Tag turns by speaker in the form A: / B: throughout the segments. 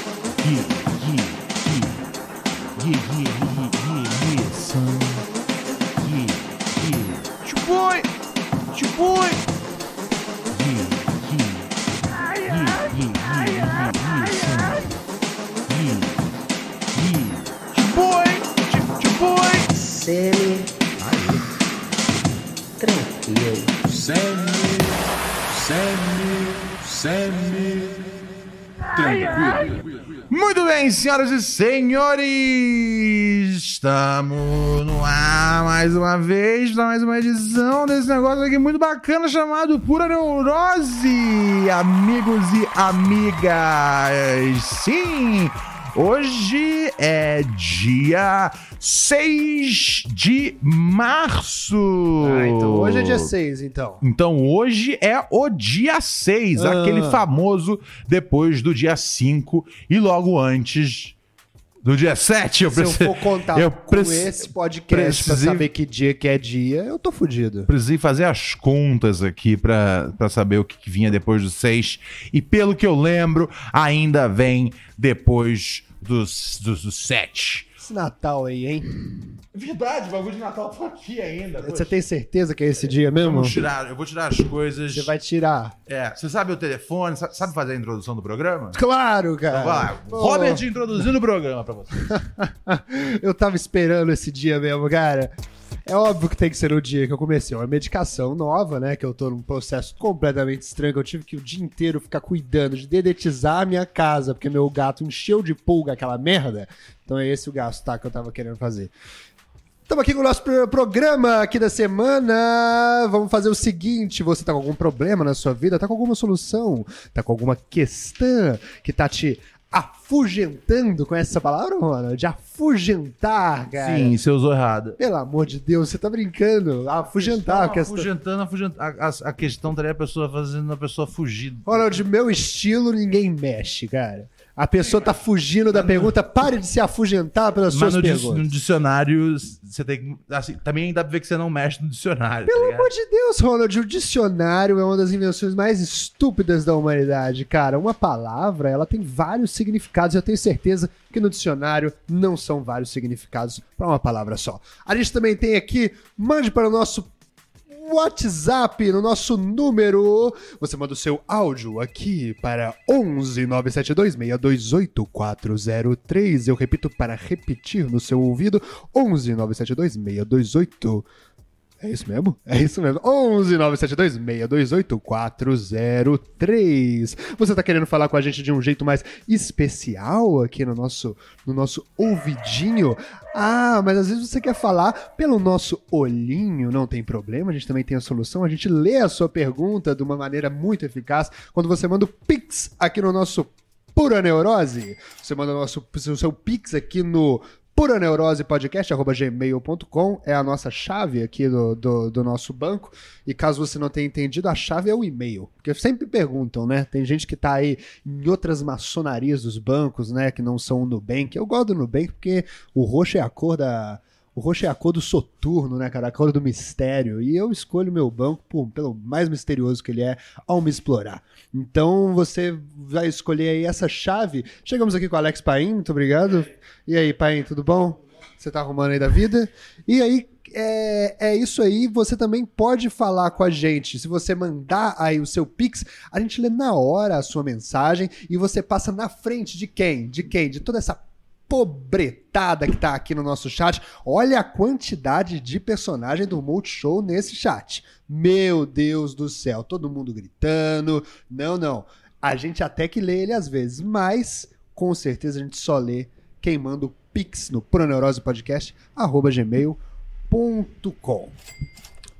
A: Yeah, yeah, yeah. Yeah, yeah, yeah, yeah, yeah, son. Yeah, yeah,
B: It's your boy. It's your boy.
A: yeah, yeah. Yeah, yeah, yeah, yeah, yeah, son. Yeah, yeah.
B: It's your boy. It's your- It's your boy.
C: Semi. Tranquilo.
D: Semi, semi, semi. Tranquilo.
B: Muito bem, senhoras e senhores, estamos no ar mais uma vez para mais uma edição desse negócio aqui muito bacana chamado Pura Neurose, amigos e amigas. Sim, hoje é dia 6 de março.
E: Ah, então hoje é dia 6, então.
B: Então hoje é o dia 6,
E: Ah.
B: aquele famoso depois do dia 5 e logo antes do dia 7. Eu
E: Se eu
B: preci-
E: for contar
B: eu
E: com
B: preci-
E: esse podcast
B: precisei-
E: pra saber que dia que é dia, eu tô fudido.
B: Precisei fazer as contas aqui pra pra saber o que, que vinha depois do 6. E pelo que eu lembro, ainda vem depois do 7.
E: Esse Natal aí, hein?
B: Verdade, o bagulho de Natal tá aqui ainda.
E: Você tem certeza que é esse dia mesmo?
B: Vamos tirar, eu vou tirar as coisas.
E: Você vai tirar.
B: É, você sabe o telefone? sa- Sabe fazer a introdução do programa?
E: Claro,
B: Então, vai lá.
E: cara. Pô,
B: Robert introduzindo o programa pra você.
E: eu tava esperando esse dia mesmo, cara. É óbvio que tem que ser o dia que eu comecei. É uma medicação nova, né? Que eu tô num processo completamente estranho. Que eu tive que o dia inteiro ficar cuidando de dedetizar a minha casa, porque meu gato encheu de pulga aquela merda. Então é esse o gasto, tá? Que eu tava querendo fazer. Estamos aqui com o nosso pro- programa aqui da semana. Vamos fazer o seguinte: você tá com algum problema na sua vida, tá com alguma solução, tá com alguma questão que tá te afugentando, conhece essa palavra, Ronald? Afugentar, cara.
B: Sim, você usou errado.
E: Pelo amor de Deus, você tá brincando. Afugentar,
B: Então,
E: questão.
B: afugentando, afugentando. A, a- a questão estaria a pessoa fazendo a pessoa fugir.
E: Ronald, meu estilo, ninguém mexe, cara. A pessoa tá fugindo da pergunta, pare de se afugentar pelas
B: Mas
E: suas
B: no, dis-
E: perguntas.
B: no dicionário, você tem que. assim, também dá pra ver que você não mexe no dicionário. tá
E: Pelo
B: ligado?
E: amor de Deus, Ronald, o dicionário é uma das invenções mais estúpidas da humanidade, cara. Uma palavra, ela tem vários significados. e Eu tenho certeza que no dicionário não são vários significados para uma palavra só. A gente também tem aqui, mande para o nosso WhatsApp, no nosso número. Você manda o seu áudio aqui para 11 972 628 Eu repito para repetir no seu ouvido: 11 972 628 é isso mesmo? É isso mesmo. 11 972 628 403. Você tá querendo falar com a gente de um jeito mais especial aqui no nosso, no nosso ouvidinho? Ah, mas às vezes você quer falar pelo nosso olhinho, não tem problema, a gente também tem a solução. A gente lê a sua pergunta de uma maneira muito eficaz quando você manda o Pix aqui no nosso Pura Neurose. Você manda o nosso, o seu Pix aqui no Pura Neurose Podcast, arroba gmail.com, é a nossa chave aqui do, do, do nosso banco. E caso você não tenha entendido, a chave é o e-mail. Porque sempre perguntam, né? Tem gente que tá aí em outras maçonarias dos bancos, né? Que não são o Nubank. Eu gosto do Nubank porque o roxo é a cor da. O roxo é a cor do soturno, né, cara? A cor do mistério. E eu escolho meu banco por- pelo mais misterioso que ele é ao me explorar. Então você vai escolher aí essa chave. Chegamos aqui com o Alex Paim, muito obrigado. E aí, Paim, tudo bom? Você tá arrumando aí da vida? E aí, é, é isso aí. Você também pode falar com a gente. Se você mandar aí o seu Pix, a gente lê na hora a sua mensagem e você passa na frente de quem? De quem? De toda essa pobretada que tá aqui no nosso chat. Olha a quantidade de personagem do Multishow nesse chat. Meu Deus do céu, todo mundo gritando. Não, não. A gente até que lê ele às vezes, mas com certeza a gente só lê quem manda o pix no proneurosepodcast.gmail.com.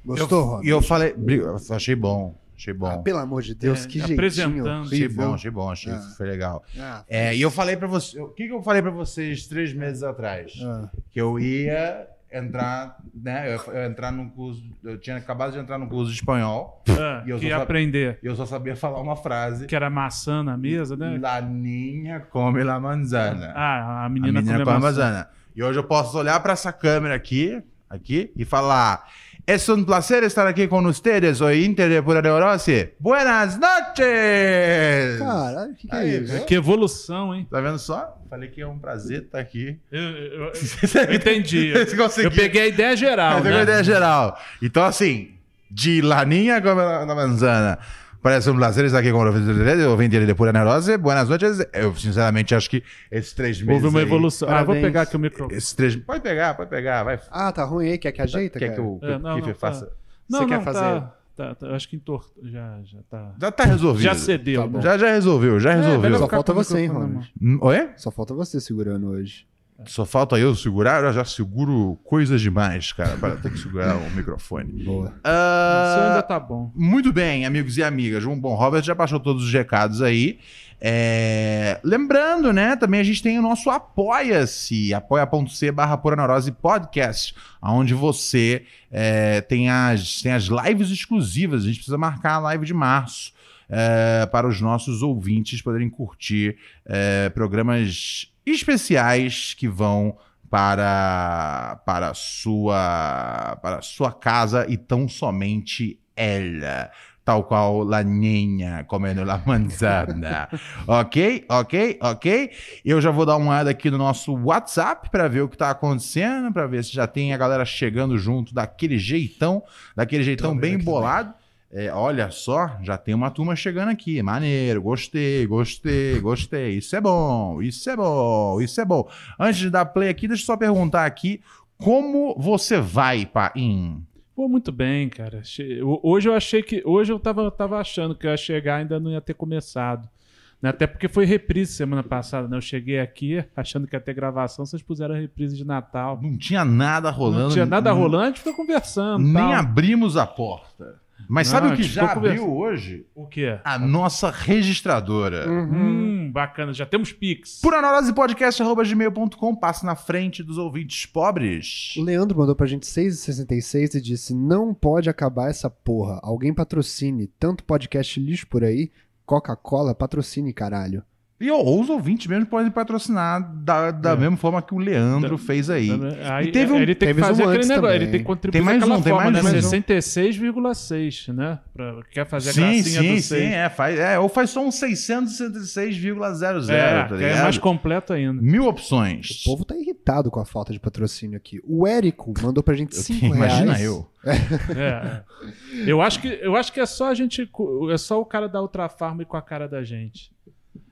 E: Gostou, Rob?
B: E eu falei. bri- eu Achei bom. Achei
E: Ah,
B: bom.
E: pelo amor de Deus,
A: É,
E: que jeitinho
A: apresentando,
B: Achei
E: horrível.
B: bom, achei bom, achei
E: Ah.
B: foi legal.
E: Ah,
B: É, e eu falei pra você. O que, que eu falei pra vocês três meses atrás?
E: ah.
B: que eu ia entrar, né? Eu, eu ia entrar num curso, eu tinha acabado de entrar num curso de espanhol
A: Ah,
B: E eu
A: que
B: só
A: ia
B: sab-
A: aprender.
B: e eu só sabia falar uma frase:
A: Que era maçã na mesa, né?
B: La niña come la manzana.
A: Ah, a
B: a
A: menina,
B: menina
A: comeu
B: come a
A: maçã.
B: manzana. E hoje eu posso olhar pra essa câmera aqui, aqui e falar: Es un placer estar aquí con ustedes, hoy Inter de Pura Neurosi. Buenas noches!
E: Caralho, o que, que é
B: Aí,
E: isso?
B: viu?
A: Que evolução, hein?
B: Tá vendo só? Falei que é um prazer estar aqui.
A: Eu, eu- eu entendi.
B: Você conseguiu.
A: Eu peguei a ideia geral.
B: Essa é uma
A: né?
B: ideia geral. Então, assim, de laninha como na na manzana. Parece um prazer estar aqui com o Vendido de Pura Neurose. Boas noites. Eu, sinceramente, acho que esses três meses.
A: Houve uma
B: aí-
A: evolução. Ah, vou
E: Parabéns.
A: pegar aqui o microfone.
B: Esses três. Pode pegar, pode pegar. Vai.
E: Ah, tá ruim aí, quer que ajeita,
B: Quer
E: cara?
B: que o
A: É, não,
B: Kiff
A: não, tá.
B: faça?
A: Não,
E: Você
A: não,
E: quer
A: tá, tá, tá, eu acho que entor... já, já tá.
B: Já tá resolvido.
A: Já cedeu.
E: Tá bom.
A: né?
B: Já, já resolveu, já
A: vai
B: resolveu. Hum,
E: Só
A: ficar
E: falta
A: com o
E: você, hein,
A: microfone na
E: Ronald?
B: Oi?
E: Só falta você segurando hoje.
B: Só falta eu segurar, eu já seguro coisas demais, cara. Para ter que segurar o microfone.
A: O
E: Boa.
A: seu
B: Ah,
A: ainda tá bom.
B: Muito bem, amigos e amigas. Um bom Robert já passou todos os recados aí. É, Lembrando, né? Também a gente tem o nosso Apoia-se, apoia.se barra Pura Neurose Podcast, onde você é, tem, as, tem as lives exclusivas. A gente precisa marcar a live de março é, para os nossos ouvintes poderem curtir é, programas especiais que vão para para a sua para a sua casa e tão somente ela tal qual la niña comendo la manzana ok ok ok eu já vou dar uma olhada aqui no nosso WhatsApp para ver o que tá acontecendo para ver se já tem a galera chegando junto daquele jeitão daquele jeitão bem bolado É, olha só, já tem uma turma chegando aqui. Maneiro, gostei, gostei, gostei. Isso é bom, isso é bom, isso é bom. Antes de dar play aqui, deixa eu só perguntar aqui como você vai, Paim?
A: Pô, muito bem, cara. Che- ho- Hoje eu achei que. Hoje eu tava, tava achando que eu ia chegar e ainda não ia ter começado. né? Até porque foi reprise semana passada, né? Eu cheguei aqui achando que ia ter gravação, vocês puseram a reprise de Natal.
B: Não tinha nada rolando.
A: não tinha nada
B: n-
A: rolando, a gente foi conversando.
B: Nem
A: tal.
B: abrimos a porta. Mas
A: Não,
B: sabe o
A: a
B: que
A: gente
B: já
A: ficou conversa-
B: abriu hoje?
A: O quê?
B: A nossa registradora.
A: Hum, bacana, já temos Pix.
B: Puranorospodcast.com passa na frente dos ouvintes pobres.
E: O Leandro mandou pra gente 6,66 e disse: Não pode acabar essa porra. Alguém patrocine. Tanto podcast lixo por aí. Coca-Cola, patrocine, caralho.
B: E ou os ouvintes mesmo podem patrocinar da, da
A: É.
B: mesma forma que o Leandro fez aí.
A: Aí, é,
B: E teve um-
A: ele tem
E: teve
A: que fazer
E: um
A: aquele
E: antes
A: negócio,
E: também.
A: ele tem que contribuir
B: Tem mais
A: daquela
B: um, tem
A: forma,
B: mais
A: né?
B: um.
A: 66,6, né? Pra, quer fazer a
B: Sim,
A: gracinha
B: sim,
A: do
B: sim.
A: 6.
B: É, faz, é, ou faz só um 666,00.
A: É,
B: tá
A: que é
B: ligado?
A: mais completo ainda.
B: Mil
E: O
B: opções.
E: povo tá irritado com a falta de patrocínio aqui. O Érico mandou pra gente
B: Eu
E: 5
B: tenho-
E: reais.
B: Imagina eu.
A: É. Eu acho que eu acho que é só a gente co- é só o cara da Ultra Farm ir com a cara da gente.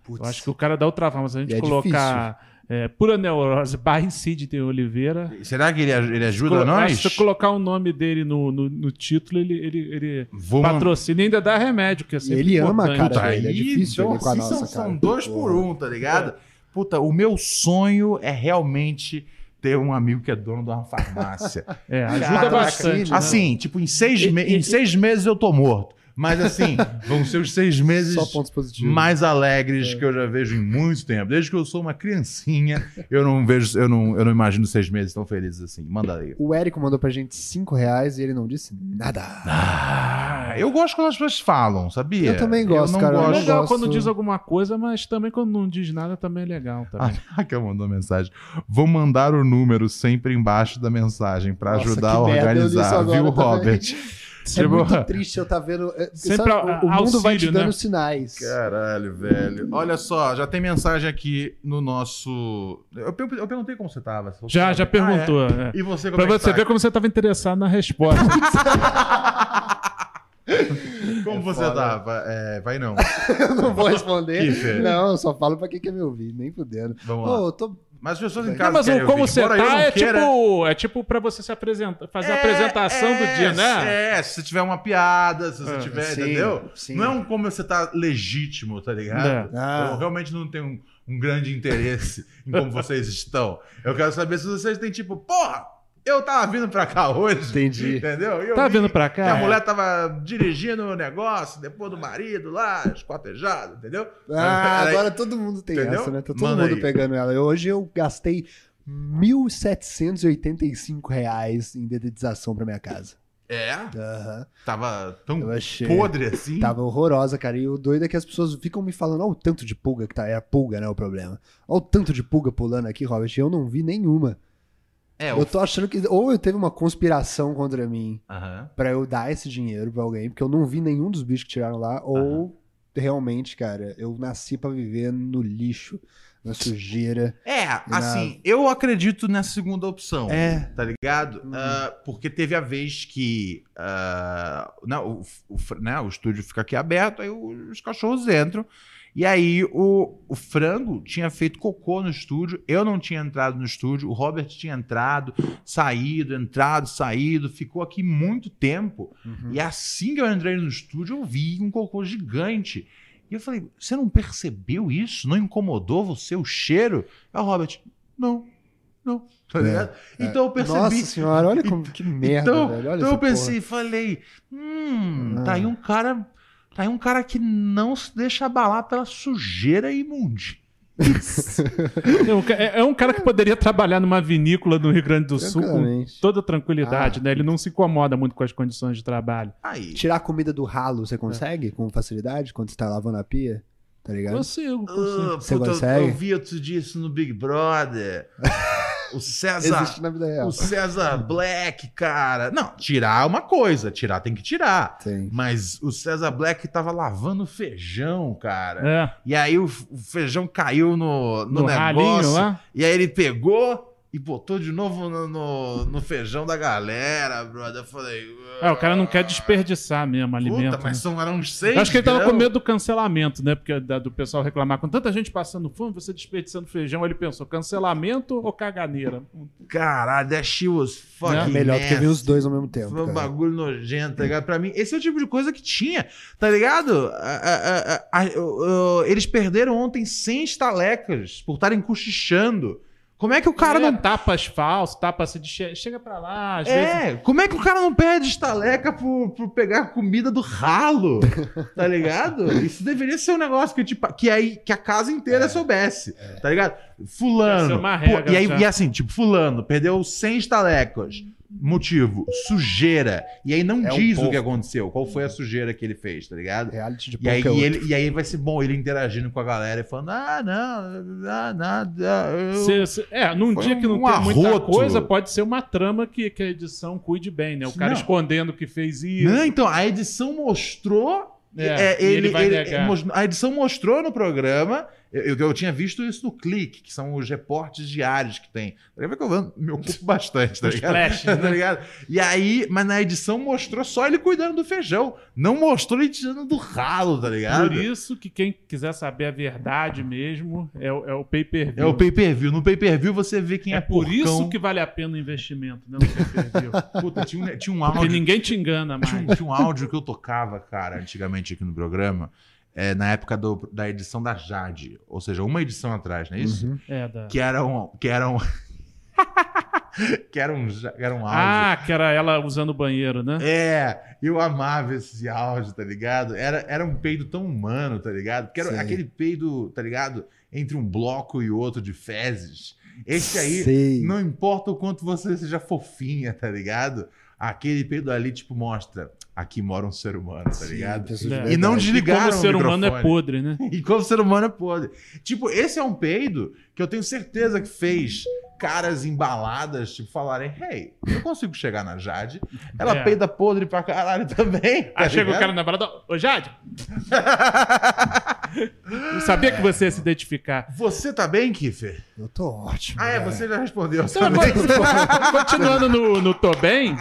E: Putz,
A: Eu acho que o cara da Ultra Farm, se a gente
E: E é
A: colocar é, pura neurose barra incide de Oliveira,
B: Será que ele, aj- ele ajuda
A: colo- acho
B: nós?
A: que se colocar o nome dele no, no, no título, ele ele, ele
B: Vou man-
A: patrocina e ainda dá remédio, que é
E: E
A: sempre
E: ele ama a
A: importante.
E: cara
B: Puta,
E: dele. É
B: aí,
E: difícil
B: então,
E: ele com a
B: assim,
E: nossa,
B: são,
E: cara.
B: são dois por um, tá ligado? Puta, o meu sonho é realmente ter um amigo que é dono de uma farmácia.
A: É,
B: Cara,
A: ajuda bastante. né?
B: assim, tipo, em seis, me- em seis meses eu tô morto. Mas assim, vão ser os seis meses
E: Só pontos positivos. É.
B: mais alegres que eu já vejo em muito tempo. Desde que eu sou uma criancinha, eu não vejo, eu não, eu não imagino seis meses tão felizes assim. Manda aí.
E: O Érico mandou pra gente 5 reais e ele não disse nada.
B: Ah, eu gosto quando as pessoas falam, sabia?
E: Eu também gosto,
B: não
E: cara.
A: É
E: Eu
B: gosto.
A: legal
E: gosto-
A: quando diz alguma coisa, mas também quando não diz nada também é legal. Também.
B: Ah, que eu mandou mensagem. Vou mandar o número sempre embaixo da mensagem pra
E: Nossa,
B: ajudar
E: que
B: a
E: merda, eu li isso
B: organizar,
E: agora
B: viu,
E: também.
B: Robert?
E: É
B: Tipo,
E: muito triste eu tá vendo. é,
A: Sempre
E: sabe,
A: a-
E: o- o mundo vai te
A: auxílio, né?
E: dando sinais.
B: Caralho, velho. Olha só, já tem mensagem aqui no nosso. Eu, per- eu perguntei como você tava. se você
A: Já,
B: tava
A: já
B: bem. Ah, é?
A: perguntou. é.
B: E você, como
A: Pra
B: é que
A: você
B: tá?
A: ver como você estava interessado na resposta.
B: Como você tava? É, vai não.
E: Eu não vou
B: Kiffer.
E: responder. não, eu só falo pra quem quer me ouvir, nem fudendo. Ô,
B: Vamos lá.
E: eu tô
B: Mas as pessoas em casa.
A: Não, mas
B: querem
A: o como
B: ouvir.
A: você
B: Embora eu não
A: tá é
B: queira-
A: tipo, é tipo pra você se apresentar, fazer a
B: É,
A: apresentação
B: é,
A: do dia, né?
B: É, se você tiver uma piada, se você
A: Ah,
B: tiver,
E: sim,
B: entendeu?
E: sim.
B: Não é um como você tá legítimo, tá ligado?
A: Não.
E: Ah.
B: Eu realmente não tenho um, um grande interesse em como vocês estão. Eu quero saber se vocês têm tipo, porra, eu tava vindo pra cá hoje.
E: Entendi.
B: Entendeu? E eu
A: Tá
B: vi
A: vindo pra cá?
B: Que a mulher tava dirigindo o negócio, depois do marido lá, esquartejado, entendeu?
E: Ah,
B: Aí-
E: agora todo mundo tem
B: Entendeu?
E: essa, né? Tá todo
B: Manda
E: mundo
B: aí.
E: pegando ela. Eu- Hoje eu gastei R$ 1.785 reais em dedetização pra minha casa.
B: É,
E: Aham.
B: tava tão
E: Eu achei.
B: podre assim.
E: Tava horrorosa, cara. E o doido é que as pessoas ficam me falando, olha o tanto de pulga que tá. É a pulga, né? O problema. Olha o tanto de pulga pulando aqui, Robert. E eu não vi nenhuma.
B: É, o.
E: Eu tô achando que ou eu teve uma conspiração contra mim
B: Aham.
E: pra eu dar esse dinheiro pra alguém, porque eu não vi nenhum dos bichos que tiraram lá, ou realmente, cara, eu nasci pra viver no lixo, na sujeira.
B: É, assim, eu acredito na segunda opção.
E: É.
B: Tá ligado? Ah, porque teve a vez que ah, não, o, o fr- né, o estúdio fica aqui aberto, aí os cachorros entram. E aí o, o frango tinha feito cocô no estúdio, eu não tinha entrado no estúdio, o Robert tinha entrado, saído, entrado, saído, ficou aqui muito tempo. E assim que eu entrei no estúdio, eu vi um cocô gigante. E eu falei, você não percebeu isso? Não incomodou você o cheiro? Aí o Robert, não, não. Tá
E: É,
B: ligado? então eu percebi.
E: Nossa senhora, olha como, que merda,
B: então,
E: velho. Olha
B: então
E: essa
B: eu pensei e falei, hum,
E: Ah.
B: tá aí um cara, tá aí um cara que não se deixa abalar pela sujeira e imundice.
A: É um ca- É é um cara que poderia trabalhar numa vinícola no Rio Grande do
E: porra.
A: Sul com
E: Francamente.
A: toda tranquilidade,
E: Ah.
A: né? Ele não se incomoda muito com as condições de trabalho.
B: Aí,
E: Tirar a comida do ralo, você consegue com facilidade quando você tá lavando a pia? Tá ligado?
A: Consigo, consigo.
B: ah,
E: Você
B: puta, eu-
E: consegue?
B: eu vi outro dia isso no Big Brother. o César,
E: Existe na vida real.
B: o César Black, cara. Não, tirar é uma coisa, tirar tem que tirar.
E: Tem.
B: Mas o César Black tava lavando feijão, cara.
A: É,
B: E aí o, o feijão caiu no, no,
A: no ralinho né?
B: negócio.
A: lá.
B: E aí ele pegou e botou de novo no, no- no feijão da galera, brother. Eu falei.
A: É, o cara não quer desperdiçar mesmo alimento.
B: Puta, mas
A: né?
B: são, eram seis.
A: Eu acho que ele tava com
B: grãos.
A: medo do cancelamento, né? Porque da- do pessoal reclamar com tanta gente passando fome, você desperdiçando feijão. Ele pensou, cancelamento ou caganeira?
B: Caralho, é that she was fucking.
A: Não,
E: É melhor do que
B: nasty.
E: vir os dois ao mesmo tempo.
B: Foi um
E: Cara.
B: bagulho nojento, tá ligado? Pra mim, esse é o tipo de coisa que tinha, tá ligado? A- a- a- a- o- o- eles perderam ontem 100 estalecas por estarem cochichando. Como é que o cara
A: É,
B: não.
A: Tapas falso, tapa se de... che- Chega pra lá, às vezes...
B: É, como é que o cara não perde estaleca por, por pegar comida do ralo? Tá ligado? Isso deveria ser um negócio que, tipo, que, aí, que a casa inteira soubesse, tá ligado?
A: Deve ser
B: Fulano.
A: uma
B: pô,
A: regra
B: e, aí,
A: já.
B: e assim, tipo, fulano, perdeu 100 estalecas. Motivo, sujeira. E aí não
E: É um
B: diz o
E: pouco.
B: que aconteceu, qual foi a sujeira que ele fez, tá ligado?
E: Uhum. Reality de
B: E aí,
E: pouco é outro.
B: e ele, e aí vai ser bom ele interagindo com a galera e falando: ah, não, ah, nada. eu-
A: Cê- cê- é, num
B: Foi
A: dia que não
B: um
A: tem muita
B: arroto.
A: coisa, pode ser uma trama que, que a edição cuide bem, né? O cara
B: Não.
A: escondendo que fez isso.
B: Não, então, a edição mostrou.
A: É,
B: é,
A: e
B: ele,
A: ele vai
B: ele-
A: negar.
B: mos- a edição mostrou no programa. Eu, eu- eu tinha visto isso no Clique, que são os reportes diários que tem. Tá ligado que eu vou- me ocupo bastante, tá
A: Os
B: ligado?
A: flashes, né?
B: Tá ligado? E aí, mas na edição mostrou só ele cuidando do feijão. Não mostrou ele tirando do ralo, tá ligado?
A: Por isso que quem quiser saber a verdade mesmo é, o- é o pay-per-view.
B: É o pay-per-view. No pay-per-view você vê quem é,
A: É por isso
B: porcão.
A: que vale a pena o investimento, né? No pay-per-view.
B: Puta, tinha um, tinha um
A: Porque
B: áudio
A: ninguém te engana
B: Tinha um,
A: mais.
B: tinha um áudio que eu tocava, cara, antigamente aqui no programa, é, na época do- da edição da Jade. Ou seja, uma edição atrás, não é isso?
E: Uhum.
A: É, da...
B: Que era um. Que era um. que era um, ja- era um áudio.
A: Ah, que era ela usando o banheiro, né?
B: É, eu amava esse áudio, tá ligado? Era, era um peido tão humano, tá ligado? Porque era
E: Sim.
B: aquele peido, tá ligado? Entre um bloco e outro de fezes. Esse aí,
E: Sei.
B: não importa o quanto você seja fofinha, tá ligado? Aquele peido ali, tipo, mostra. Aqui mora um ser humano, tá
E: Sim,
B: ligado?
E: pessoas de
A: E
E: verdade.
B: não
A: E
B: Ligaram
A: como o ser
B: o
A: humano é
B: microfone.
A: podre, né?
B: E como o ser humano é podre. Tipo, esse é um peido que eu tenho certeza que fez caras embaladas, tipo, falarem: hey, eu consigo chegar na Jade. Ela
A: É.
B: peida podre pra caralho também. tá
A: Aí chega o
B: ligado?
A: cara na balada, ô Jade! Eu sabia que você ia se identificar.
B: Você tá bem, Kiffer?
E: Eu tô ótimo.
B: Ah, é,
E: cara.
B: você já respondeu.
A: Então,
B: também.
A: agora, continuando no, no Tô Bem,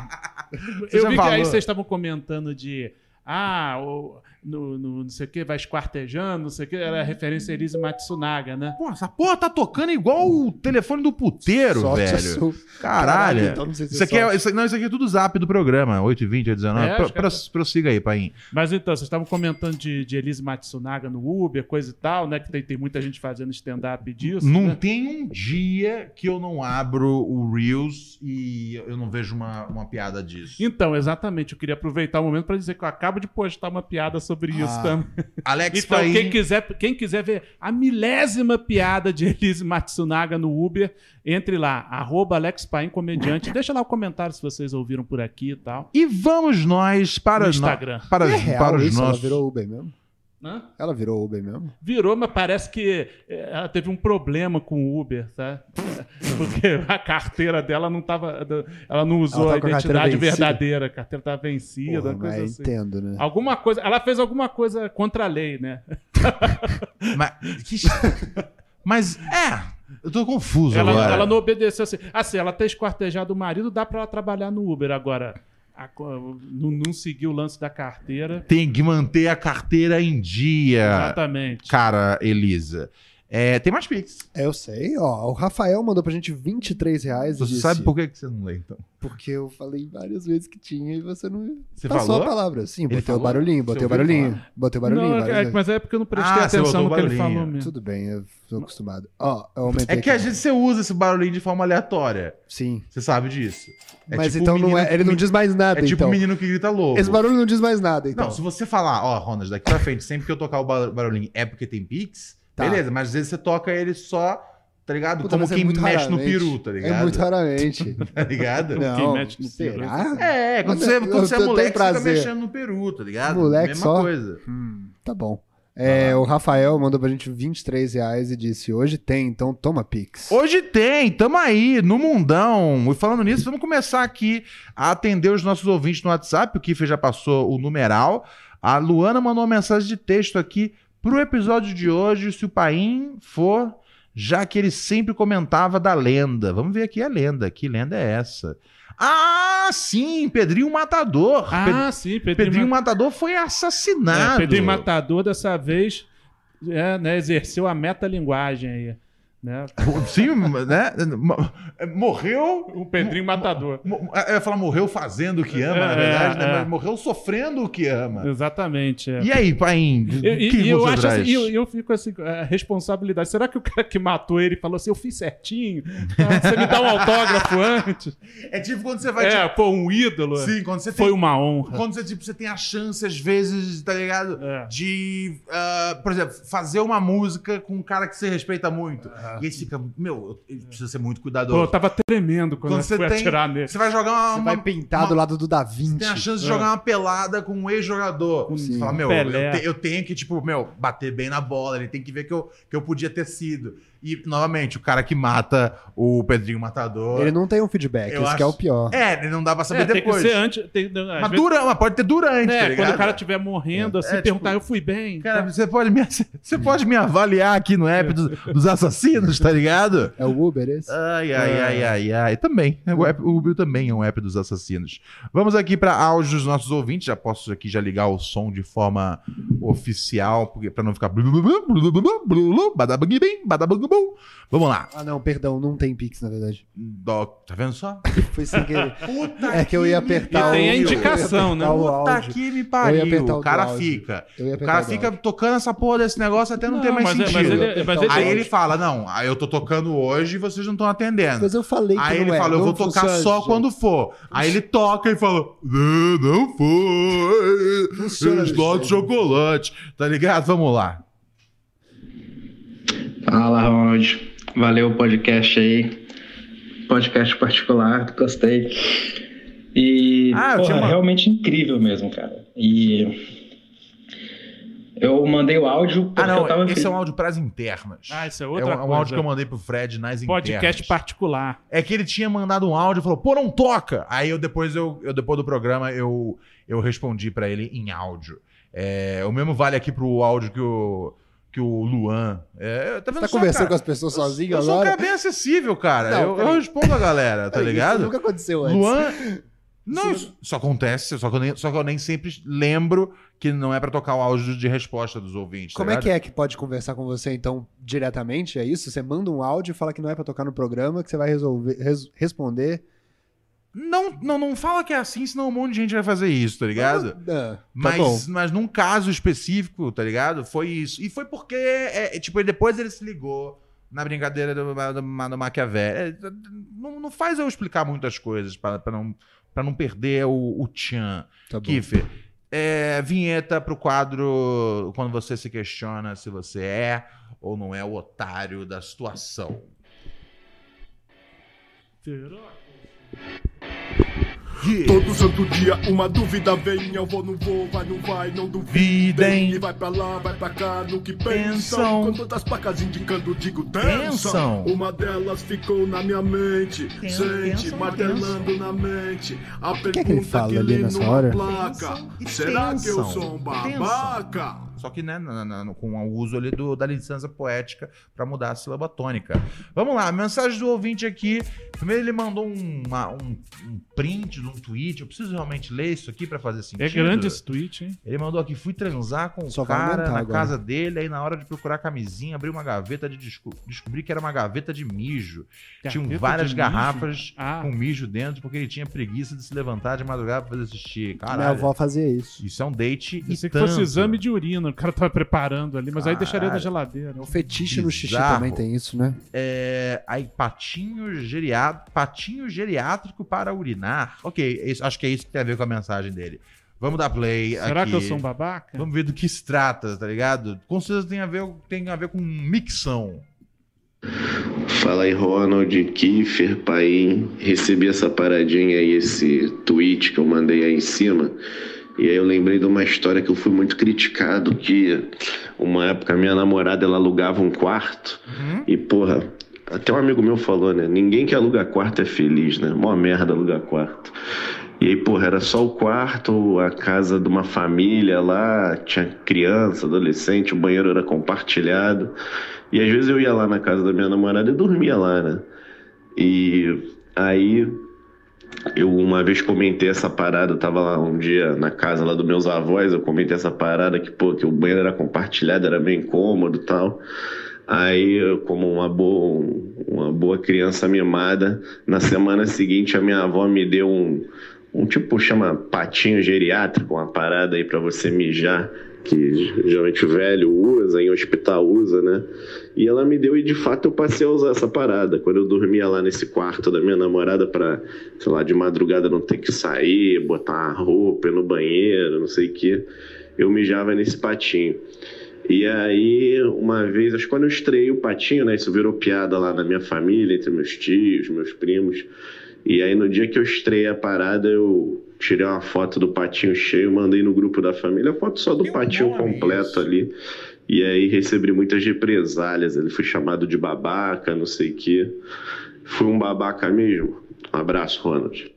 A: eu
B: já
A: vi que aí
B: falou.
A: vocês estavam comentando de. Ah, o, no, no- não sei o que, vai esquartejando, não sei o que, era a referência a Elise Matsunaga, né?
B: Pô, essa porra tá tocando igual o telefone do puteiro,
E: Sorte
B: velho.
E: sua.
B: Caralho.
E: então não sei se
B: Isso aqui, é,
E: sorte.
B: isso, não, isso aqui é tudo zap do programa, 8h20, 19
A: É,
B: Pro-
A: acho que é-
B: pro- Prossiga aí, Paim.
A: Mas então, vocês estavam comentando de, de Elise Matsunaga no Uber, coisa e tal, né? Que tem, tem muita gente fazendo stand-up disso.
B: Não
A: né?
B: tem um dia que eu não abro o Reels e eu não vejo uma, uma piada disso.
A: Então, exatamente, eu queria aproveitar o momento para dizer que eu acabo de postar uma piada sobre isso
E: Ah.
A: também.
B: Alex
A: Então,
B: Paim.
A: quem quiser, quem quiser ver a milésima piada de Elise Matsunaga no Uber, entre lá, arroba Alex Paim Comediante. Deixa lá o comentário se vocês ouviram por aqui e tal.
B: E vamos nós para,
A: No
B: os no-
A: Instagram.
B: para,
E: E é
B: os-
E: real
B: para os
E: isso?
B: nossos.
E: Ela virou Uber mesmo?
A: Hã?
E: Ela virou Uber mesmo?
A: é, Virou, mas parece que eh, ela teve um problema com o Uber, tá? Porque a carteira dela não tava. Ela não usou
E: Ela
A: a
E: tava com a carteira
A: identidade
E: vencida.
A: verdadeira. A carteira tava vencida,
E: Porra,
A: uma coisa
E: mas
A: assim.
E: entendo, né?
A: Alguma coisa. Ela fez alguma coisa contra a lei, né?
B: Mas, que... Mas, é, eu tô confuso
A: Ela,
B: agora.
A: ela não obedeceu assim. Assim, ela ter esquartejado o marido, dá pra ela trabalhar no Uber agora. a co- não, não seguiu o lance da carteira.
B: Tem que manter a carteira em dia,
A: Exatamente.
B: cara Elisa. É, tem mais Pix.
E: Eu sei, ó. O Rafael mandou pra gente 23 reais. e
B: Você
E: disse,
B: sabe por que que você não lê, então?
E: Porque eu falei várias vezes que tinha e você não.
B: Você
E: Passou
B: falou?
E: a palavra. Sim,
B: Ele
E: botei o
B: falou?
E: barulhinho,
B: Você
E: botei o
B: ouviu
E: barulhinho. Botei o barulhinho.
A: não,
E: várias
A: é,
E: vezes.
A: mas é porque eu não prestei
B: Ah, você
A: atenção no
B: botou
A: que ele
B: barulhinho.
A: falou mesmo.
E: Tudo bem, eu tô acostumado. Ó, eu aumentei.
B: É que às
E: aqui.
B: vezes você usa esse barulhinho de forma aleatória.
E: Sim.
B: Você sabe disso. É
E: mas
B: tipo
E: então
B: o menino
E: não é, ele não
B: que-
E: diz mais nada,
B: É tipo
E: então.
B: o menino que grita louco.
E: Esse barulho não diz mais nada, então.
B: Não, se você falar, ó, Ronald, daqui pra frente, sempre que eu tocar o ba- barulhinho é porque tem Pix,
E: Tá.
B: beleza, mas às vezes você toca ele só, tá ligado?
E: Puta,
B: Como
E: mas é
B: quem
E: muito
B: mexe no
E: raramente.
B: peru, tá ligado?
E: É muito raramente.
B: Tá ligado?
E: não,
A: quem mete no peru.
E: será?
B: É, quando você,
E: Ah, Eu
B: quando você é
E: tenho
B: moleque, você fica
E: prazer.
B: mexendo no peru, tá ligado?
E: Moleque
B: Mesma
E: só.
B: coisa.
E: Hum, tá bom. É, o Rafael mandou pra gente 23 reais e disse: hoje tem, então toma Pix.
B: Hoje tem, tamo aí, no mundão. E falando nisso, vamos começar aqui a atender os nossos ouvintes no WhatsApp. O Kiffer já passou o numeral. A Luana mandou uma mensagem de texto aqui pro episódio de hoje, se o Paim for, já que ele sempre comentava da lenda. Vamos ver aqui a lenda. Que lenda é essa? Ah, sim, Pedrinho Matador.
A: Ah, sim,
B: Pe- Pedrinho
A: Pedrinho,
B: Matador foi
A: Matador.
B: assassinado.
A: Pedrinho É, Matador dessa vez é, né, exerceu a metalinguagem aí. Né?
B: Sim, né? Morreu
A: O Pedrinho Matador.
B: Mo- é, Eu ia falar morreu fazendo o que ama, na
A: É,
B: verdade, né?
A: é.
B: Mas morreu sofrendo o que ama.
A: Exatamente. é.
B: E aí, Paim? o
A: Eu- E,
B: que
A: e eu
B: você
A: acho
B: traz?
A: assim, eu, eu fico assim, com a responsabilidade. Será que o cara que matou ele falou assim, eu fiz certinho? Ah, Você me dá um autógrafo antes?
B: É tipo quando você vai.
A: É, pô, um ídolo.
B: tipo, sim, quando você
A: Foi
B: tem.
A: uma honra.
B: Quando você, tipo, você tem a chance, às vezes, tá ligado?
A: É.
B: De, ah, por exemplo, fazer uma música com um cara que você respeita muito. E aí você fica, meu, eu- eu preciso ser
A: É.
B: muito
A: Pô, eu
B: cuidadoso.
A: tava tremendo quando,
B: Quando
A: eu
B: você
A: fui
B: tem-
A: atirar nele.
B: Você vai jogar uma.
E: Você
B: uma- tá
E: vai pintar do lado do Da Vinci.
B: Tem a chance de
A: É.
B: jogar uma pelada com um ex-jogador. Você
E: Sim.
B: fala, meu, eu,
A: Pelé.
B: te- eu tenho que, tipo, meu, bater bem na bola, ele tem que ver que eu, que eu podia ter sido. E, novamente, o cara que mata o Pedrinho Matador.
E: Ele não tem um feedback,
B: Eu
E: isso que é o
B: acho-
E: pior.
B: É, ele não dá pra saber
A: É, tem que
B: depois.
A: ser antes. Tem, não, às
B: Mas
A: vezes-
B: dura, mas pode ter durante,
A: é,
B: tá
A: quando
B: ligado?
A: o cara estiver morrendo, assim,
B: É,
A: perguntar,
B: tipo,
A: eu fui bem.
B: Cara, você pode me, você pode me avaliar aqui no app dos, dos assassinos, tá ligado?
E: É o Uber esse? Ah.
B: Ai, ai, ai, ai, ai. Também. O, app, o Bill também é um app dos assassinos. Vamos aqui para áudios dos nossos ouvintes. Já posso aqui já ligar o som de forma oficial, porque para não ficar. blu, blu, blu, blu, blu, blu, blu, blu, badabanguibim, badabangubum. Vamos lá.
E: Ah, não, perdão, não tem Pix, na verdade.
B: Dó- Tá vendo só?
E: Foi sem querer.
B: Puta
E: É que eu ia
B: me
E: apertar
A: E tem a
B: pariu.
A: indicação, né?
E: Eu ia apertar o
B: Puta
E: áudio.
B: que me
E: Eu ia apertar
B: pariu.
E: o
B: O cara
E: do áudio.
B: fica.
E: Eu ia
B: O
E: apertar
B: cara
E: áudio.
B: fica tocando essa porra desse negócio até não, ter mais
A: mas, é-
B: sentido.
A: mas ele, mas ele-
B: Aí ele fala: não, aí eu tô tocando hoje e vocês não estão atendendo.
E: Mas eu falei que
B: Aí
E: não
B: ele
E: é,
B: fala, eu
E: não
B: vou tocar
E: funciona,
B: só
E: gente.
B: quando for. Aí ele toca e fala, não, não foi.
E: Funciona,
B: Slot de
E: gente.
B: chocolate. Tá ligado? Vamos lá.
F: Fala, Ronald. Valeu o podcast aí. Podcast particular, gostei. E
B: Ah, eu
F: porra,
B: tinha uma-
F: realmente incrível mesmo, cara. E eu mandei o áudio porque
B: Ah, não,
F: eu tava
B: esse é
F: feliz.
B: um áudio pras internas.
A: Ah, isso é
B: É um-
A: outra
B: é um,
A: coisa.
B: áudio que eu mandei pro Fred nas
A: Podcast
B: internas.
A: particular.
B: É que ele tinha mandado um áudio e falou, pô, não toca. Aí eu depois, eu, eu- depois do programa, eu, eu respondi pra ele em áudio. É, o mesmo vale aqui pro áudio que o, que o Luan. É, tá vendo
E: Você tá
B: só,
E: conversando
B: cara?
E: com as pessoas
B: Eu-
E: sozinho
B: eu sou um
E: agora?
B: cara bem acessível, cara.
E: Não,
B: eu, eu
E: peraí.
B: respondo a galera, tá
E: Isso
B: ligado?
E: nunca aconteceu antes.
B: Luan. Não, isso, isso acontece, só que, eu nem, só que eu nem sempre lembro que não é pra tocar o áudio de resposta dos ouvintes. tá
E: Como
A: Tá
E: é que é que pode conversar com você, então, diretamente? É isso? Você manda um áudio e fala que não é pra tocar no programa, que você vai resolver, res- responder.
B: Não, não, não fala que é assim, senão um monte de gente vai fazer isso, tá ligado?
E: Ah,
B: Mas,
E: bom.
B: mas num caso específico, tá ligado? Foi isso. E foi porque, é, é, tipo, depois ele se ligou na brincadeira do, do, do Maquiavel. É, não, não faz eu explicar muitas coisas pra pra não, pra não perder o, o tchan.
E: Tá bom.
B: Kiffer, é, vinheta pro quadro quando você se questiona se você é ou não é o otário da situação.
G: Todo santo dia uma dúvida vem, eu vou, não vou, vai, não vai, não duvidem.
B: Videm.
G: E vai pra lá, vai pra cá, no que
B: Pensam.
G: pensam. Com todas as placas indicando, digo,
B: Pensam.
G: pensam. Uma delas ficou na minha mente, sente,
H: pensam,
G: martelando na mente. A pergunta
E: que ele fala ali
G: li
E: nessa
G: numa
E: hora?
G: placa,
B: Pensam.
G: será que eu
B: Pensam.
G: sou um babaca?
B: Só que né, na- na- no- com o uso ali do- da licença poética pra mudar a sílaba tônica. Vamos lá, mensagem do ouvinte aqui. Primeiro ele mandou uma- um, um print de um tweet. Eu preciso realmente ler isso aqui pra fazer sentido.
A: É grande esse tweet, hein?
B: Ele mandou aqui, fui transar com
E: Só
B: o
E: vai
B: cara
E: aumentar
B: na
E: agora.
B: casa dele, aí na hora de procurar camisinha, abri uma gaveta de desco- descobri que era uma gaveta de mijo. Tinham
A: Gaveta
B: várias
A: de
B: garrafas
A: mijo? Ah.
B: com mijo dentro, porque ele tinha preguiça de se levantar de madrugada pra fazer xixi.
E: Minha
B: Caralho,
E: avó fazia isso.
B: isso é um date e
A: Pensei que
B: tanto.
A: fosse exame de urina, o cara tava preparando ali, mas
B: Ah,
A: aí deixaria na
B: Caralho.
A: geladeira.
E: O fetiche no xixi
B: Bizarro.
E: também tem isso, né?
B: É, aí, patinho, geria... patinho geriátrico para urinar. Ok, isso- acho que é isso que tem a ver com a mensagem dele. Vamos dar play
A: Será
B: aqui.
A: que eu sou um babaca?
B: Vamos ver do que se trata, tá ligado? Com certeza tem a ver, tem a ver com micção.
I: Fala aí, Ronald, Kiefer, Paim. Recebi essa paradinha aí, esse tweet que eu mandei aí em cima. E aí eu lembrei de uma história que eu fui muito criticado, que uma época minha namorada, ela alugava um quarto. E, porra, até um amigo meu falou, né? Ninguém que aluga quarto é feliz, né? Mó merda alugar quarto. E aí, porra, era só o quarto, a casa de uma família lá, tinha criança, adolescente, o banheiro era compartilhado. E às vezes eu ia lá na casa da minha namorada e dormia lá, né? E aí eu uma vez comentei essa parada, eu tava lá um dia na casa lá dos meus avós, eu comentei essa parada que, pô, que o banheiro era compartilhado, era meio incômodo e tal. Aí, eu, como uma boa, uma boa criança mimada, na semana seguinte a minha avó me deu um, um tipo, chama patinho geriátrico, uma parada aí pra você mijar, que geralmente velho usa, em hospital usa, né? E ela me deu e de fato eu passei a usar essa parada. Quando eu dormia lá nesse quarto da minha namorada pra, sei lá, de madrugada não ter que sair, botar uma roupa ir no banheiro, não sei o que, eu mijava nesse patinho. E aí, uma vez, acho que quando eu estreiei o patinho, né? Isso virou piada lá na minha família, entre meus tios, meus primos. E aí, no dia que eu estreiei a parada, eu tirei uma foto do patinho cheio, mandei no grupo da família, a foto só do
B: Que
I: patinho
B: nome é
I: completo
B: isso?
I: ali. E aí recebi muitas represálias. Ele foi chamado de babaca, não sei o quê. Fui um babaca mesmo. Um abraço, Ronald.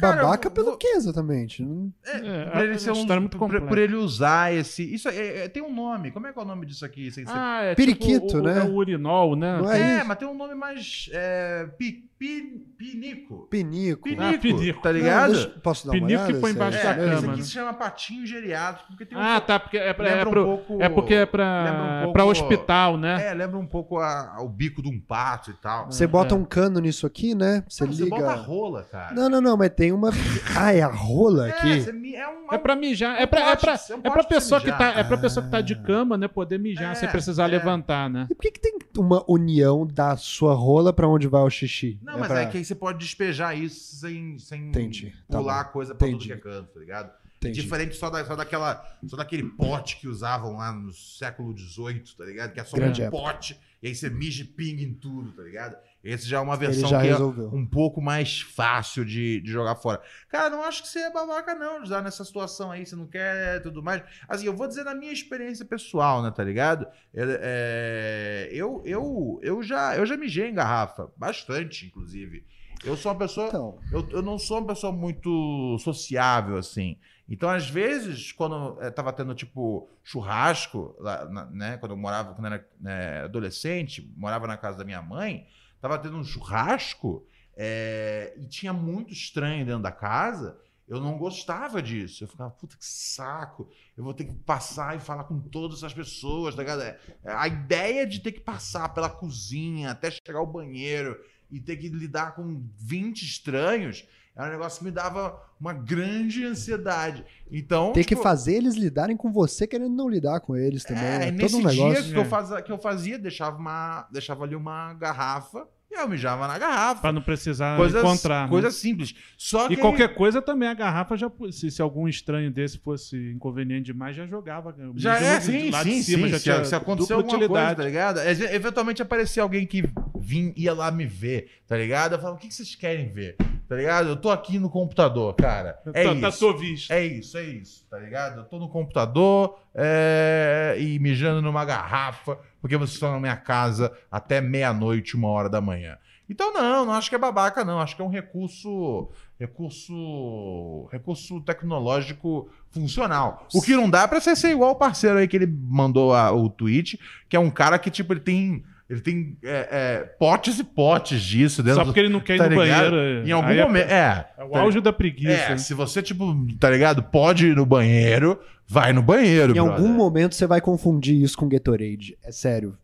E: Babaca pelo quê, exatamente? Não-
A: É,
B: Pra ele
A: a-
B: ser
A: a
B: um,
A: história é muito
B: por- por,
A: complexa.
B: ele usar esse. Isso é- é- tem um nome. Como é que é o nome disso aqui? Sem ser-
A: Ah, é
E: Periquito,
A: tipo o-
E: né?
A: É o urinol, né?
E: Não
B: é,
E: é isso.
B: mas tem um nome mais. É, pi- pi- pinico.
E: Pinico.
B: Pinico,
A: Ah, pinico.
B: Tá
E: Não,
B: ligado?
E: deixa- posso dar uma
A: Pinico que
E: olhada?
A: põe
E: se
A: embaixo
E: é
A: da
E: isso
B: é,
E: mesmo?
B: esse
A: cama,
B: aqui
A: né?
B: se chama patinho geriátrico, porque tem um.
A: Ah, tá, porque é, pra, é,
B: Lembra um
A: pro-
B: pouco-
A: é porque é
B: lembra um
A: pra,
B: pouco-
A: pra hospital, né? É,
B: É, lembra um pouco a- o bico de um pato e tal.
A: Ah,
E: Você bota um cano nisso aqui, né? Você
B: Não, você
E: liga.
B: bota a rola, cara.
E: Não, não, não, mas tem uma. Ah, é a rola
B: É,
E: aqui?
B: você mi- é um-
A: É pra mijar, é
B: um
A: pra, é
B: pote-
A: pra,
B: é um
A: é pra
B: pote pra
A: pessoa que
B: mijar.
A: tá, é pra pessoa que tá de cama, né, poder mijar
B: É,
A: sem precisar
B: é.
A: levantar, né?
E: E por que, que tem uma união da sua rola pra onde vai o xixi?
B: Não,
E: É
B: mas
E: pra-
B: é que aí você pode despejar isso sem, sem
E: Entendi, tá
B: pular a
E: bom.
B: coisa pra
E: Entendi.
B: tudo que é canto, tá ligado?
E: Entendi.
B: Diferente só, da, só, daquela, só daquele pote que usavam lá no século XVIII, tá ligado? Que é só
E: Grande
B: um
E: época.
B: pote, e aí você mija e pinga em tudo, tá ligado? Esse já é uma
E: Ele
B: versão
E: já
B: que
E: resolveu.
B: é um pouco mais fácil de, de jogar fora. Cara, não acho que você é babaca, não, já nessa situação aí, você não quer tudo mais. Assim, eu vou dizer na minha experiência pessoal, né, tá ligado? É, é, eu, eu, eu, já, eu já mijei em garrafa, bastante, inclusive. Eu sou uma pessoa.
E: Então,
B: Eu, eu não sou uma pessoa muito sociável, assim. Então, às vezes, quando eu tava tendo, tipo, churrasco, lá, na- né? Quando eu morava, quando eu era né, adolescente, morava na casa da minha mãe, tava tendo um churrasco é, e tinha muito estranho dentro da casa. Eu não gostava disso. Eu ficava, puta que saco. Eu vou ter que passar e falar com todas as pessoas, tá ligado? É, A ideia de ter que passar pela cozinha até chegar ao banheiro e ter que lidar com 20 estranhos era um negócio que me dava uma grande ansiedade. Então.
E: tem que
B: tipo,
E: fazer eles lidarem com você querendo não lidar com eles também.
B: é,
E: É, todo
B: nesse
E: um
B: dia
E: negócio.
B: que eu, fazia, que eu fazia, deixava, uma, deixava ali uma garrafa e eu mijava na garrafa.
A: Pra não precisar
B: Coisa,
A: encontrar. né?
B: coisa simples. Só que
A: E qualquer coisa também, a garrafa já. Se, se algum estranho desse fosse inconveniente demais, já jogava.
B: Já
A: Mesmo
B: é,
A: de
B: sim,
A: lá de
B: sim,
A: cima,
B: sim.
A: já
B: Se,
A: tinha
B: se aconteceu
A: dupla
B: alguma coisa, tá ligado? Ev- Eventualmente aparecia alguém que vim, ia lá me ver, tá ligado? Eu falava, o que que vocês querem ver? Tá Tá ligado? Eu tô aqui no computador, cara. É
A: tá,
B: isso.
A: tá sovista.
B: É isso, é isso, tá ligado? Eu tô no computador é, e mijando numa garrafa, porque vocês estão na minha casa até meia-noite, uma hora da manhã. Então, não, não acho que é babaca, não. Acho que é um recurso. Recurso. Recurso tecnológico funcional. O que não dá é pra você ser igual o parceiro aí que ele mandou a- o tweet, que é um cara que, tipo, ele tem. Ele tem é, é, potes e potes disso dentro
A: Só porque ele não quer ir
B: tá
A: no
B: ligado?
A: banheiro.
B: Em algum
A: aí é-
B: momento. É.
A: É o
B: tá
A: auge da preguiça.
B: é,
A: né?
B: se você, tipo, tá ligado? Pode ir no banheiro, vai no banheiro,
E: Em algum
B: É. brother.
E: momento você vai confundir isso com Gatorade. É sério.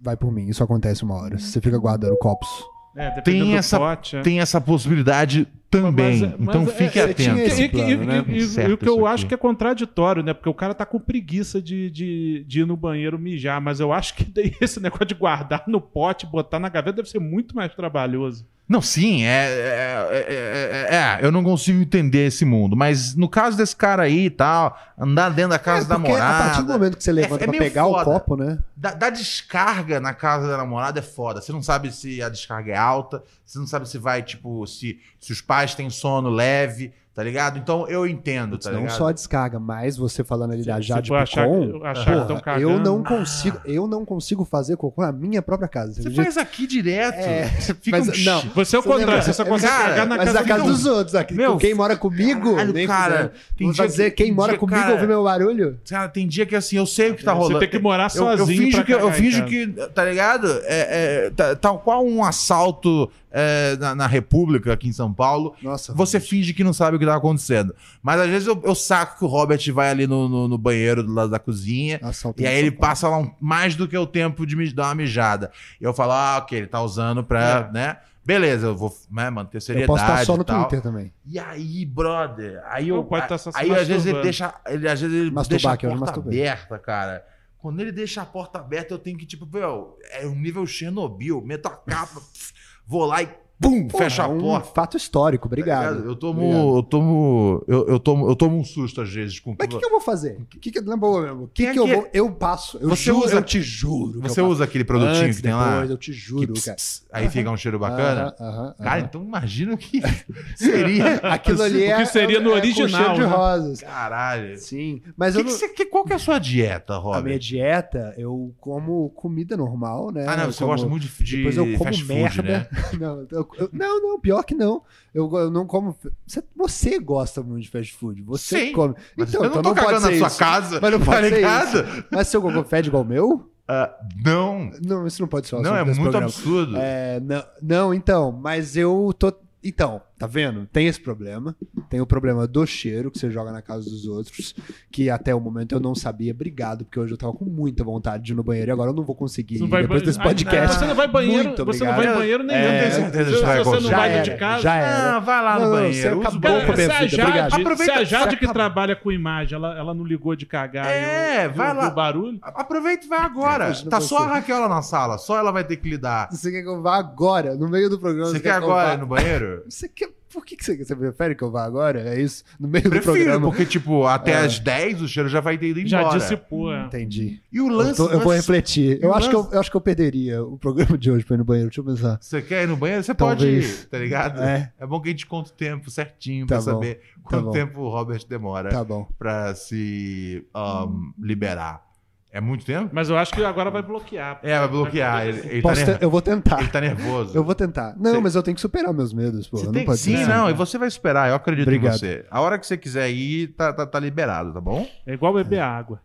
E: Vai por mim, isso acontece uma hora. Você fica guardando copos.
A: É, dependendo
B: Tem
A: do
B: essa-
A: pote, é.
B: Tem essa possibilidade também.
A: Mas- mas
B: então
A: é-
B: fique
A: é-
B: atento.
E: tinha-
A: E- e-
E: plano,
A: e-
E: né?
A: e- e-
B: Certo
A: e o que eu
B: isso
A: acho
B: aqui.
A: que é contraditório, né? Porque o cara tá com preguiça de, de, de ir no banheiro mijar, mas eu acho que daí esse negócio de guardar no pote, botar na gaveta, deve ser muito mais trabalhoso.
B: Não, sim, é é, é, é- é, Eu não consigo entender esse mundo. Mas no caso desse cara aí e tal, andar dentro da casa
E: É,
B: da
E: porque A partir do
B: morada.
E: momento que você levanta
B: é
E: pra
B: meio
E: pegar
B: foda.
E: o copo, né?
B: Dar dar descarga na casa da namorada é foda. Você não sabe se a descarga é alta, você não sabe se vai, tipo, se, se os pais têm sono leve, tá ligado? Então eu entendo, tá
E: não
B: ligado?
E: só a descarga, mas você falando ali da
A: Se- se
E: Jade
A: for achar,
E: Picon,
A: achar
E: porra,
A: que tão cagando.
E: eu não consigo, eu não consigo fazer cocô na minha própria casa.
B: Você
E: acredita?
B: faz aqui direto.
E: É,
B: Você fica
E: mas
B: um
E: não,
B: chi-
A: Você é o
E: Você lembra-
A: contrário, você só
E: é,
A: consegue
B: cara,
A: cagar na
E: Mas
A: casa,
E: na casa
A: do...
E: dos outros, aqui,
B: Meu,
E: com quem mora comigo,
B: Caralho,
E: nem
B: cara.
E: fudendo.
B: Tem
E: Vou
B: dia
E: dizer,
B: que-
E: quem
B: tem
E: mora
B: dia,
E: comigo
B: cara-
E: ouve meu barulho?
B: Cara, tem dia que assim, eu sei o que tá rolando.
A: Você tem que morar
B: Eu- eu,
A: sozinho
B: finjo
A: pra
B: que, eu
A: cagar em
B: finjo
A: casa.
B: que, tá ligado? É, é, tá- tal qual um assalto é, na, na República, aqui em São Paulo,
E: Nossa.
B: você finge que não sabe o que tá acontecendo. Mas às vezes eu, eu saco que o Robert vai ali no, no- no banheiro do lado da cozinha,
E: assalto
B: e
E: em
B: aí
E: São
B: ele
E: Paulo.
B: passa lá um- mais do que o tempo de me dar uma mijada. E eu falo, ah, ok, ele tá usando pra, né? Beleza, eu vou né, manter
E: É. Eu
B: seriedade
E: posso estar só
B: e
E: no
B: tal.
E: Twitter também.
B: E aí, brother, aí eu.
A: Não, pode tá só se
B: aí às vezes ele
A: masturbando.
B: deixa. Ele, às vezes ele
E: Masturbar,
B: deixa a
E: que eu já
B: porta
E: masturbei.
B: aberta, cara. Quando ele deixa a porta aberta, eu tenho que, tipo, meu, é um nível Chernobyl. Meto a capa, vou lá e pum, fecha a
E: Porra, um
B: porta.
E: fato histórico,
B: tá
E: obrigado.
B: ligado? é eu tomo.
E: Obrigado.
B: Eu tomo. Eu, eu tomo. Eu tomo um susto às vezes com
E: Mas o que, que eu vou fazer? O que, que na boa mesmo? O que,
B: Quem é
E: que eu
B: que-
E: vou? Eu passo. Eu
B: Você
E: juro,
B: usa-
E: eu te juro. que
B: Você
E: eu passo.
B: usa aquele produtinho
E: Antes,
B: que tem
E: depois,
B: lá?
E: Eu te juro,
B: que
E: cara.
B: pss, aí fica um cheiro bacana.
E: Aham, aham, aham.
B: Cara, então imagina o que seria.
E: Ah. Aquilo ali é.
A: o que seria no
E: é com
A: original,
E: cheiro de
A: né?
E: rosas.
B: Caralho.
E: Sim. Mas
B: Que
E: eu
B: que
E: não.
B: você- que- qual que é a sua dieta,
E: A minha
B: Robert?
E: dieta, eu como comida normal, né?
B: Ah, não,
E: Eu
B: você
E: como-
B: gosta muito de, de
E: Depois eu como
B: fast food,
E: merda.
B: né?
E: Não, eu- eu- não, não, pior que não. Eu, eu não como. Você, você gosta muito de fast food. Você
B: Sim,
E: come. Então,
B: Mas eu não tô
E: pode
B: cagando na
E: ser
B: sua
E: isso.
B: casa,
E: Mas não
B: tá
E: pode ser
B: ligado?
E: Mas seu cocô fede igual o meu?
B: Ah, não,
E: Não, isso não pode ser um
B: não,
E: assunto
B: é
E: desse
B: muito
E: programa.
B: absurdo.
E: É, não, não, então, mas eu tô. Então, tá vendo? Tem esse problema. Tem o problema do cheiro que você joga na casa dos outros, que até o momento eu não sabia. Obrigado, porque hoje eu tava com muita vontade de ir no banheiro e agora eu não vou conseguir
A: Você não
E: ir
A: vai
E: depois
A: banhe-
E: desse
A: Ah,
E: podcast.
A: Você não vai banheiro,
E: Muito
A: você não
E: obrigado.
A: vai banheiro nenhum.
B: É,
A: tem
B: certeza
A: certeza.
B: que
A: Se
B: vai
A: você não
B: acontecer.
E: já
A: vai
E: era,
A: dentro de casa...
E: já era.
B: Ah, vai lá no
E: Não, não, você
B: banheiro, usa o
E: acabou
A: Cara,
B: banheiro.
E: com Bom
A: se
E: começo,
A: a
E: Vitor, obrigado.
A: Jade, se a
E: Aproveita-
A: Jade que
E: acaba-
A: trabalha com imagem, ela, ela não ligou de cagar
B: É,
A: e o- e o-
B: vai
A: e
B: lá.
A: o barulho.
B: Aproveita e vai agora.
E: Imagina
B: Tá
E: você.
B: só a Raquel lá na sala, só ela vai ter que lidar.
E: Você quer que eu vá agora, no meio do programa?
B: Você
E: que
B: quer
E: eu vá-
B: agora no banheiro?
E: Você quer... Por que que você, você prefere que eu vá agora? É isso? No meio do
B: Prefiro,
E: programa?
B: porque, tipo, até
E: É.
B: às 10 o cheiro já vai ter ido
A: Já
B: embora.
A: dissipou. é.
E: Entendi.
B: E o
E: Eu,
B: lance.
E: tô- eu vou
B: lance-
E: refletir. Eu
B: o
E: acho, que eu,
B: lance-
E: eu acho que eu perderia o programa de hoje pra ir no banheiro. Deixa eu pensar.
B: Você quer ir no banheiro? Você pode
E: Talvez.
B: ir, tá ligado?
E: É.
B: bom que a gente conta o tempo certinho
E: Tá
B: pra
E: bom,
B: saber quanto
E: bom.
B: tempo o Robert demora
E: Tá bom.
B: pra se ahn, liberar. É muito tempo?
A: Mas eu acho que agora vai bloquear.
B: É, vai bloquear. Ele, ele tá,
E: Posso
B: nervo-
E: te- Eu vou tentar.
B: ele tá nervoso.
E: Eu vou tentar. Não,
B: Você-
E: mas eu tenho que superar meus medos, pô.
B: Você
E: Não
B: tem-
E: pode
B: Sim,
E: ser.
B: não, e você vai superar, eu acredito
E: Obrigado.
B: em você. A hora que você quiser ir, tá, tá, tá liberado, tá bom?
A: É igual beber água.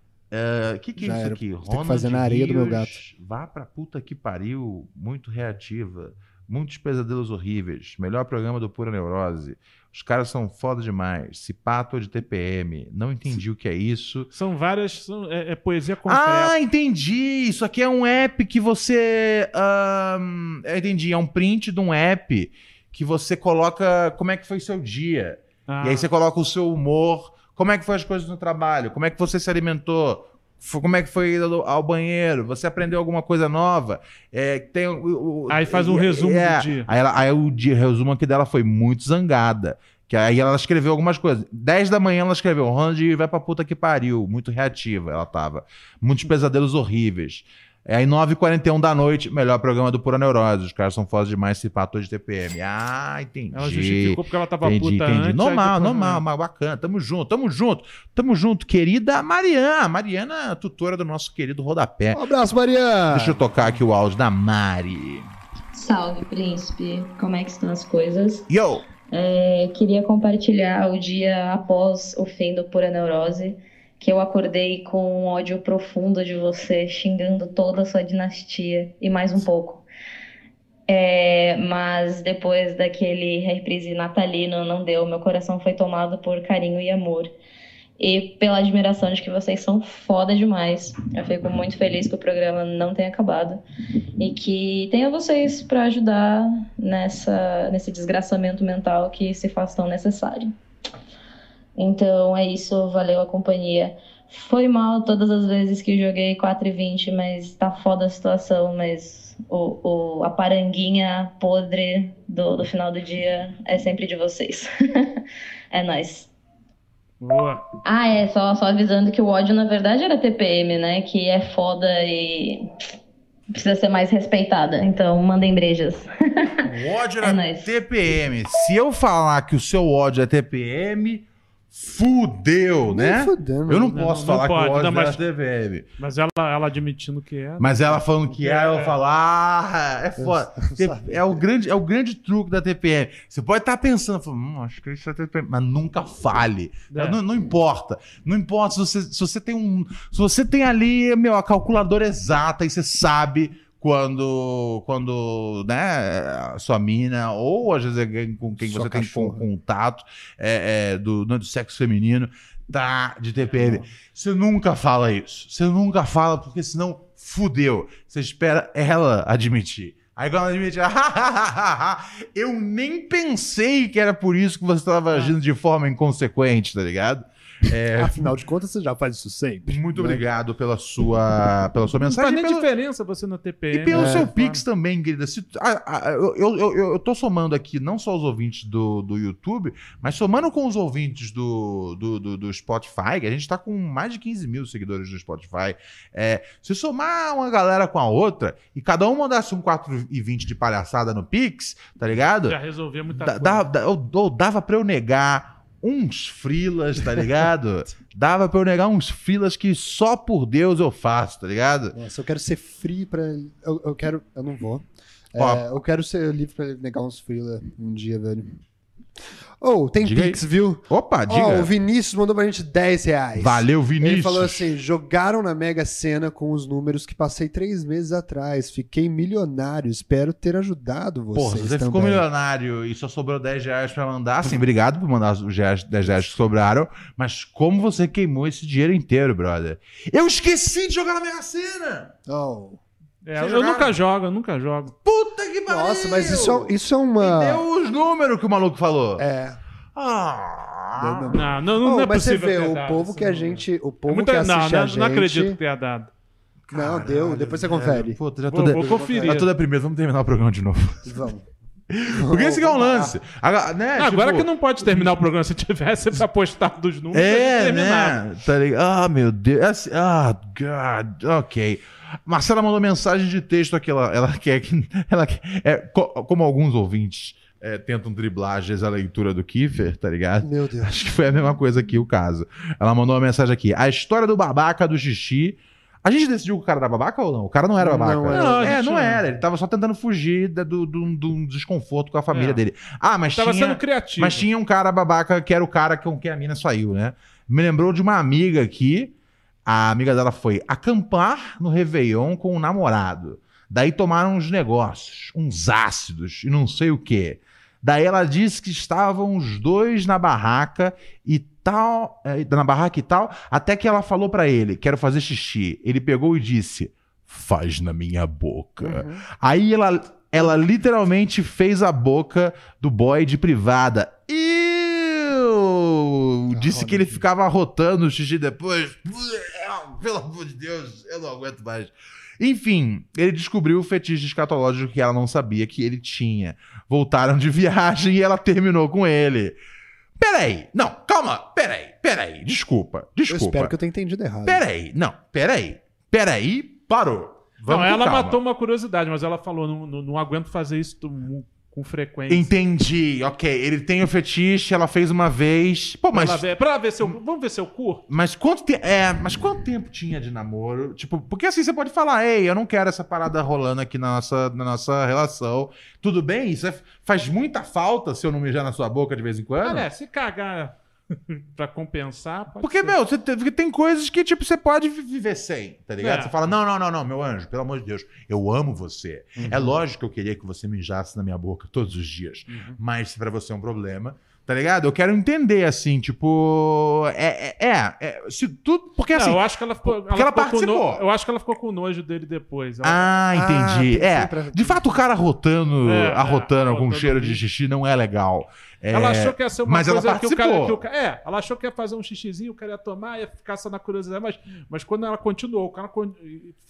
B: O que, que é
E: Já
B: isso
E: era.
B: aqui?
E: que fazer na areia do meu
B: Vá pra puta que pariu, muito reativa, muitos pesadelos horríveis, melhor programa do Pura Neurose. Os caras são foda demais. Cipato é de TPM, não entendi o que é isso.
A: São várias. são- é, é poesia concreta.
B: Ah, entendi! Isso aqui é um app que você. ahn, eu entendi, é um print de um app que você coloca como é que foi seu dia.
A: Ah,
B: E aí você coloca o seu humor, como é que foi as coisas no trabalho, como é que você se alimentou, fo- como é que foi ir ao- ao banheiro, você aprendeu alguma coisa nova. É, tem o- o- o-
A: Aí faz um
B: é,
A: resumo
B: é.
A: do dia.
B: Aí, ela- aí o dia- resumo aqui dela foi muito zangada. Que aí ela escreveu algumas coisas. 10 da manhã ela escreveu, Ronald vai pra puta que pariu, muito reativa ela tava. Muitos pesadelos horríveis. É aí 9h41 da noite, melhor programa do Pura Neurose. Os caras são fodas demais, se patou de TPM. Ah, entendi.
A: Ela justificou porque ela tava
B: Entendi,
A: puta
B: entendi.
A: antes.
B: normal,
A: aí depois-
B: normal, mas bacana. Tamo junto, tamo junto. Tamo junto, querida Mariana. Mariana, tutora do nosso querido Rodapé.
E: Um abraço, Maria!
B: Deixa eu tocar aqui o áudio da Mari.
H: Salve, príncipe. Como é que estão as coisas?
B: Yo!
H: É, queria compartilhar o dia após o fim do Pura Neurose, que eu acordei com um ódio profundo de você, xingando toda a sua dinastia e mais um pouco. É, mas depois daquele reprise natalino, não deu. Meu coração foi tomado por carinho e amor. E pela admiração de que vocês são foda demais. Eu fico muito feliz que o programa não tenha acabado. E que tenha vocês para ajudar nessa, nesse desgraçamento mental que se faz tão necessário. Então é isso, valeu a companhia. Foi mal todas as vezes que joguei 4 e 20, mas tá foda a situação, mas o, o, a paranguinha podre do, do final do dia é sempre de vocês. é nóis.
A: Boa.
H: Ah, é, só, só avisando que o ódio na verdade era TPM, né? Que é foda e precisa ser mais respeitada. Então, mandem brejas.
B: O ódio
H: É
B: é
H: nóis.
B: TPM. Se eu falar que o seu ódio é TPM, fudeu, né?
E: Fudendo.
B: Eu não
A: Não,
B: posso
A: não
B: falar
A: pode,
B: que o ódio
A: não, mas-
B: é TPM.
A: Mas ela, ela admitindo que é.
B: Mas ela falando que é, eu falo, ah, é foda. Te- É o, grande, é o grande truque da TPM. Você pode estar pensando, falando, hum, acho que isso é TPM, mas nunca fale.
A: É.
B: Não, não importa. Não importa se você, se você tem um. Se você tem ali, meu, a calculadora exata e você sabe quando, quando né, a sua mina, ou às vezes alguém com quem
E: Sua
B: você
E: cachorra.
B: tem con- contato é, é, do, não é do sexo feminino, tá
E: É,
B: de TPM. Você nunca fala isso. Você nunca fala, porque senão fudeu. Você espera ela admitir. Aí quando ela admite, "Ah, eu nem pensei que era por isso que você
E: É.
B: estava agindo de forma inconsequente, tá ligado? É,
E: Afinal de contas, você já faz isso sempre.
B: Muito
E: Né? tipo,
B: obrigado pela sua, pela sua
A: Não faz
B: mensagem.
A: nem
B: e pelo-
A: diferença você na TPM.
B: e pelo
A: né?
B: seu
A: Fala.
B: Pix também, querida. Se- ah, ah, eu, eu, eu, eu tô somando aqui não só os ouvintes do, do YouTube, mas somando com os ouvintes do, do, do, do Spotify, que a gente tá com mais de 15 mil seguidores no Spotify. É, se somar uma galera com a outra e cada um mandasse um 4,20 de palhaçada no Pix, tá ligado?
A: Já resolveu muita
B: Da-
A: coisa.
B: da- da- eu, eu dava pra eu negar uns frilas, tá ligado? dava pra eu negar uns frilas que só por Deus eu faço, tá ligado?
E: Nossa, eu quero ser free pra. Eu, eu quero. Eu não vou. É,
B: Ó.
E: eu quero ser livre pra negar uns freela um dia, velho. Ou, tem
B: Diga aí.
E: Pix, viu?
B: Opa, diga.
E: Ó, o Vinícius mandou pra gente 10 reais.
B: Valeu, Vinícius.
E: Ele falou assim: jogaram na Mega Sena com os números que passei três meses atrás. Fiquei milionário. Espero ter ajudado vocês.
B: Porra, se você
E: também.
B: ficou milionário e só sobrou 10 reais pra mandar, assim, obrigado por mandar os reais, 10 reais que sobraram, mas como você queimou esse dinheiro inteiro, brother? Eu esqueci de jogar na Mega Sena!
E: Oh.
A: É,
B: Vocês
A: eu
B: jogaram?
A: nunca jogo, eu nunca jogo.
B: Puta que pariu!
E: Nossa, mas isso é, isso é
B: Me
E: uma.
B: deu os números que o maluco falou.
E: É. Deu
B: Ah...
E: mesmo.
A: Não, não, não
E: Oh,
A: é
E: mas você
A: possível.
E: vê,
A: ter
E: o
A: dado
E: povo
A: isso,
E: que a
A: não.
E: gente. O
A: É
E: povo
A: muita-
E: que assiste
A: não,
E: a
A: não,
E: gente.
A: não acredito que tenha dado.
E: Não, deu. Depois você
B: Caralho,
E: confere.
B: Puta, já tô,
A: Vou,
B: de...
A: vou conferir.
B: já tô deprimido. Vamos terminar o programa de novo.
E: Vamos.
B: Porque esse que é um
E: Vamos lá.
B: lance. Agora, né,
A: Ah, Agora
B: tipo-
A: que não pode terminar o programa, se tivesse apostado dos números, a
B: É,
A: gente terminava.
B: né? Tá ligado? Ah, meu Deus. Assim, Ah, God. Ok. Marcela mandou mensagem de texto aqui. Ela, ela quer que. Ela quer, é, co- como alguns ouvintes é, tentam driblar, às vezes, a leitura do Kiefer, tá ligado?
E: Meu Deus.
B: Acho que foi a mesma coisa aqui o caso. Ela mandou uma mensagem aqui. A história do babaca do xixi. A gente decidiu que o cara era babaca ou não? O cara não era
E: Não
B: babaca.
E: era.
A: Não, a
B: é,
A: gente
B: não
A: não.
B: era. Ele tava só tentando fugir da- do, do, do desconforto com a família
A: É.
B: dele. Ah, mas
A: Tava
B: tinha...
A: sendo criativo.
B: Mas tinha um cara babaca que era o cara com quem a mina saiu, né? Me lembrou de uma amiga aqui. A amiga dela foi acampar no Réveillon com o namorado. Daí tomaram uns negócios, uns ácidos e não sei o quê. Daí ela disse que estavam os dois na barraca e tal, eh, na barraca e tal, até que ela falou pra ele: "Quero fazer xixi". Ele pegou e disse: "Faz na minha boca".
E: Uhum.
B: Aí ela, ela literalmente fez a boca do boy de privada.
E: Ah,
B: Eu disse que ele ficava arrotando o xixi depois. Pelo amor de Deus, eu não aguento mais. Enfim, ele descobriu o fetiche escatológico que ela não sabia que ele tinha. Voltaram de viagem e ela terminou com ele. Peraí, não, calma, peraí, peraí, desculpa,
E: Eu
B: desculpa.
E: espero que eu tenha entendido errado.
B: Peraí, não, peraí. Peraí, parou. Vamos
A: não,
B: com
A: ela
B: calma.
A: matou uma curiosidade, mas ela falou: não, não, não aguento fazer isso tu- com frequência.
B: Entendi, ok. Ele tem o fetiche, ela fez uma vez. Pô,
A: Pra
B: mas.
A: ela ver- pra ela ver se eu. Vamos ver se eu curto.
B: Mas quanto tempo. É, mas quanto tempo tinha de namoro? Tipo, porque assim você pode falar, ei, eu não quero essa parada rolando aqui na nossa, na nossa relação. Tudo bem? Isso é- faz muita falta se eu não mijar na sua boca de vez em quando?
A: Cara, é, se cagar pra compensar. pode
B: Porque,
A: ser.
B: meu, você te- porque tem coisas que, tipo, você pode vi- viver sem, tá ligado?
A: É.
B: Você fala, não, não, não, não, meu anjo, pelo amor de Deus, eu amo você.
A: Uhum.
B: É lógico que eu queria que você mijasse na minha boca todos os dias,
A: Uhum.
B: mas se pra você é um problema, tá ligado? Eu quero entender, assim, tipo, é, é, é, é, se tudo, porque
A: Não,
B: assim...
A: eu acho que ela ficou.
B: Porque ela
A: ficou com no-
B: participou.
A: Eu acho que ela ficou com nojo dele depois. Ela-
B: Ah,
E: Ah, tem
B: entendi.
E: que
B: é,
E: ser pra-
B: de fato o cara rotando,
A: É, é,
B: arrotando com
A: arrotando
B: cheiro de
A: bicho.
B: xixi não é legal. É,
A: Ela achou que ia ser uma
B: mas ela
A: coisa que o cara.
B: participou.
A: Que o, ca- é, ela achou que ia fazer um xixizinho, o cara ia tomar, ia ficar só na curiosidade, mas, mas quando ela continuou, o cara con-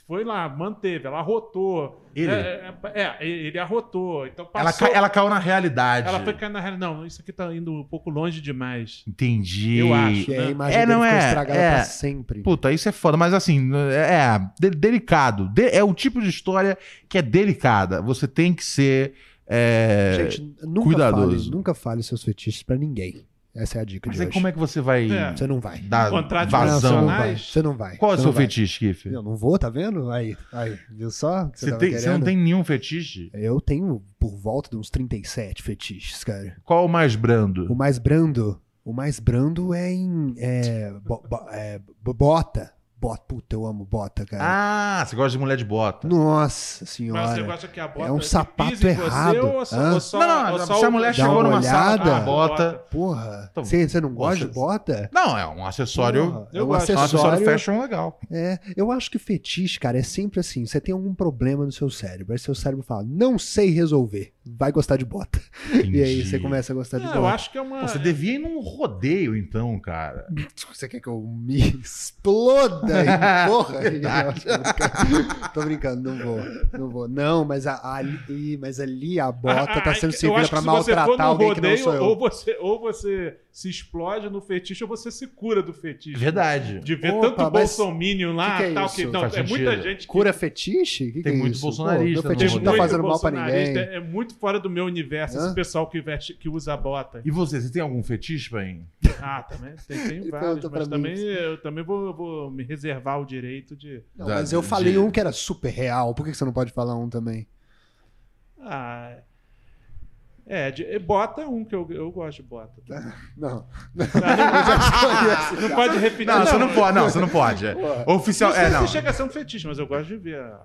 A: foi lá, manteve, ela arrotou.
B: Ele?
A: É, é, é, ele arrotou. Então
B: ela,
A: passou.
B: ca- ela caiu na realidade.
A: Ela foi caindo na realidade. Não, isso aqui tá indo um pouco longe demais.
B: Entendi.
A: Eu acho. né?
E: Que aí a imagem
B: É,
E: dele
B: não
E: ficou
B: é,
E: estragada
B: é.
E: pra sempre.
B: Puta, isso é foda, mas assim, é, é de- delicado. De- é o tipo de história que é delicada. Você tem que ser. é,
E: Gente, nunca
B: cuidadoso.
E: fale, nunca fale seus fetiches pra ninguém. Essa é a dica
B: mas
E: de
B: aí
E: hoje.
B: como é que você vai
A: É.
E: Você não vai.
B: dar
A: Contrato de
E: Não, você não
B: vazão?
A: profissional.
E: vai. Você não vai.
B: Qual é o
E: Você
B: seu
E: não vai.
B: fetiche, Kiff?
E: Eu não vou, tá vendo? Aí, aí, viu só? o que
B: Você,
E: tava
B: tem- você não
E: querendo?
B: tem nenhum fetiche?
E: Eu tenho por volta de uns 37 fetiches, cara.
B: Qual é o mais brando?
E: O mais brando, o mais brando é em é, bo- bo- é, bo- bota. Bota, puta, eu amo bota, cara.
B: Ah, você gosta de mulher de bota.
E: Nossa
A: Mas você
E: senhora.
A: gosta que a bota
E: um
A: que
E: sapato
A: pise em
E: errado.
A: Você, ou só,
E: Hã?
A: ou só,
B: Não, não,
A: ou só
B: se a
A: o-
B: mulher
E: Dá
B: chegou
E: uma
B: numa sala
E: olhada.
B: com a bota.
E: Porra.
B: Então,
E: Você você não gosta de
B: você-
E: bota?
B: Não, é um acessório.
E: Porra,
A: eu
E: é um
A: gosto.
B: É um acessório
E: acessório.
B: fashion legal.
E: É, eu acho que fetiche, cara, é sempre assim. Você tem algum problema no seu cérebro. Aí seu cérebro fala, não sei resolver. Vai gostar de bota. E aí você começa a gostar de
A: Não,
E: bota.
A: eu acho que é uma.
B: Pô, Você devia ir num rodeio, então, cara.
E: Você quer que eu me exploda? e Porra!
B: É
E: Tô brincando, não vou, não vou. Não, mas, a- a- ali, mas ali a bota tá sendo
A: Ah, Eu
E: servida
A: acho
E: pra
A: que se você for
E: maltratar
A: num
E: alguém que não
A: rodeio,
E: sou eu.
A: Ou você, ou você se explode no fetiche ou você se cura do fetiche.
B: Verdade.
A: De ver
E: Opa,
A: tanto
E: mas
A: bolsominion lá,
E: que que é
A: tal,
E: isso?
A: que não,
B: Faz
A: é muita
B: sentido.
A: gente que
E: Cura fetiche? Que que
B: Tem
E: é
B: muito
E: isso?
B: bolsonarista né?
E: Pô,
B: no
E: meu fetiche
A: tem
E: não tá
A: muito
E: fazendo mal pra
A: bolsonarista,
E: ninguém.
A: É muito fora do meu universo
E: Hã?
A: esse pessoal que, veste, que usa bota.
B: E você, você tem algum fetiche, Paim?
A: Ah, também tem, tem vários,
E: Ele perguntou Então, pra
A: mas
E: mim.
A: também, eu também vou, vou me reservar o direito de...
E: Não,
B: Da-
E: mas eu
B: de-
E: falei um que era super real. Por que que você não pode falar um também?
A: Ah, é, de, e bota é um que eu, eu gosto de bota.
E: Não.
A: Não pode repetir.
B: Não, você não pode, não, você não pode. É. Oficial,
A: Não sei
B: é, não.
A: se chega a ser um fetiche, mas eu gosto de ver... a-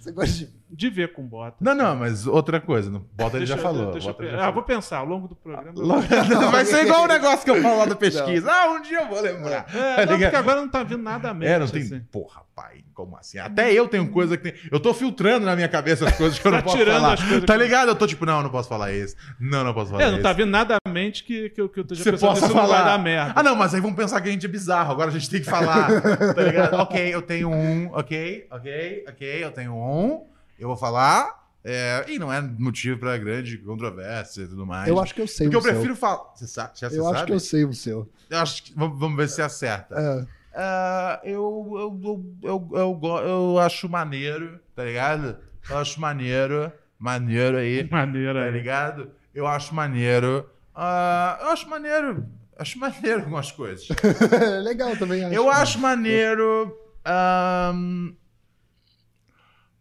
E: Você gosta de...
A: De ver com bota.
B: Não, não, mas outra coisa, não- bota ele
A: Deixa
B: já
A: eu-
B: falou.
A: deixa eu
B: bota ele
A: pe-
B: já
A: ah,
B: falou.
A: vou pensar ao longo do programa.
B: Não, Vai ser igual o negócio que eu falo lá da pesquisa. Ah, um dia eu vou lembrar.
A: É,
B: Tá
A: não, porque
B: ligado?
A: agora não tá vindo nada assim. mesmo.
B: É, não tem. Porra, pai, como assim? Até eu tenho coisa que tem. Eu tô filtrando na minha cabeça as coisas que eu
A: Tá
B: não posso
A: tirando
B: falar.
A: as coisas
B: Tá
A: que-
B: ligado? Eu tô tipo, não, eu não posso falar isso. Não, não posso falar
A: É,
B: isso.
A: não tá vindo nada à mente que, que, eu- que eu tô já
B: Você
A: pensando
B: possa
A: isso
B: falar.
A: não vai dar merda.
B: Ah, não, mas aí vão pensar que a gente é bizarro. Agora a gente tem que falar. tá ligado? ok, eu tenho um. Ok, ok, ok, eu tenho um. Eu vou falar. É, e não é motivo pra grande controvérsia e tudo mais.
E: Eu acho que eu sei
B: Porque eu
E: um seu.
B: prefiro falar. Você sabe? Já você
E: Eu acho
B: sabe?
E: que eu sei um seu.
B: Eu acho que- Vamos vamos ver se acerta.
E: É.
B: Ah, eu, eu, eu, eu, eu, go- eu acho maneiro, tá ligado? Eu acho maneiro. Maneiro aí. Tá
A: Maneira.
B: ligado? Eu acho maneiro. Ah, eu acho maneiro. Acho maneiro algumas coisas.
E: É Legal também. né?
B: Eu acho maneiro. ahn,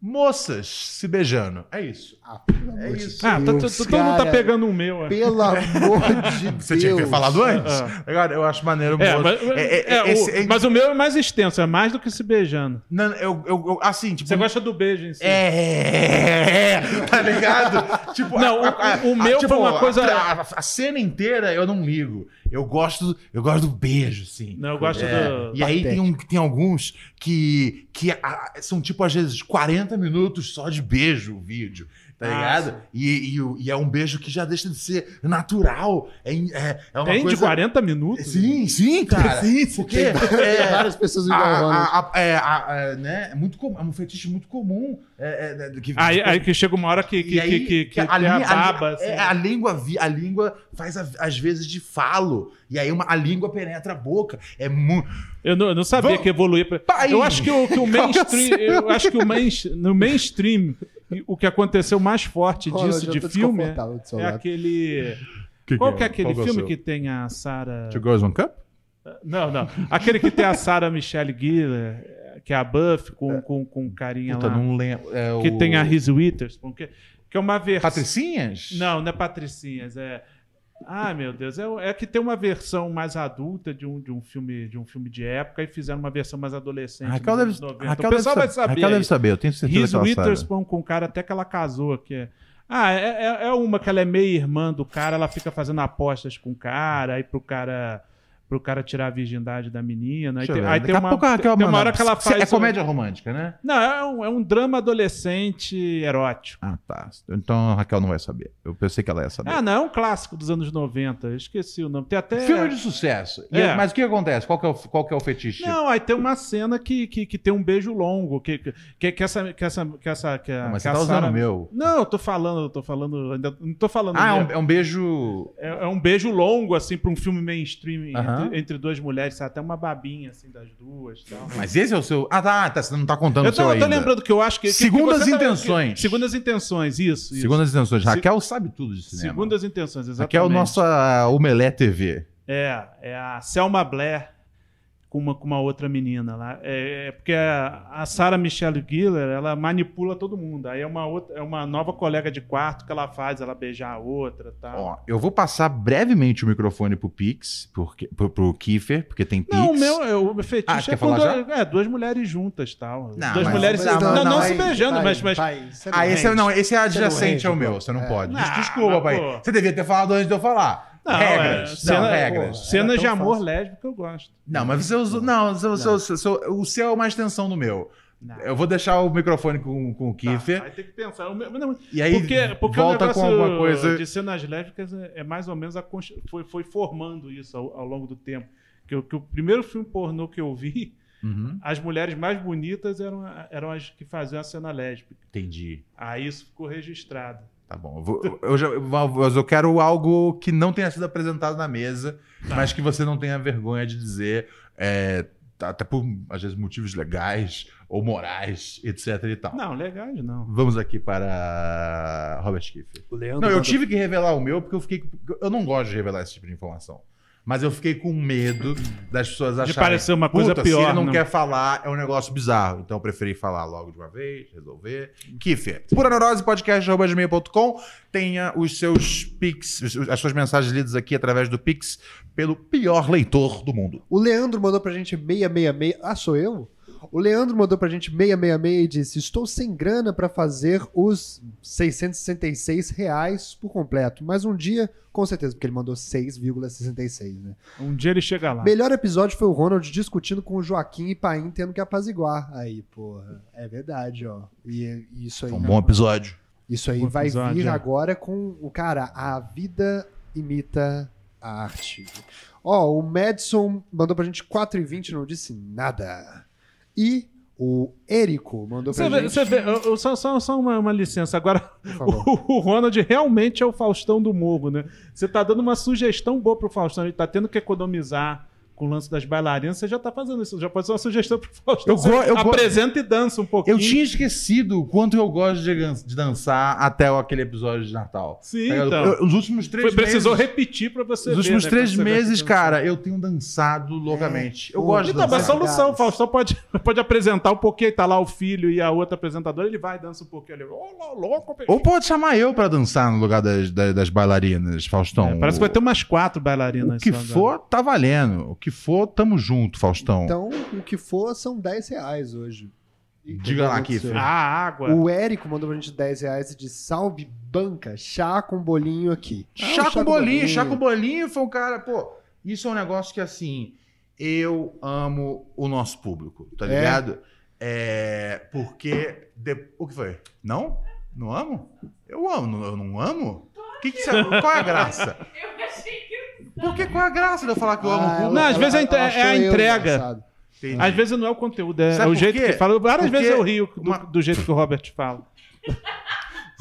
B: moças se beijando. É isso.
E: Ah, pelo amor
B: É
E: de
B: isso.
A: ah, tá, tá-
E: Deus,
A: todo mundo tá
E: cara.
A: pegando um meu. é.
E: Pelo amor de Deus.
B: Você tinha que ter falado antes.
A: Ah.
B: Agora, eu acho maneiro.
A: É,
B: moças-
A: mas,
B: É, é,
A: é, o-
B: esse- é-
A: mas o meu é mais extenso, é mais do que se beijando.
B: não, eu, eu- eu- assim, tipo.
A: Você gosta do beijo em si.
B: É, tá ligado? tipo,
A: Não, o- o meu foi uma coisa-
B: A, a- a cena inteira eu não ligo. Eu gosto, eu gosto do beijo, sim.
A: Não, eu gosto do-
B: E aí tem, um, tem alguns que, que a- são tipo, às vezes, 40 minutos só de beijo o vídeo. Tá Tá
A: Ah,
B: ligado? E, e o- e é um beijo que já deixa de ser natural. É, in- é, é uma
A: Tem
B: coisa...
A: de 40 minutos? né?
B: Sim, sim, cara.
E: Sim, sim,
B: Porque
E: tem
B: é,
E: várias pessoas né?
B: a-
E: envolvendo.
B: a- a- é, a- é, né, é muito comum, é um fetiche muito comum. é, é, é, que-
A: Aí, aí que chega uma hora que,
B: E
A: que,
B: aí,
A: que, que, que
B: a,
A: tem a
B: li- a li-
A: baba. assim.
B: é, a língua vi- a língua faz a- às vezes de falo e aí uma- a língua penetra a boca é muito
A: Eu, não, eu não sabia
B: Vamos-
A: que evoluía pra...
B: Pai! é
A: Eu acho que o, que o
E: é
A: mainstream. eu acho que o main, no mainstream, o que aconteceu mais forte
E: Ronald,
A: disso
E: eu
A: de
E: tô
A: filme
E: desconfortável do seu
A: é
E: lado.
A: aquele. Qual que é aquele filme que tem a Sarah.
B: Two Girls One Cup?
A: Não, não. Aquele que tem a Sarah Michelle Gellar, que é a Buff, com, com, com carinha
B: Puta,
A: lá.
B: não lembro. É
A: Que
B: o-
A: tem a Reese Witherspoon. Que, que é uma versão.
B: Patricinhas?
A: Não, não é Patricinhas, é. Ah, meu Deus, é, é que tem uma versão mais adulta de um, de um filme de um filme de época e fizeram uma versão mais adolescente.
B: A
A: nos
B: Raquel Ah, deve,
A: anos 90.
B: Raquel
A: o pessoal
B: deve
A: vai
B: saber.
A: saber.
B: Raquel
A: aí.
B: deve saber, eu tenho certeza
A: Reese
B: que ela sabe.
A: Witherspoon com um cara até que ela casou que é. Ah, é, é- é uma que ela é meia irmã do cara, ela fica fazendo apostas com o cara, aí pro cara pro cara tirar a virgindade da menina. Aí
B: Deixa eu
A: tem,
B: ver.
A: aí
B: Daqui
A: tem
B: a
A: uma,
B: pouco a Raquel
A: tem uma
B: manda.
A: hora que ela faz. um
B: É comédia romântica, né?
A: Não, é um, é um drama adolescente erótico.
B: Ah, tá. Então a Raquel não vai saber. Eu pensei que ela ia saber.
A: Ah, não, é um clássico dos anos 90. eu Esqueci o nome. Tem até.
B: Filme de sucesso. E
A: É.
B: é- Mas o que acontece? Qual que é o, qual que é o fetiche?
A: Não, aí tem uma cena que, que, que tem um beijo longo. Que, que, que essa. Que essa, que essa que a-
B: Não, mas
A: que
B: você
A: a
B: tá usando
A: Sarah-
B: o meu.
A: Não, eu tô falando, eu tô falando. Ainda, não tô falando.
B: Ah, é
A: meu.
B: um, é um beijo.
A: É, é um beijo longo, assim, pra um filme mainstream
B: Aham.
A: entre, entre duas mulheres, sabe? Até uma babinha, assim, das duas. Tal.
B: Mas esse é o seu. Ah, tá. tá, você não tá contando
A: Eu
B: o seu
A: tô, eu tô
B: ainda.
A: lembrando que eu acho que. que- que
B: Segundas
A: você tá-
B: intenções.
A: que- segundas intenções, isso. isso.
B: Segundas intenções.
A: Se-
B: Raquel sabe tudo de cinema.
A: Segundas intenções, exatamente.
B: Raquel é o nossa Omelé TV.
A: É, é a Selma Blair com uma, com uma outra menina lá. É, é porque a, a Sarah Michelle Gellar, ela manipula todo mundo. Aí é uma, outra, é uma nova colega de quarto que ela faz, ela beijar a outra e tal.
B: Ó, eu vou passar brevemente o microfone pro Pix, porque, pro, pro Kiefer, porque tem Pix.
A: Não, o meu, é, o meu
B: Ah,
A: fetiche
B: quer
A: é quando
B: falar
A: é, duas mulheres juntas tal.
B: Não,
A: duas
B: mas-
A: mulheres
B: não,
A: se, não,
B: não,
A: não
B: aí-
A: se beijando, mas, mas
B: Ah, esse é, não, esse é adjacente
E: rende,
B: ao meu,
E: pô.
B: você não
E: É.
B: pode. Des-
A: Ah,
B: Desculpa,
A: mas,
B: pai.
A: pô.
B: Você devia ter falado antes de eu falar.
A: não,
B: regras,
A: é,
B: não,
A: cena,
B: regras.
A: pô, cenas
E: Era
A: de
E: tão
A: amor
E: fácil.
A: lésbico eu gosto.
B: Não, mas você usou. Não, você- você- você- você- o seu é uma extensão do meu.
A: Não.
B: Eu vou deixar o microfone com, com o Kiefer.
A: Tá, aí tem que pensar. O meu- não,
B: E aí
A: porque, porque
B: volta
A: o
B: com
A: negócio
B: alguma coisa.
A: de cenas lésbicas é é mais ou menos a const- foi, foi formando isso ao, ao longo do tempo. Que, o- que o primeiro filme pornô que eu vi,
B: Uhum,
A: as mulheres mais bonitas eram, a- eram as que faziam a cena lésbica.
B: entendi.
A: Aí isso ficou registrado.
B: Tá bom. Eu, vou- eu já, mas eu quero algo que não tenha sido apresentado na mesa,
A: Tá.
B: mas que você não tenha vergonha de dizer. é, até por, às vezes, motivos legais ou morais, etc e tal.
A: Não, legais não.
B: Vamos aqui para Robert Kiefer.
E: O Leandro
B: Não, eu
E: mandou-
B: tive que revelar o meu porque eu fiquei. Eu não gosto de revelar esse tipo de informação. Mas eu fiquei com medo das pessoas acharem.
A: De parecer uma coisa
B: "Puta, Se
A: pior. né?
B: ele não,
A: não."
B: quer falar, é um negócio bizarro. Então eu preferi falar logo de uma vez, resolver. Kiffer, pura neurose, podcast.com. Tenha os seus pics, os- as suas mensagens lidas aqui através do pix pelo pior leitor do mundo.
E: O Leandro mandou pra gente 666. Ah, sou eu? O Leandro mandou pra gente 666 e disse: Estou sem grana pra fazer os 666 reais por completo. Mas um dia, com certeza, porque ele mandou 6,66, né?
A: Um dia ele chega lá.
E: Melhor episódio foi o Ronald discutindo com o Joaquim e Paim tendo que apaziguar. Aí, porra, é verdade, ó. E e isso aí. né,
B: Foi um bom episódio.
E: Isso aí
A: Bom
E: vai
A: episódio,
E: vir
A: é.
E: agora com o cara. A vida imita a arte. Ó, o Madison mandou pra gente 4,20 não disse nada. E o Érico mandou pra
A: Você vê,
E: gente.
A: você vê, eu- eu- só só, só uma, uma licença. Agora,
E: Por favor.
A: o, o Ronald realmente é o Faustão do Morro, né? Você tá dando uma sugestão boa pro Faustão. Ele tá tendo que economizar com o lance das bailarinas. Você já tá fazendo isso. Já pode ser uma sugestão pro Faustão.
B: Eu go- eu go-
A: Apresenta e dança um pouquinho.
B: Eu tinha esquecido o quanto eu gosto de gan- de dançar até aquele episódio de Natal.
A: Sim,
B: Tá ligado?
A: então.
B: Eu- os últimos três
A: Foi, precisou
B: meses.
A: repetir pra você
B: Os
A: ver,
B: últimos
A: né,
B: três
A: quando você vê
B: meses,
A: essa
B: cara, eu tenho dançado loucamente. Eu
E: Pô,
B: gosto de
A: Então,
B: dançar.
A: mas solução,
E: Obrigado.
A: o Faustão pode, pode apresentar um pouquinho, tá lá o filho e a outra apresentadora, ele vai, dança um pouquinho ali. Ô, lou- louco, pe-
B: Ou pode chamar eu pra dançar no lugar das, das, das bailarinas, Faustão.
A: É, Parece que vai ter umas quatro bailarinas.
B: O que
A: só agora.
B: for, tá valendo. O que for, tamo junto, Faustão.
E: Então, o que for são 10 reais hoje. E
B: Diga lá,
E: aconteceu?
B: Kiffer.
A: A água.
E: O Érico mandou pra gente 10 reais e disse: salve banca, chá com bolinho aqui. Ah, o
B: Chá com bolinho, chá com bolinho foi um cara, pô. Isso é um negócio que assim, eu amo o nosso público, tá
E: É?
B: ligado? É, porque de- o que foi? Não? Não amo? Eu amo, eu não amo? Que que você- qual é a graça?
F: Eu achei que.
B: Por que qual é a graça de eu falar que eu amo o
E: Ah,
B: Google?
A: Não, às vezes é a inte-
E: achou
A: é a
E: eu
A: entrega.
E: engraçado.
B: Entendi.
A: Às vezes não é o conteúdo, é,
B: Sabe
A: o
B: por
A: jeito
B: quê?
A: que fala. Várias
B: Porque
A: vezes eu rio do,
B: uma-
A: do jeito que o Robert fala.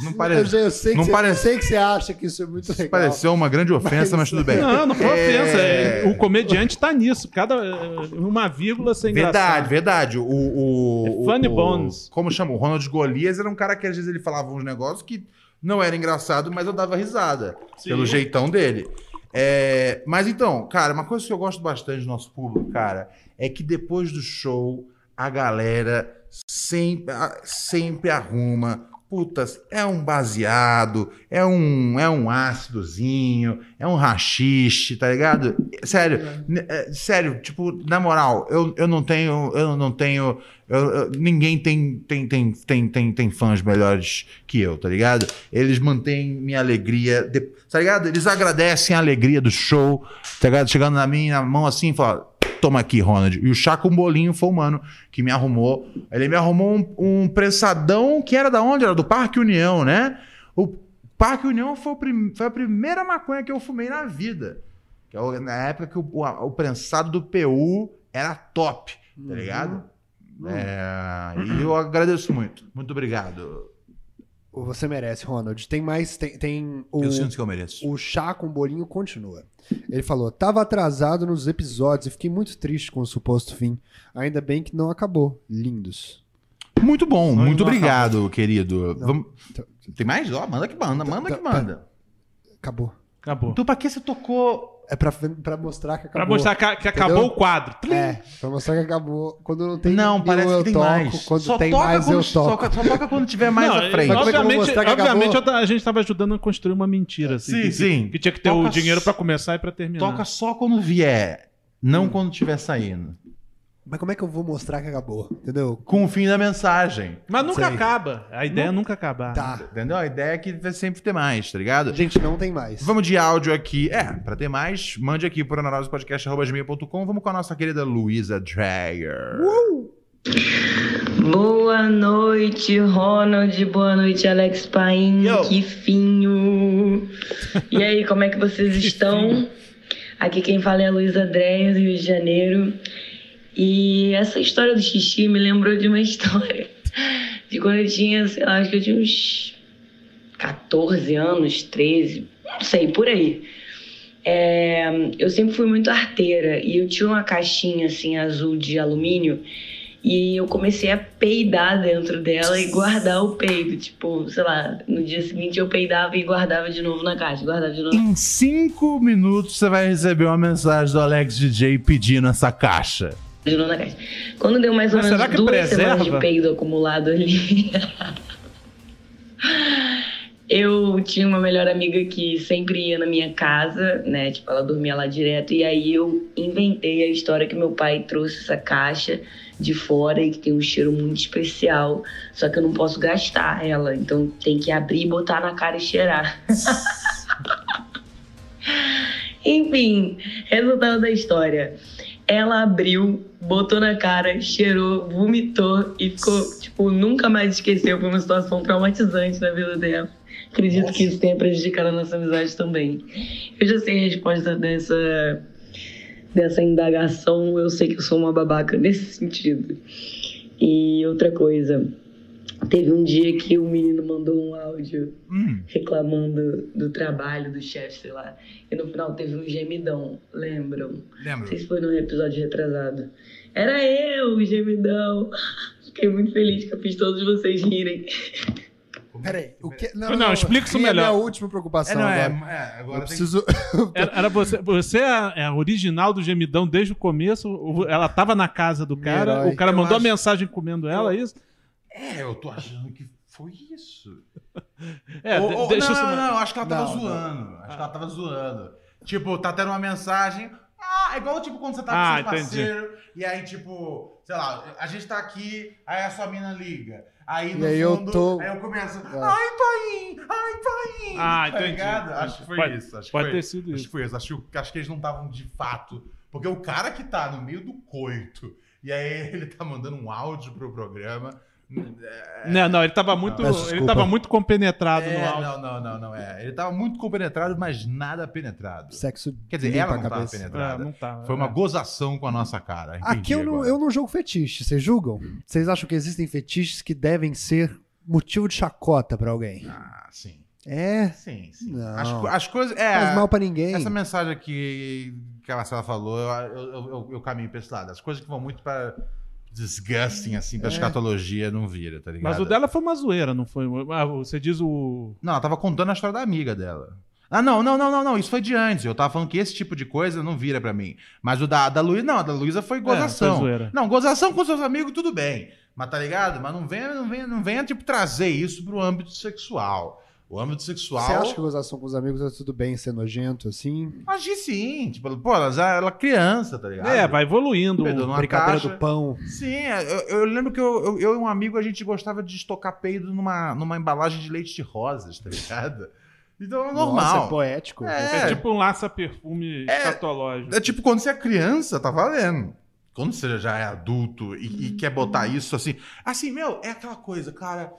B: Não
E: Eu,
B: parece.
E: sei, eu sei que
B: Não
E: você,
B: parece-
E: sei que você acha que isso é muito legal.
B: Pareceu uma grande ofensa, mas
E: Mas-
B: tudo bem.
A: Não, não foi ofensa.
B: É.
A: é- O comediante tá nisso. Cada é, uma vírgula sem
B: Verdade,
A: engraçado.
B: verdade. O, o,
A: É Funny
B: o-
A: Bones.
B: Como chama? O Ronald Golias era um cara que às vezes ele falava uns negócios que não era engraçado, mas eu dava risada.
A: Sim.
B: Pelo jeitão dele. É, mas então, cara, uma coisa que eu gosto bastante do nosso público, cara, é que depois do show, a galera sempre, a- sempre arruma. Putas, é um baseado, é um, é um ácidozinho, é um rachixe, tá ligado? Sério, n- é, sério, tipo, na moral, eu, eu não tenho, eu não tenho, eu- eu- ninguém tem, tem, tem, tem, tem, tem fãs melhores que eu, tá ligado? Eles mantêm minha alegria, de- tá ligado? Eles agradecem a alegria do show, tá ligado? Chegando na minha mão assim e falam, toma aqui, Ronald. E o Chaco Bolinho foi o mano que me arrumou. Ele me arrumou um, um prensadão que era da onde? Era do Parque União, né? O Parque União foi, o prim- foi a primeira maconha que eu fumei na vida. Que é o- na época que o, o- o prensado do PU era top, tá ligado?
A: Hum.
B: É,
A: Uhum.
B: e eu agradeço muito. Muito obrigado.
E: Você merece, Ronald. Tem mais. Tem, tem o,
B: Eu sinto que eu mereço.
E: o chá com bolinho continua. Ele falou: tava atrasado nos episódios e fiquei muito triste com o suposto fim. Ainda bem que não acabou. Lindos.
B: Muito bom,
A: Sonho
B: muito
A: não
B: obrigado, querido.
E: Não.
B: Vamos-
E: Tá-
B: Tem mais? Ó, manda que manda, manda
E: tá-
B: que manda.
E: Acabou.
A: Acabou.
B: Então, pra que você tocou
E: É pra, pra mostrar que
A: Pra
E: acabou.
A: mostrar que, que acabou
E: Entendeu?
A: o quadro.
E: É, pra mostrar que acabou. Quando não tem
B: Não,
E: nenhum,
B: parece
E: eu
B: que tem
E: toco.
B: mais.
E: Quando
B: só
E: tem
B: toca
E: mais,
B: quando,
E: eu
B: só-
E: toco.
B: Só, toca quando tiver mais
A: Não,
B: à frente.
E: Mas como é que eu vou
A: obviamente,
E: mostrar que acabou?
A: obviamente eu ta- a gente tava ajudando a construir uma mentira. Assim,
B: Sim,
A: que,
B: sim.
A: Que tinha que ter
B: Toca
A: o dinheiro
B: s-
A: pra começar e pra terminar.
B: Toca só quando vier, não quando tiver saindo.
E: Mas como é que eu vou mostrar que acabou? Entendeu?
B: Com o fim da mensagem.
A: Mas nunca
E: Sei.
A: acaba. A ideia é nunca acabar.
E: Tá.
B: Entendeu? A ideia é que vai sempre ter mais, tá ligado?
E: Gente, não tem mais.
B: Vamos de áudio aqui. É, pra ter mais, mande aqui por anarosepodcast.com. Vamos com a nossa querida Luísa Dreyer.
E: Uh!
J: Boa noite, Ronald. Boa noite, Alex Paim.
B: Yo.
J: Que finho. E aí, como é que vocês estão? Aqui quem fala é a Luísa Dreyer, Rio de Janeiro. E essa história do xixi me lembrou de uma história de quando eu tinha, sei lá, acho que eu tinha uns 14 anos, 13, não sei, por aí. É, eu sempre fui muito arteira e eu tinha uma caixinha assim azul de alumínio e eu comecei a peidar dentro dela e guardar o peido. Tipo, sei lá, no dia seguinte eu peidava e guardava de novo na caixa, guardava de novo.
B: Em cinco minutos você vai receber uma mensagem do Alex DJ pedindo essa caixa.
J: de novo na caixa. Quando deu mais ou
A: Mas
J: menos
A: será que
J: duas
A: preserva?
J: semanas de peido acumulado ali. Eu tinha uma melhor amiga que sempre ia na minha casa, né? Tipo, ela dormia lá direto. E aí eu inventei a história que meu pai trouxe essa caixa de fora e que tem um cheiro muito especial. Só que eu não posso gastar ela. Então tem que abrir, botar na cara e cheirar. Enfim, resultado da história. Ela abriu, botou na cara, cheirou, vomitou e ficou, tipo, nunca mais esqueceu. Foi uma situação traumatizante na vida dela. Acredito que isso tenha prejudicado a nossa amizade também. Eu já sei a resposta dessa, dessa indagação. Eu sei que eu sou uma babaca nesse sentido. E outra coisa. Teve um dia que o menino mandou um áudio
B: Hum.
J: reclamando do trabalho do chefe, sei lá. E no final teve um gemidão, lembram? Não
B: Lembra?
J: sei se foi num episódio retrasado. Era eu, o gemidão. Fiquei muito feliz que eu fiz todos vocês rirem.
E: Peraí, o que.
A: Não, explica isso
E: é a
A: melhor.
E: minha última
A: É,
E: preocupação agora.
B: agora
E: eu preciso.
A: Era, era você, você é a, é a original do gemidão desde o começo. o- Ela tava na casa do cara,
E: Herói.
A: o cara
B: Eu
A: mandou
B: acho-
A: a mensagem comendo ela, é isso?
B: É, eu tô achando que foi isso.
A: É,
B: Ou-
A: de-
B: ou-
A: deixa Ah.
B: não,
A: isso.
B: não, não, acho que ela tava
E: Não, não.
B: zoando. Acho que ela tava zoando. Tipo, tá tendo uma mensagem. Ah, é igual tipo quando você tá
A: Ah,
B: com seu
A: entendi.
B: parceiro e aí, tipo, sei lá, a gente tá aqui, aí a sua mina liga. Aí
E: E
B: no
E: aí eu
B: fundo,
E: tô-
B: aí eu começo. Ai,
E: Ah.
B: Paim! Ai, Paim!
A: Ah,
B: Tá
A: entendi.
B: ligado?
A: Entendi.
B: Acho que foi
A: Pode-
B: isso. Acho que
A: Pode
B: foi
A: ter
B: isso.
A: sido
B: Acho
A: isso.
B: que foi isso. Acho, que- acho que eles não estavam de fato. Porque o cara que tá no meio do coito e aí ele tá mandando um áudio pro programa.
A: É. Não, não, ele tava muito,
E: Peço
A: ele
E: desculpa.
A: tava muito compenetrado no
B: Tá. É,
A: áudio.
B: não, não, não, não é. Ele tava muito compenetrado, mas nada penetrado.
E: Sexo
B: Quer dizer,
E: limpa
B: ela
E: a
B: não tava
E: cabeça.
A: Ah,
B: penetrada.
A: não tava.
B: Foi uma
A: é.
B: gozação com a nossa cara. entendi
E: Aqui eu não,
B: agora. Hum.
E: eu não jogo fetiche, vocês julgam? Vocês acham que existem fetiches que devem ser motivo de chacota pra alguém?
B: Ah, sim.
E: É,
B: Sim, sim.
E: Não.
B: As, co- as coisas. É,
E: faz mal pra ninguém.
B: Essa mensagem aqui que a Marcela falou, eu, eu- eu- eu caminho pra esse lado. As coisas que vão muito pra disgusting, assim,
E: É.
B: pra escatologia, não vira, tá ligado?
A: Mas o dela foi uma zoeira, não foi? Ah, você diz o.
B: Não, ela tava contando a história da amiga dela. Ah, não, não, não, não, não. Isso foi de antes. Eu tava falando que esse tipo de coisa não vira pra mim. Mas o da, da Luísa, não, a da Luísa foi
A: É,
B: gozação.
A: foi zoeira.
B: não, gozação com seus amigos, tudo bem. Mas tá ligado? Mas não venha, não venha, não venha tipo, trazer isso pro âmbito sexual. O âmbito sexual.
E: Você acha que gozação com os amigos é tudo bem ser nojento, assim?
B: Agi sim. Tipo, pô, ela, já- ela criança, tá ligado?
A: É, vai evoluindo.
B: Pedro, numa
E: Brincadeira
B: caixa.
E: do pão.
B: Sim, é, eu, eu lembro que eu, eu, eu e um amigo, a gente gostava de estocar peido numa, numa embalagem de leite de rosas, tá ligado? Então é
E: Nossa,
B: normal.
E: é poético.
A: É,
B: É.
A: tipo um laça-perfume
B: É.
A: escatológico.
B: É tipo quando você é criança, tá valendo. Quando você já é adulto e, e quer botar isso assim. Assim, meu, é aquela coisa, cara.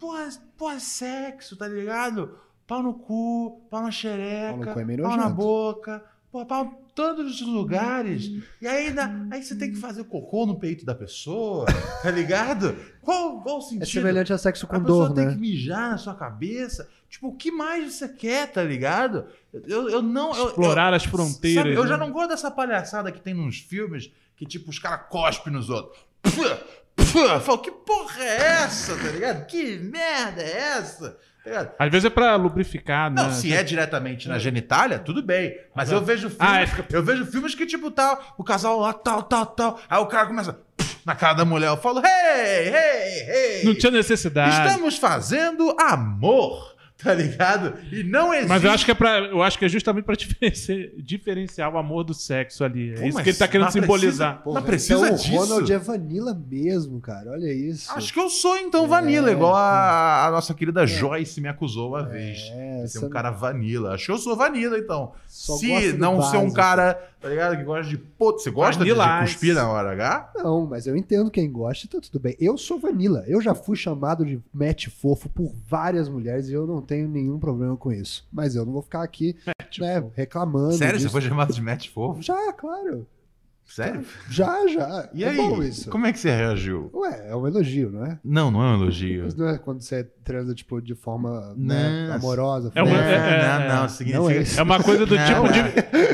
B: Porra, porra, é, sexo, tá ligado? Pau no cu, pau na
E: Pau no
B: xereca,
E: cu é meio
B: pau na
E: nojento.
B: boca, porra, pau em todos os lugares.
E: Uhum.
B: E aí, ainda, aí você tem que fazer cocô no peito da pessoa, tá ligado? Qual, qual o sentido?
E: É semelhante a sexo com
B: a pessoa
E: dor,
B: tem
E: né?
B: que mijar na sua cabeça. Tipo, o que mais você quer, tá ligado? Eu, eu não. eu- eu-
A: Explorar as fronteiras.
B: Sabe, eu já
A: né?
B: não gosto dessa palhaçada que tem nos filmes que, tipo, os caras cospem nos outros. Pfã, pfã. Falo, que porra é essa, tá ligado? Que merda é essa? Tá ligado?
A: Às vezes é pra lubrificar, né?
B: Não, se é diretamente na genitália, tudo bem. Mas eu vejo filmes,
A: Ah, é, fica-
B: eu vejo filmes que, tipo, tal, o casal lá, tal, tal, tal. Aí o cara começa pf, na cara da mulher. Eu falo, hey, hey, hey.
A: Não tinha é necessidade.
B: Estamos fazendo amor, tá ligado? E não existe.
A: Mas eu acho que é pra, eu acho que é justamente pra diferenci- diferenciar o amor do sexo ali. É
B: Pô,
A: isso
B: mas-
A: que ele tá querendo
B: mas precisa-
A: simbolizar.
B: Mas precisa
E: então,
B: disso.
E: o Ronald é Vanilla mesmo, cara. Olha isso.
B: Acho que eu sou,
E: é
B: então, vanilla, igual a, a nossa querida Joyce me acusou uma vez.
E: É,
B: de ser
E: essa-
B: um cara vanilla. Acho que eu sou vanilla, então.
E: Só gosta
B: Se
E: do
B: não ser um
E: básico.
B: cara, tá ligado? Que gosta de. Pô, você gosta de-
A: Vanilla
B: de cuspir
A: Ice.
B: na hora H?
E: Não, mas eu entendo quem gosta, tá tudo bem. Eu sou Vanilla. Eu já fui chamado de match fofo por várias mulheres e eu não tenho nenhum problema com isso. Mas eu não vou ficar aqui, né, reclamando.
B: Sério? Você
E: disso.
B: foi chamado de Matt Fofo?
E: Já, claro. Tá.
B: Sério?
E: Já, já.
B: E
E: é
B: aí?
E: bom isso.
B: Como é que você reagiu?
E: Ué, é um elogio, não é?
B: Não, não é um elogio.
E: Mas não é quando você transa, tipo, de forma
B: Não.
E: né, amorosa.
A: É uma-
B: não,
E: fluida.
A: é-
B: não, não,
E: Não é
B: significa.
E: isso.
A: É uma coisa do
B: Não,
A: tipo de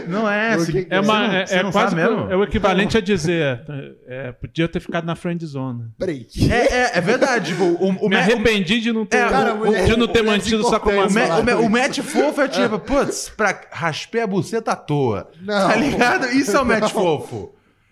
B: Não é,
E: Por que
B: significa-
E: que
A: é uma
B: Você não-
A: é,
B: você
A: é
B: não
A: quase
B: sabe
A: que-
B: mesmo?
A: é o equivalente a dizer é, podia ter ficado na friend zone.
E: Break.
B: É, é, é verdade. Tipo, o, o,
A: Me
B: Matt-
A: arrependi de não ter,
B: É,
E: cara,
A: o-
E: mulher-
A: de não ter
E: mulher
A: mantido o saco
E: importante,
A: mais.
B: O,
E: né?
B: ma-
E: falar
B: o, ma-
E: com
B: o match fofo é tipo, putz, pra raspar a buceta à toa.
E: Não.
B: Tá ligado? Isso é o match fofo.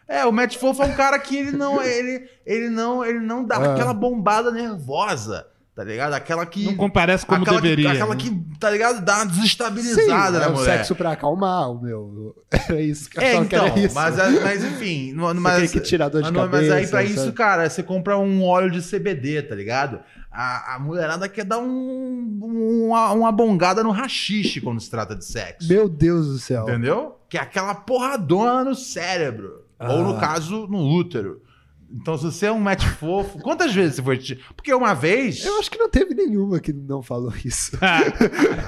B: É, o match fofo é um cara que ele não, ele, ele não, ele não dá
E: Ah.
B: aquela bombada nervosa, tá ligado? Aquela que
A: Não comparece como
B: aquela
A: deveria.
B: que, aquela
A: né?
B: que, tá ligado? Dá uma
E: Sim,
B: desestabilizada
E: é
B: na
E: um
B: mulher.
E: sexo pra acalmar o meu. Era isso que eu
B: É,
E: achava
B: então,
E: que era isso.
B: mas, a- mas enfim, não-
E: Você
B: mas,
E: tem que tirar dor de
B: mas, não- mas aí
E: cabeça,
B: pra
E: sabe?
B: isso, cara, você compra um óleo de CBD, tá ligado? A, a mulherada quer dar um, um- uma, uma bongada no rachixe quando se trata de sexo.
E: Meu Deus do céu.
B: Entendeu? Que é aquela porradona no cérebro. Ou no
E: Ah.
B: caso, no útero. Então, se você é um match fofo, quantas vezes você foi. Te... Porque uma vez.
E: Eu acho que não teve nenhuma que não falou isso.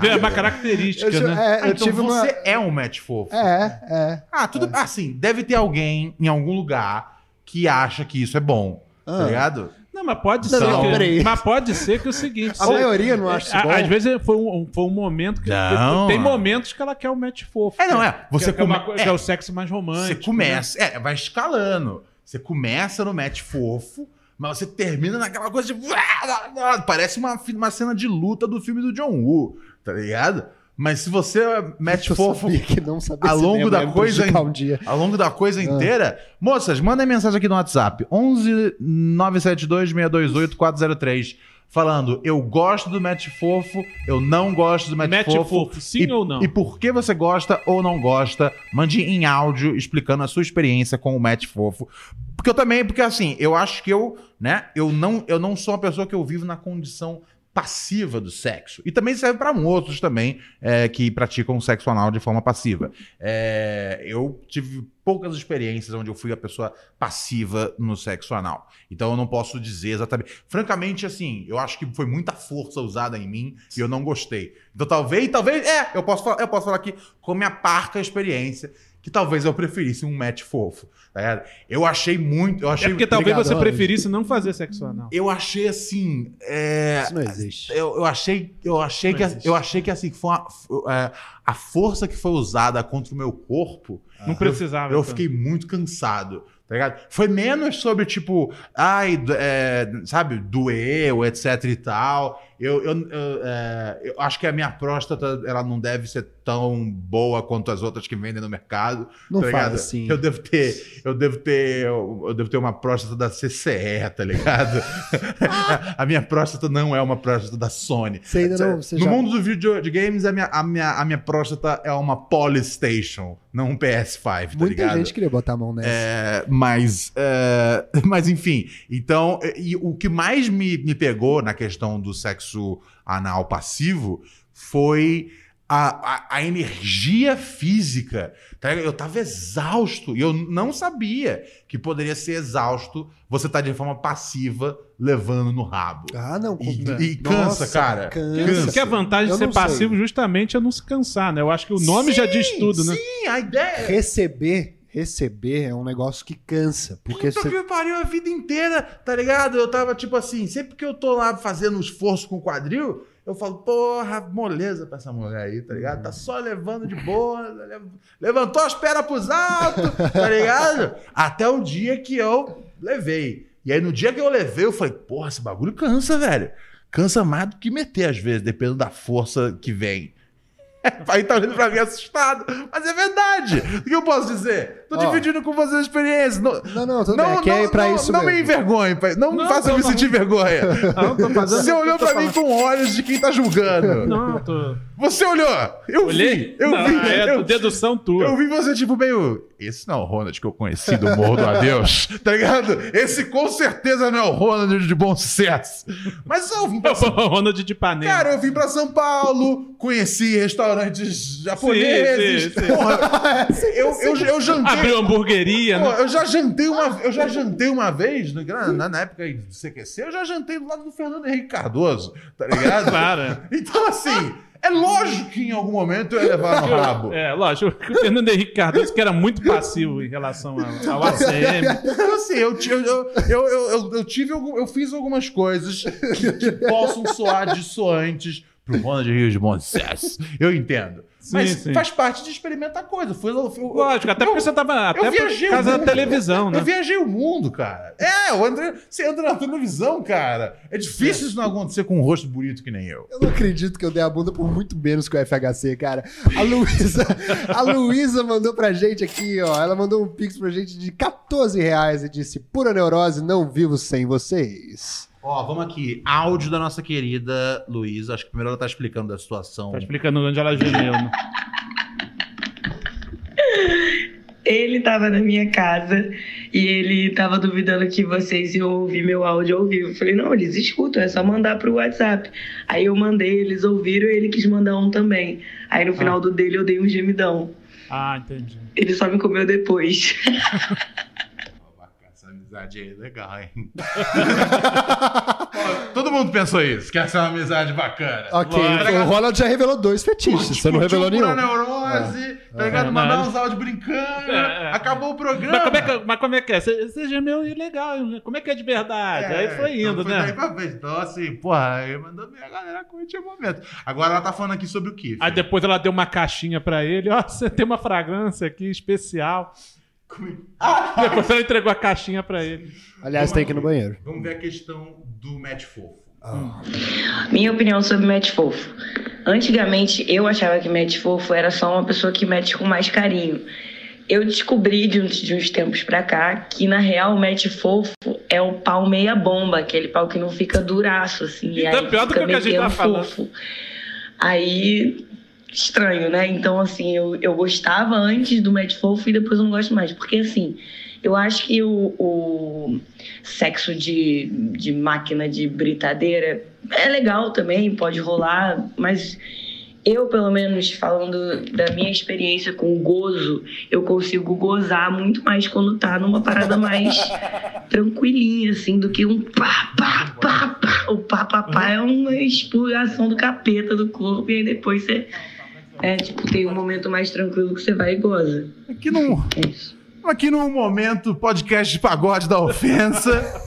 A: é uma
E: Eu,
A: característica,
E: ju-
A: né?
E: é,
B: Ah,
E: eu
B: então
E: tive uma.
B: você é um match fofo.
E: É, é.
B: Ah, tudo. Assim, deve ter alguém em algum lugar que acha que isso é bom. Tá
E: Ah.
B: ligado?
A: Não, mas pode
E: Não,
A: ser.
E: não,
A: que-
E: peraí.
A: mas pode ser que é o seguinte.
E: A
A: se-
E: maioria não acha isso
A: a-
E: bom.
A: Às vezes foi um, foi um momento que.
B: Não.
A: Tem momentos que ela quer o match fofo.
B: É, não, é. Você
A: que, é, uma
B: come-
A: co-
B: é,
A: que é o sexo mais
B: Você
A: romântico. né?
B: começa, é, vai escalando. Você começa no match fofo, mas você termina naquela coisa de. Parece uma, fi- uma cena de luta do filme do John Woo, tá ligado? Mas se você é match
E: Eu
B: fofo
E: sabia que não sabia
B: ao longo
E: cinema,
B: da
E: ia me
B: coisa,
E: prejudicar
B: hein?
E: um dia.
B: ao longo da coisa inteira, moças, mandem mensagem aqui no WhatsApp: 11 972 628 403. Falando, eu gosto do match fofo, eu não gosto do match,
A: Match fofo,
B: fofo.
A: sim
B: E-
A: ou não?
B: E por que você gosta ou não gosta? Mande em áudio explicando a sua experiência com o Match Fofo. Porque eu também, porque assim, eu acho que eu, né, eu não, eu não sou uma pessoa que eu vivo na condição passiva do sexo. E também serve um para outros também é, que praticam sexo anal de forma passiva. É, eu tive poucas experiências onde eu fui a pessoa passiva no sexo anal. Então eu não posso dizer exatamente. Francamente, assim, eu acho que foi muita força usada em mim e eu não gostei. Então talvez, talvez, é, eu posso falar, eu posso falar aqui com minha parca experiência, que talvez eu preferisse um match fofo. tá ligado? Eu achei muito, eu
A: É
B: achei.
A: porque talvez
E: Obrigado,
A: você
E: Alex.
A: preferisse não fazer sexo anal.
B: Eu achei assim. é,
E: Isso não existe.
B: eu, eu achei, eu achei que, eu achei que assim que foi uma- f- é, a força que foi usada contra o meu corpo.
A: Não
B: eu-
A: precisava,
B: Eu,
A: então.
B: fiquei muito cansado. Tá ligado? Foi menos sobre, tipo, ai, do- é, sabe, doeu, etc e tal. Eu, eu, eu, é, eu acho que a minha próstata, ela não deve ser tão boa quanto as outras que vendem no mercado.
E: Não
B: tá
E: fala
B: ligado?
E: assim.
B: Eu devo ter, eu devo ter, eu, eu devo ter uma próstata da CCE, tá ligado? a minha próstata não é uma próstata da Sony.
E: Você ainda não- você
B: no
E: já-
B: mundo do vídeo de games, um a minha, a minha, a minha próstata é uma Polystation, não um PS5, tá
E: Muita
B: ligado?
E: gente queria botar a mão nessa.
B: É, mas, é, mas enfim, então e- e o que mais me, me pegou na questão do sexo anal passivo foi a, a, a energia física. tá ligado? Eu tava exausto e eu não sabia que poderia ser exausto você tá de forma passiva levando no rabo.
E: Ah, não. com-
B: E- e cansa, cara.
E: Cansa.
A: Isso que é a É. vantagem
E: Eu
A: de ser
E: não sei.
A: passivo justamente é não se cansar, né? Eu acho que o nome já diz tudo, né?
B: Sim, a ideia. é
E: Receber, receber é um negócio que cansa. Porque
B: Puta
E: você.
B: que pariu a vida inteira, tá ligado? Eu tava tipo assim, sempre que eu tô lá fazendo um esforço com o quadril, eu falo, porra, moleza pra essa mulher aí, tá ligado? Tá só levando de boa, lev- levantou as pernas pros altos, tá ligado? Até o dia que eu levei. E aí no dia que eu levei, eu falei, porra, esse bagulho cansa, velho. Cansa mais do que meter às vezes, dependendo da força que vem. Aí tá olhando pra mim assustado. Mas é verdade. O que eu posso dizer? Tô
E: Ó.
B: dividindo com vocês a experiência. Não,
E: Não, não, tudo bem. Aqui é pra
B: não,
E: isso
B: não me
E: mesmo.
B: envergonhe, pai. Não,
A: Não,
B: faça
A: não,
B: me
A: não.
B: sentir vergonha.
A: Não, tô fazendo-
B: Você olhou pra mim com olhos de quem tá julgando.
A: Não, tô.
B: Você olhou. Eu vi.
A: Olhei?
B: Eu
A: Não,
B: vi.
A: É
B: eu,
A: dedução tua.
B: eu vi você, tipo, meio. Esse não é o Ronald que eu conheci do Morro do Adeus. tá ligado? Esse com certeza não é o Ronald de bom sucesso. Mas eu vim pra
A: O Ronald de Ipanema.
B: Cara, eu vim pra São Paulo, conheci restaurantes japoneses.
A: Sim, sim, sim.
B: Porra, eu, eu, eu jantei.
A: Abriu hamburgueria,
B: Pô,
A: né?
B: eu já jantei uma, eu já jantei uma vez, no- na, na época aí do CQC, eu já jantei do lado do Fernando Henrique Cardoso, tá ligado?
A: Claro.
B: Então, assim, é lógico que em algum momento eu ia levar no rabo.
A: É, lógico. O Fernando Henrique Cardoso, que era muito passivo em relação ao, ao ACM.
B: Então, assim, eu, ti- eu, eu, eu, eu, eu tive algum- eu fiz algumas coisas que, que possam soar dissoantes pro Ronald Rios de Montes. Eu entendo.
A: Sim,
B: Mas
A: sim.
B: faz parte de experimentar coisa. Fui, eu, eu,
A: Lógico, até porque você tava. Até
B: viajei
A: por causa da
B: muito.
A: televisão, né?
B: Eu viajei o mundo, cara. É, eu entrei, você entra na televisão, cara. É difícil isso não acontecer com um rosto bonito que nem eu.
E: Eu não acredito que eu dei a bunda por muito menos que o FHC, cara. A Luísa, a Luísa mandou pra gente aqui, ó. Ela mandou um pix pra gente de 14 reais e disse: pura neurose, não vivo sem vocês.
B: Ó, vamos aqui. Áudio da nossa querida Luísa. Acho que primeiro ela tá explicando da situação.
A: Tá explicando onde ela gemeu, né?
J: Ele tava na minha casa e ele tava duvidando que vocês iam ouvir meu áudio ao vivo. Eu falei, não, eles escutam, é só mandar pro WhatsApp. Aí eu mandei, eles ouviram e ele quis mandar um também. Aí no final do dele eu dei um gemidão.
A: Ah, entendi.
J: Ele só me comeu depois.
B: Essa amizade aí é legal, hein? Ó, Todo mundo pensou isso, que essa é uma amizade bacana.
E: Ok, o Ronald já revelou dois fetiches, você não revelou
B: Tipo,
E: nenhum.
B: pura neurose, tá ligado?
A: É,
B: Mandar
A: não,
B: uns áudios brincando.
A: É, é.
B: acabou o programa.
A: Mas como, é que, mas como é que é? Você você gemeu ilegal, né? como é que é de verdade? Aí foi
B: então
A: indo,
B: foi
A: né?
B: daí pra frente. Então, assim, porra, aí mandou bem a galera curtir o momento. Agora ela tá falando aqui sobre o Kiff.
A: Aí depois ela deu uma caixinha pra ele, ó, você tem uma fragrância aqui especial.
B: é
A: Depois ela entregou a caixinha pra ele.
E: Aliás, tem que ir no banheiro.
B: Vamos ver a questão do match fofo.
J: Minha opinião sobre match fofo. Antigamente eu achava que match fofo era só uma pessoa que mete com mais carinho. Eu descobri de uns, de uns tempos pra cá que na real match fofo é o pau meia bomba, aquele pau que não fica duraço assim. e
A: Então,
J: aí
A: pior do que
J: fica
A: o que a gente tá
J: metendo
A: falando.
J: fofo. Aí estranho, né? Então assim, eu, eu gostava antes do match fofo e depois eu não gosto mais, porque assim, eu acho que o, o sexo de, de máquina de britadeira é legal também, pode rolar, mas eu, pelo menos, falando da minha experiência com o gozo, eu consigo gozar muito mais quando tá numa parada mais tranquilinha, assim, do que um pá, pá, pá, pá. O pá, pá, pá é uma expulgação do capeta do corpo e aí depois você... É, tipo, tem um momento mais tranquilo que você vai e goza.
B: Aqui não... Aqui num momento, podcast de pagode da ofensa.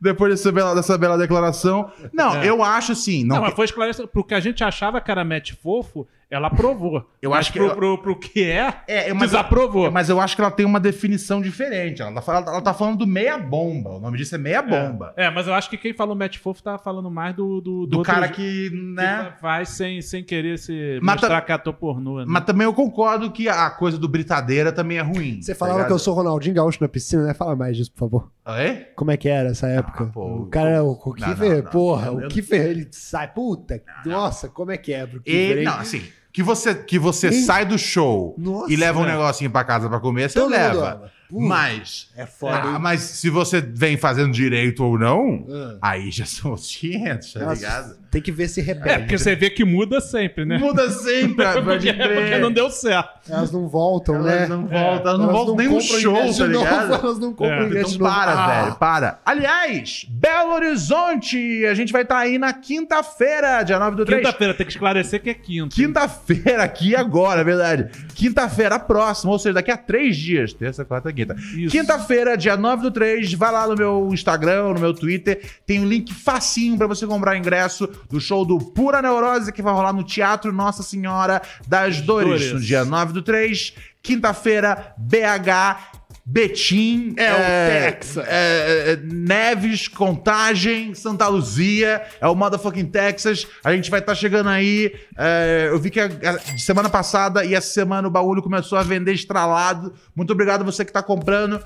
B: Depois dessa bela, dessa bela declaração. Não,
A: É.
B: eu acho assim. Não,
A: Não, mas foi esclarecido. Pro que a gente achava que era match fofo, ela aprovou.
B: Eu
A: Mas
B: acho que
A: pro,
B: ela-
A: pro, pro que é,
B: É, mas-
A: desaprovou.
B: Mas eu acho que ela tem uma definição diferente. Ela tá, fal- ela tá falando do meia bomba. O nome disso é meia bomba.
A: É, mas eu acho que quem falou match fofo tava falando mais do... Do,
B: Do
A: outro
B: cara
A: jo-
B: que, né?
A: Faz sem, sem querer se
B: Mas
A: É, mostrar
B: tam-
A: que ator pornô, né?
B: Mas também eu concordo que a coisa do britadeira também é ruim.
E: Você falava que eu sou o Ronaldinho Gaúcho na piscina, né? Fala mais disso, por favor.
B: sou. É?
E: Como é que era essa época?
B: pô,
E: o cara, o, o
B: não,
E: Kiefer,
B: não,
E: porra,
B: não, eu-
E: o Kiefer, ele sai, puta, nossa, como é que é? Pro Kiefer,
B: E,
E: hein?
B: não, assim. Que você, que você
E: Hein?
B: sai do show
E: Nossa,
B: e leva um
E: né?
B: negocinho pra casa pra comer, você
E: Todo mundo
B: leva.
E: ama. Puta,
B: Mas.
E: É foda,
B: Ah,
E: hein?
B: mas se você vem fazendo direito ou não,
E: Ah.
B: aí já são os 500, tá
E: Nossa,
B: ligado?
E: Tem que ver se repete.
A: É, porque você vê que muda sempre, né?
B: Muda sempre, pode
A: porque, porque
B: crer.
A: não deu certo.
E: Elas não voltam, né?
B: Elas não voltam, elas não
E: Elas
B: voltam nem no
E: compram
B: show,
E: ingresso
B: tá
E: de novo,
B: ligado?
E: Elas não compram
A: É.
E: ingresso
B: Então
E: de novo.
B: para,
E: Ah,
B: velho, para. Aliás, Belo Horizonte, a gente vai estar aí na quinta-feira, dia 9 do 3.
A: Quinta-feira, tem que esclarecer que é quinta.
B: Quinta-feira aqui agora, é verdade. Quinta-feira próxima, ou seja, daqui a três dias. Terça, quarta, quinta.
A: Isso.
B: Quinta-feira, dia 9 do 3, vai lá no meu Instagram, no meu Twitter. Tem um link facinho pra você comprar ingresso do show do Pura Neurose, que vai rolar no Teatro Nossa Senhora das Dores,
A: Dores.
B: no dia 9 do 3. Quinta-feira, BH. Betim, é, o Texas. Neves, Contagem, Santa Luzia, é o motherfucking Texas. A gente vai estar chegando aí. é, eu vi que a, a- semana passada e essa semana o bagulho começou a vender estralado. Muito obrigado você que tá comprando.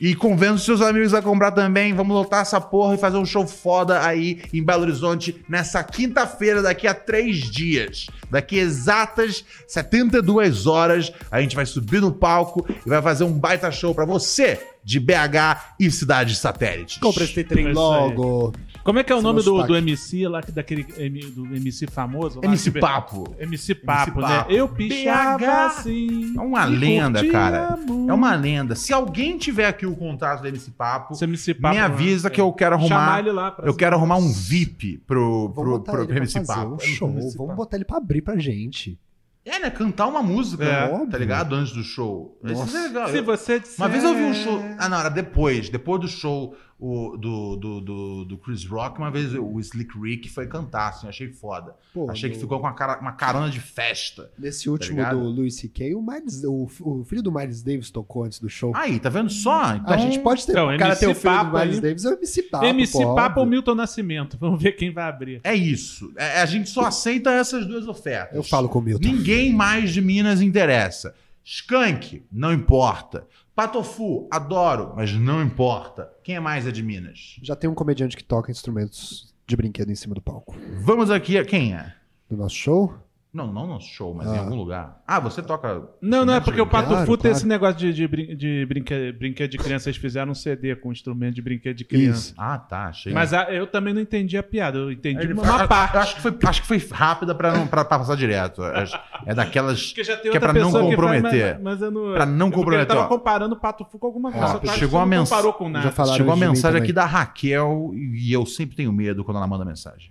B: E convendo seus amigos a comprar também. Vamos lotar essa porra e fazer um show foda aí em Belo Horizonte nessa quinta-feira, daqui a três dias. Daqui exatas 72 horas, a gente vai subir no palco e vai fazer um baita show pra você de BH e cidades satélites.
E: Compra esse
A: É
E: trem
A: isso
E: logo.
A: Como é que é o
E: Esse
A: nome
E: nosso
A: do, do
E: sotaque.
A: MC lá, que- daquele M- do MC famoso? Lá,
B: MC
A: que-
B: Papo.
A: MC Papo,
B: MC
A: né?
B: Papo.
A: Eu pichava assim.
B: É uma
A: e
B: lenda,
A: curtia
B: cara.
A: muito.
B: É uma lenda. Se alguém tiver aqui o contato do MC Papo,
A: Esse MC Papo. é,
B: me avisa que eu quero
A: Chamar
B: arrumar.
A: ele lá pra
B: Eu quero arrumar um VIP pro,
E: Vamos
B: pro,
E: botar
B: pro,
E: ele
B: pro
E: pra
B: MC
E: fazer
B: Papo.
E: um show.
A: MC
E: Vamos
A: Papo.
E: botar ele pra abrir pra gente.
B: É, né? Cantar uma música,
A: É,
B: tá
E: óbvio.
B: ligado? Antes do show. Isso é legal.
A: Se
B: Eu-
A: você disser...
B: Uma vez eu vi um show. Ah, não, era depois. Depois do show o- do, do, do, do Chris Rock, uma vez o Slick Rick foi cantar, assim, achei foda.
E: Pô,
B: achei que
E: no-
B: ficou com uma, cara- uma carona de festa.
E: Nesse último
B: Tá ligado?
E: do Louis C.K., o, Miles- o, o filho do Miles Davis tocou antes do show.
B: Aí, tá vendo só? Então,
E: a gente pode ter.
A: então,
E: o cara
A: MC
E: tem o filho
A: Papo
E: do Miles
A: aí.
E: Davis, é o MC Papo.
A: MC
E: pô,
A: Papo ou
E: óbvio.
A: Milton Nascimento? Vamos ver quem vai abrir.
B: É isso. É- a gente só aceita essas duas ofertas.
E: Eu falo com o Milton.
B: Ninguém mais de Minas interessa. Skank, não importa. Patofu, adoro, mas não importa. Quem mais é de Minas?
E: Já tem um comediante que toca instrumentos de brinquedo em cima do palco.
B: Vamos aqui a quem é?
E: Do nosso show?
B: Não, não no show, mas em
E: Ah.
B: algum lugar. Ah, você toca.
A: Não, não, é
B: Sim,
A: porque o Pato
E: claro,
A: Fu tem
E: claro.
A: esse negócio de, de, brin- de brinque- brinquedo de criança. Eles fizeram um CD com instrumento de brinquedo de criança.
B: Ah, tá, achei.
A: Mas a- eu também não entendi a piada. Eu entendi
B: Ele-
A: uma
B: a-
A: parte.
B: Eu acho que foi, acho que foi rápida pra, não, pra, pra passar direto. Acho- É daquelas.
A: Porque já tem
B: que é
A: outra
B: pra não
A: pessoa que faz,
B: comprometer.
A: mas, mas eu não.
B: Pra não
A: é porque
B: comprometer,
A: Ele
B: ó.
A: tava comparando o Pato Fu com alguma coisa.
B: Ó,
A: só que eu acho
B: chegou
A: que tá
B: uma
A: assim, não
B: mens-
A: comparou com nada.
E: Já falaram
B: Chegou a
E: de mim
B: mensagem
E: também.
B: aqui da Raquel e eu sempre tenho medo quando ela manda mensagem.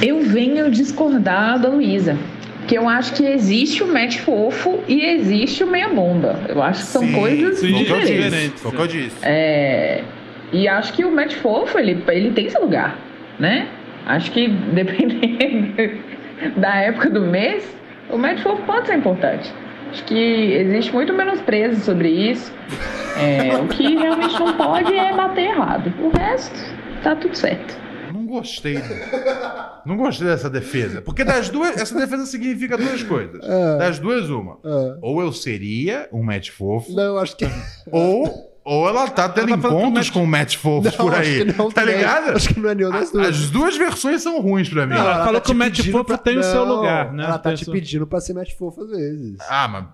K: Eu venho discordar da Luísa. Porque eu acho que existe o match fofo e existe o meia-bomba. Eu acho que são coisas
A: sim, né?
B: foi o que eu
K: diferentes.
B: disse. Foi o que eu disse.
K: É, E acho que o match fofo, ele, ele tem seu lugar, né? Acho que dependendo da época do mês, o match fofo pode ser importante. Acho que existe muito menos preso sobre isso. É, o que realmente não pode é bater errado. O resto, tá tudo certo.
B: Não gostei. né? Não gostei dessa defesa. Porque das duas, essa defesa significa duas coisas.
E: É.
B: Das duas, uma.
E: Ah.
B: Ou eu seria um match fofo,
E: Não, acho que.
B: ou, ou ela tá tendo
A: tá falando que o
B: encontros
A: match-
B: com match fofos
E: não,
B: por aí.
E: acho que não
B: tá
E: tem.
B: ligado?
E: Acho que não é nenhum das duas.
B: As duas versões são ruins pra mim.
A: Não, ela
E: tá
A: falou que
E: te
A: o Matt
E: pedindo
A: Fofo tem o seu
E: Não,
A: lugar, né?
E: Ela tá
A: Tem
E: te
A: seu-
E: pedindo pra ser match fofo às vezes.
B: Ah, mas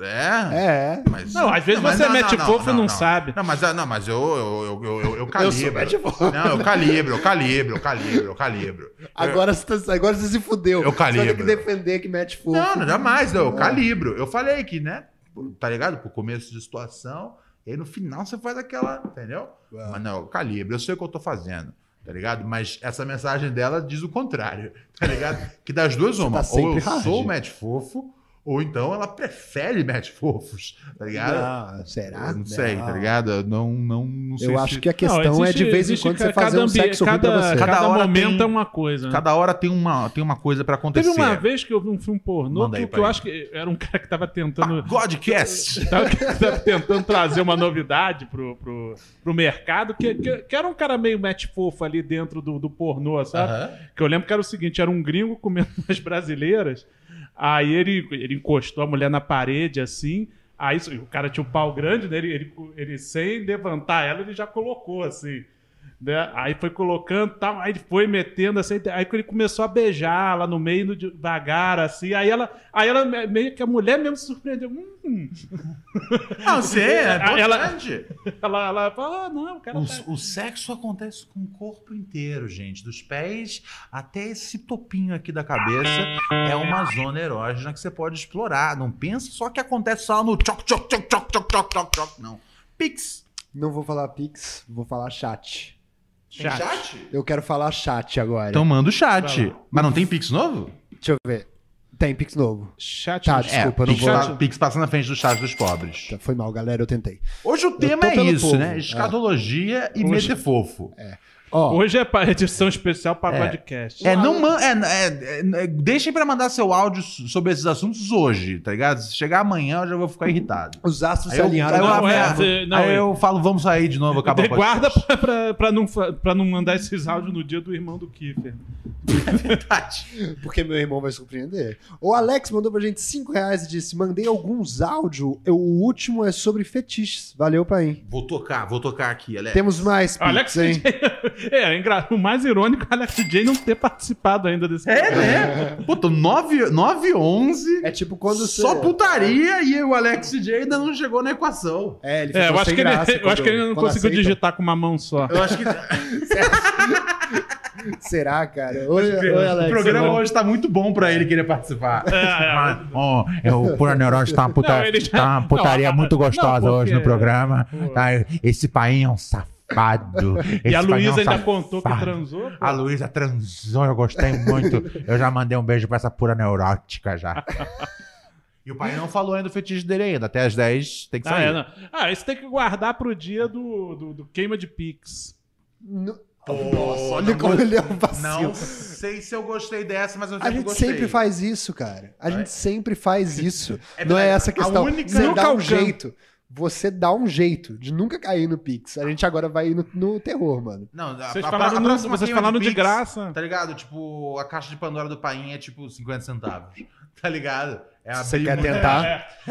B: É?
E: É.
B: Mas,
A: Não, às vezes você mete fofo e não
B: sabe. Não, mas, não, mas eu, eu, eu, eu, eu, eu
E: sou
B: calibro.
E: mete fofo.
B: não, eu calibro, eu calibro, eu calibro, eu calibro.
E: Agora você, tá- agora você se fudeu.
B: Eu
E: Você vai ter que
B: calibro.
E: defender que mete fofo.
B: Não, não, jamais, não. Eu
E: Tipo, É.
B: calibro. Eu falei que, né? Tá ligado? Pro começo de situação, e aí no final você faz aquela, entendeu?
E: É.
B: Mas não, eu calibro, eu sei o que eu tô fazendo, tá ligado? Mas essa mensagem dela diz o contrário, tá ligado? Que das duas, uma,
E: tá
B: ou eu
E: sempre hard.
B: sou match fofo, ou então ela prefere match fofos, tá ligado?
E: Não, será?
B: Eu não sei, tá ligado? Eu Não, não, não sei
E: Eu
B: se-
E: acho que a questão é de vez em
A: existe
E: quando
A: ca-
E: você fazer um
A: ambi-
E: sexo ruim
A: cada,
E: pra você.
A: Cada,
B: Cada hora
A: momento
B: tem-
A: é uma coisa. né?
B: Cada hora tem uma, tem uma coisa pra acontecer.
A: Teve uma vez que eu vi um filme pornô
B: Manda
A: que,
B: aí
A: que
B: pra
A: eu
B: mim.
A: acho que era um cara que tava tentando.
B: Godcast!
A: Tava, tava tentando trazer uma novidade pro, pro, pro mercado, que, que, que era um cara meio match fofo ali dentro do, do pornô, sabe?
B: Aham.
A: Que eu lembro que era o seguinte: era um gringo comendo umas brasileiras, aí ele, ele encostou a mulher na parede assim. Aí o cara tinha um pau grande, né? Ele, ele, ele sem levantar ela, ele já colocou assim. né? Aí foi colocando tal, aí ele foi metendo assim, aí quando ele começou a beijar lá no meio, no devagar, assim, aí ela, aí ela me- meio que a mulher mesmo se surpreendeu. Hum.
B: Não, você é
A: Ela-
B: importante.
A: Ela, ela fala, ah, não, o cara tá...
B: O, o sexo acontece com o corpo inteiro, gente. Dos pés até esse topinho aqui da cabeça é uma zona erógena que você pode explorar. Não pensa só que acontece só no tchoc, tchoc, tchoc, tchoc, tchoc, tchoc, tchoc, tchoc. Não. Pix.
E: Não vou falar pix, vou falar chat.
B: Chat.
E: Eu quero falar chat agora.
B: Então manda
A: Vai
B: o chat.
A: lá.
B: Mas não tem Pix novo? É,
E: Deixa eu ver. Tem pix novo.
A: Chat,
E: Tá,
A: no-
E: desculpa, eu não
B: Pix,
E: vou.
B: pa- Pix passa na frente do chat dos pobres.
E: Tá, Foi mal, galera, eu tentei.
B: Hoje o tema
E: tô
B: é
E: pelo
B: isso,
E: povo.
B: né? Escatologia e
A: Hoje-
B: meter fofo.
E: Ó,
A: Hoje é pa- edição especial para
B: É.
A: podcast.
B: É, não man... é, é, é, é, deixem pra mandar seu áudio so- sobre esses assuntos hoje, tá ligado? Se chegar amanhã, eu já vou ficar irritado.
E: os astros
B: Aí
E: se
B: eu,
E: alinharam.
B: aí eu,
A: Não, é,
B: aí eu-
A: você- não,
B: aí
A: é.
B: eu falo, vamos sair de novo, acabar
A: De-
B: o podcast.
A: guarda pra, pra, pra não, fa- pra não mandar esses áudios no dia do irmão do Kiffer.
E: Porque meu irmão vai surpreender. O Alex mandou pra gente 5 reais e disse: mandei alguns áudios. eu- O último é sobre fetiches. Valeu, Paim.
B: Vou tocar, vou tocar aqui, Alex.
E: Temos mais pix,
A: Alex
E: hein?
A: J. É, engra- o mais irônico é Alex J não ter participado ainda desse
B: É, né? Puta, 9, 9 11
E: É tipo quando você.
B: só putaria e o Alex J ainda não chegou na equação.
E: É, ele
A: É, eu
E: ficou
A: acho,
E: sem
A: que ele,
E: graça
A: eu
E: quando-
A: acho que ele não
E: quando
A: conseguiu
E: aceitam.
A: digitar com uma mão só.
B: Eu acho que
E: Será, cara? Oi, oi
B: o
E: Alex. né?
B: programa
E: Oi.
B: hoje tá muito bom pra ele querer participar.
A: É,
B: Mas, ó, é, o Pura Neurose tá uma, puta-
A: Não, ele já-
B: tá uma putaria
A: Não, a-
B: muito gostosa
A: não, porque- é-
B: hoje no programa.
A: Pô.
B: Tá? Esse painho é um safado.
A: e
B: Esse
A: a
B: painho é um
A: Luísa ainda
B: safado.
A: contou que transou. pô.
B: A Luísa transou, eu gostei muito. Eu já mandei um beijo pra essa pura neurótica já. E o pai não falou ainda do fetiche dele ainda. Até às 10 tem que
A: Ah,
B: sair.
A: é, não. Ah, isso tem que guardar pro dia do, do, do queima de Pix.
E: No-
B: Pô,
E: Olha
B: não
E: como
B: go-
E: ele é um vacilo.
B: sei se tá eu gostei dessa, mas eu
E: A gente sempre faz isso, cara. A gente sempre faz isso.
B: É
E: Não é
B: verdade.
E: essa a questão.
B: A única-
E: Você
A: Nunca
E: dá um
A: alcança.
E: jeito. Você dá um jeito de nunca cair no Pix. A gente agora vai ir no, no terror, mano.
B: Não, a-
A: Vocês
B: a- a-
A: falaram,
B: a
A: no,
B: próxima
A: vocês
B: queima
A: falaram de
B: Pix,
A: graça.
B: Tá ligado? Tipo, a caixa de Pandora do Paim é tipo 50 centavos. Tá ligado? É
E: Se você
B: abrir
E: quer
B: muito-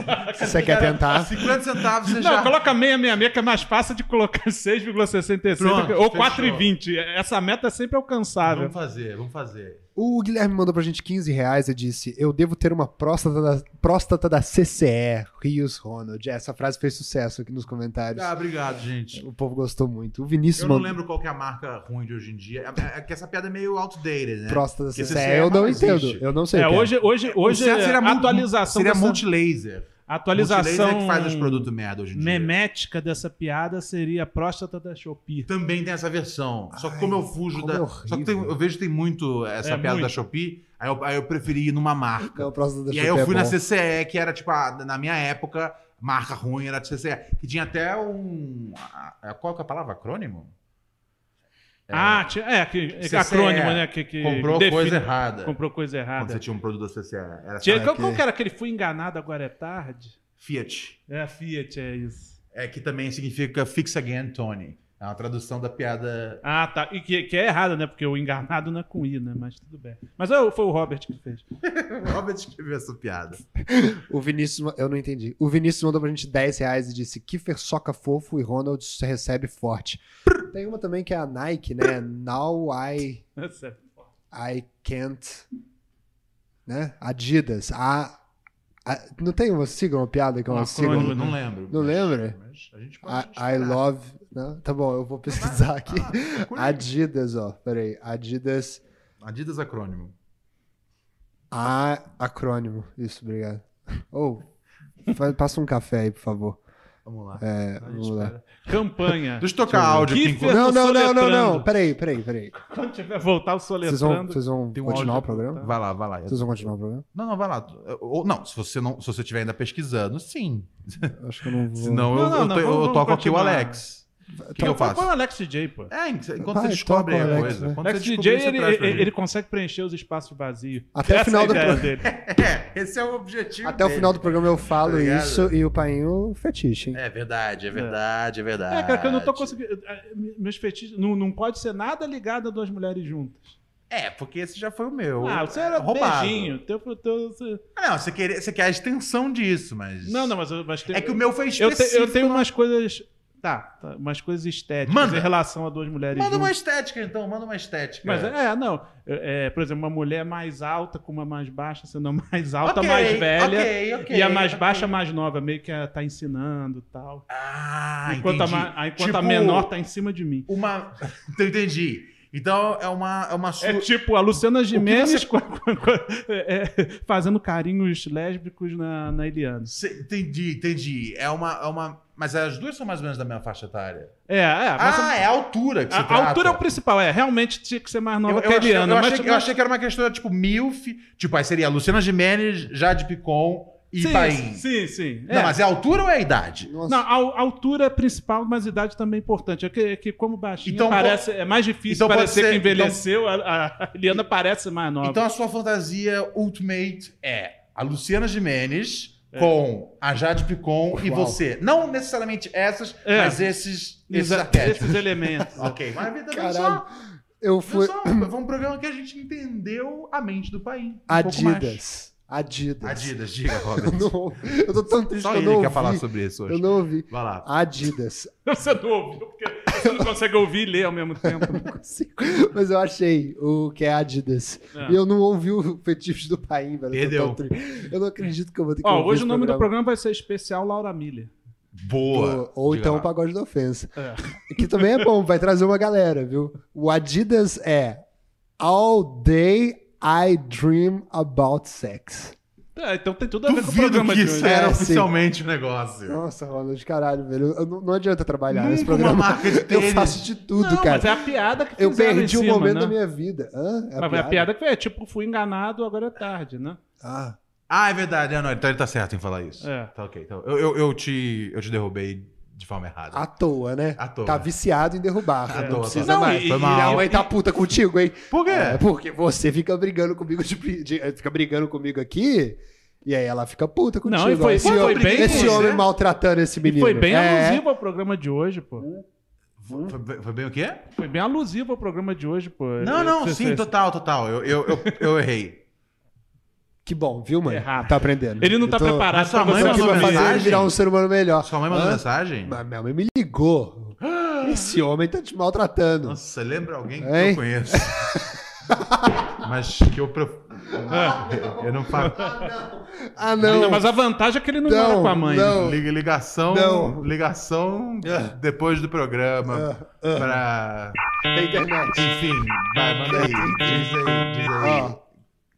E: tentar, se você quer tentar.
B: 50 centavos você
A: Não,
B: já.
A: coloca 666, que é mais fácil de colocar 6,66
B: Pronto,
A: ou
B: fechou.
A: 4,20. Essa meta é sempre alcançável.
B: Vamos fazer, vamos fazer.
E: O Guilherme mandou pra gente 15 reais e disse: Eu devo ter uma próstata da, próstata da CCE, Rios Ronald. Essa frase fez sucesso aqui nos comentários.
B: Ah, obrigado, gente.
E: O povo gostou muito. O Vinícius
B: Eu não
E: mandou
B: lembro qual que é a marca ruim de hoje em dia. É, é que essa piada é meio outdated, né?
E: próstata da
B: Porque
E: CCE.
B: CCE
E: eu não
B: não
E: entendo.
B: existe.
E: Eu não sei. o
A: É,
E: que
A: hoje, hoje, hoje
B: O certo
A: é
B: mu-
A: atualização
B: Seria
A: dessa-
B: multilaser.
A: atualização
B: Multilaser é que faz os produtos merda hoje em dia.
A: memética dessa piada seria a próstata da Shopee.
B: Também tem essa versão. Só que como eu fujo
E: como
B: da.
E: é horrível.
B: só que tem- eu vejo que tem muito essa
A: É,
B: piada da
A: muito.
B: Shopee. Aí eu, aí eu preferi ir numa marca.
E: Não, próstata da
B: e aí
E: CCE
B: eu
E: é
B: fui na
E: bom.
B: CCE, que era tipo, a- na minha época, marca ruim era de CCE. Que tinha até um. a- a- qual que é a palavra? Acrônimo?
A: Ah, tinha- é, que, é que
B: CCE,
A: acrônimo, né? Que, que
B: comprou
A: define-
B: coisa errada.
A: Comprou coisa
B: Quando você
A: errada.
B: tinha um produto da CCE. Era
A: Tinha,
B: essa-
A: qual, qual que era aquele fui enganado agora é tarde?
B: Fiat.
A: É a Fiat, é isso.
B: É que também significa Fix Again, Tony. É uma tradução da piada.
A: Ah, tá. E que, que é errada, né? Porque o enganado não é com I, né? Mas tudo bem. Mas ó, foi o Robert que fez.
B: O Robert escreveu essa piada.
E: O Vinícius, ma- eu não entendi. O Vinícius mandou pra gente 10 reais e disse: Kiefer soca fofo e Ronald se recebe forte. Tem uma também que é a Nike, né? Now I,
A: É sério.
E: I can't. Né? Adidas. A, Ah, Não tem uma sigla, uma piada que é uma sigla?
B: crônica, Não né? lembro,
E: Não
B: mas-
E: lembra?
B: a gente Ah,
E: I, I love. Não? Tá bom, eu vou pesquisar aqui.
B: tá,
E: Adidas, ó. Peraí. Adidas.
B: Adidas acrônimo.
E: A, acrônimo. Isso, obrigado. Ou. fa- passa um café aí, por favor.
B: Vamos lá.
E: É, vamos lá.
A: Campanha.
B: Deixa eu tocar áudio aqui
A: Kiefer
B: enquanto-
E: Não, não, não, não, não.
A: soletrando.
E: Peraí, peraí, peraí.
A: Quando tiver voltar o soletrando.
E: Vocês vão, vocês vão
B: Tem um
E: continuar
B: áudio
E: o programa?
B: Vai lá, vai lá.
E: Vocês vão continuar o programa?
B: Não, não, vai lá. Ou, não, se você não, se você estiver ainda pesquisando, sim.
E: Acho que eu não vou.
B: Senão eu,
A: Não, não,
B: eu,
A: não,
B: to- eu
A: vamos- vamos
B: toco aqui o
A: continuar.
B: Alex. O que,
A: Então,
B: eu faço?
A: Põe o Alex DJ, pô.
B: É, enquanto você descobre aí a
E: né?
B: coisa. Quando
A: Alex
B: você
A: DJ,
B: descobrir, você
A: ele,
B: traz pra
A: ele-
B: gente.
A: ele consegue preencher os espaços vazios. tipo
E: Até o
A: Essa
E: final
A: é a
E: do
A: ideia
E: pro-
A: dele.
B: Esse é o objetivo.
E: Até o final do programa eu falo
B: Obrigado.
E: isso e o painho fetiche, hein?
B: Tá É verdade, é verdade, é verdade.
A: É, cara, que eu não tô conseguindo. eh, Meus fetiches. Não, não pode ser nada ligado a duas mulheres juntas.
B: É, porque esse já foi o meu.
A: Ah, você era
B: roubado.
A: beijinho. Teu, teu, você-
B: Ah, Não, você quer, você quer a extensão disso, mas.
A: Não, não, mas, eu- mas tem-
B: É que o meu foi
A: eu, te-
B: específico. né?
A: eu tenho umas coisas. Tá, tá, umas coisas estéticas
B: Manda.
A: em relação a duas mulheres
B: Manda uma
A: juntas.
B: estética, então, manda uma estética.
A: Mas é, não. É, é, por exemplo, uma mulher mais alta com uma mais baixa, sendo a mais alta,
B: Ok,
A: mais velha.
B: ok, ok,
A: e a mais
B: ok.
A: baixa, mais nova, meio que ela tá ensinando e tal.
B: Ah,
A: enquanto a,
B: entendi.
A: ma- a- enquanto a
B: Tipo-
A: menor tá em cima de mim.
B: Uma. Então, entendi. Então é uma. É, uma su-
A: É tipo a Luciana Gimenez com- com- com- é, é, fazendo carinhos lésbicos na, na Eliana.
B: Cê- Entendi, entendi. É uma, é uma. Mas as duas são mais ou menos da mesma faixa etária.
A: É, é. mas
B: ah, é a altura que se
A: a, a
B: trata.
A: altura é o principal, é. Realmente tinha que ser mais
B: Eu,
A: nova
B: eu,
A: que a
B: achei,
A: Eliana.
B: eu,
A: mas-
B: achei, que- eu achei que era uma questão tipo MILF. Tipo, aí seria Luciana Gimenez, Jade Picon e
A: sim,
B: Paim.
A: Sim, sim.
B: Não, mas é a altura ou é a idade?
E: Nossa.
A: Não, a, a altura é principal, mas a idade também é importante. É que, é que como baixinha
B: Então
A: parece, é mais difícil
B: então pode
A: parecer
B: ser-
A: que envelheceu, a, a Eliana parece mais nova.
B: Então a sua fantasia ultimate é a Luciana Gimenez
A: É.
B: com a Jade Picon então, e
E: Uau.
B: você. Não necessariamente essas,
A: É.
B: mas esses, esses
A: Exa-
B: arquétipos.
A: esses elementos.
B: Ok, maravilha. Tá vendo
E: Caralho.
B: só?
E: Eu
B: Foi...
E: fui.
B: só? Foi um programa que a gente entendeu a mente do país. Um pouco mais.
E: Adidas. Adidas.
B: Adidas, diga,
E: Eu,
B: Robert.
E: não, eu tô tão triste
B: Só
E: que eu
B: ele
E: não
B: quer
E: ouvi.
B: falar sobre isso hoje.
E: Eu não ouvi.
B: Vai lá.
E: Adidas.
A: Você não ouviu, porque você não consegue ouvir e ler ao mesmo tempo.
E: Não consigo. Mas eu achei o que é Adidas.
A: É.
E: E eu não ouvi o fetiche do Paim, velho. Eu, tô tão
B: Perdeu.
E: triste. eu não acredito que eu vou ter que
A: Ó,
E: ouvir
A: hoje
E: esse
A: o nome do programa vai ser Especial Laura Miller.
B: Boa.
E: Ou
B: Diga
E: então
B: lá.
E: o Pagode da Ofensa.
A: É.
E: Que também é bom, vai trazer uma galera, viu? O Adidas é All Day I Dream About Sex.
A: É, então tem tudo a ver com o
B: Duvido
A: programa
B: que
A: de
B: isso
A: hoje.
B: era
E: É, sim.
B: oficialmente o negócio.
E: Nossa, Ronald, caralho, velho. Eu- Não, não adianta trabalhar
A: Hum,
E: nesse
B: Nunca uma
E: programa.
B: marca de
E: Eu
B: tênis.
E: faço de tudo,
A: não,
E: cara.
A: mas é a piada que
E: Eu
A: fizeram em
E: perdi um
A: cima,
E: momento
A: né?
E: da minha vida. Hã? É
A: Mas é a piada que é tipo, fui enganado, agora é tarde, né?
E: Ah,
B: Ah, é verdade. Ah, não, então ele tá certo em falar isso.
A: É.
B: Tá ok. Então, eu, eu, eu te, eu te derrubei de forma errada.
E: à toa, né?
B: À toa.
E: Tá viciado em derrubar.
B: À toa,
E: não
A: tá
E: precisa
B: Não,
E: mais.
B: Ah, e- é Foi mal.
E: Minha mãe tá puta contigo, hein?
B: Por quê?
E: É, porque você fica brigando comigo de, de- eh, fica brigando comigo aqui. E aí ela fica puta contigo.
A: Não, e foi-
E: ó, esse
A: foi
E: homem,
A: bem-
E: esse
A: foi,
E: homem
B: né?
E: maltratando esse
A: E
E: menino.
A: foi bem
E: é.
A: alusivo ao programa de hoje, pô.
B: Foi, foi- foi bem o quê?
A: Foi bem alusivo ao programa de hoje, pô.
B: Não, não,
A: Esse-
B: sim,
A: esse-
B: total, total. Eu, eu, eu, eu errei.
E: Que bom, viu, mãe?
A: Errado.
E: Tá aprendendo.
A: Ele não tá
E: Eu tô-
A: preparado
B: Mas sua
A: pra
B: mãe
A: você
E: Isso aqui
B: mandou
E: vai
A: assumir.
E: fazer ele
B: mensagem?
E: virar um ser humano melhor.
B: Sua mãe mandou
E: Hã?
B: mensagem?
E: Mas minha mãe me ligou. Esse homem tá te maltratando.
B: Nossa, lembra alguém que
E: Hein?
B: eu conheço. Mas que eu. Pro... Eu não faço.
E: Ah, não.
A: Mas a vantagem é que ele não,
E: Não,
A: mora com a mãe.
E: não.
A: né?
B: Liga- Ligação.
E: Não. É.
B: Ligação depois do programa. Pra.
E: Da internet.
B: Enfim, vai, manda aí. Diz aí, diz aí. O
E: Ó,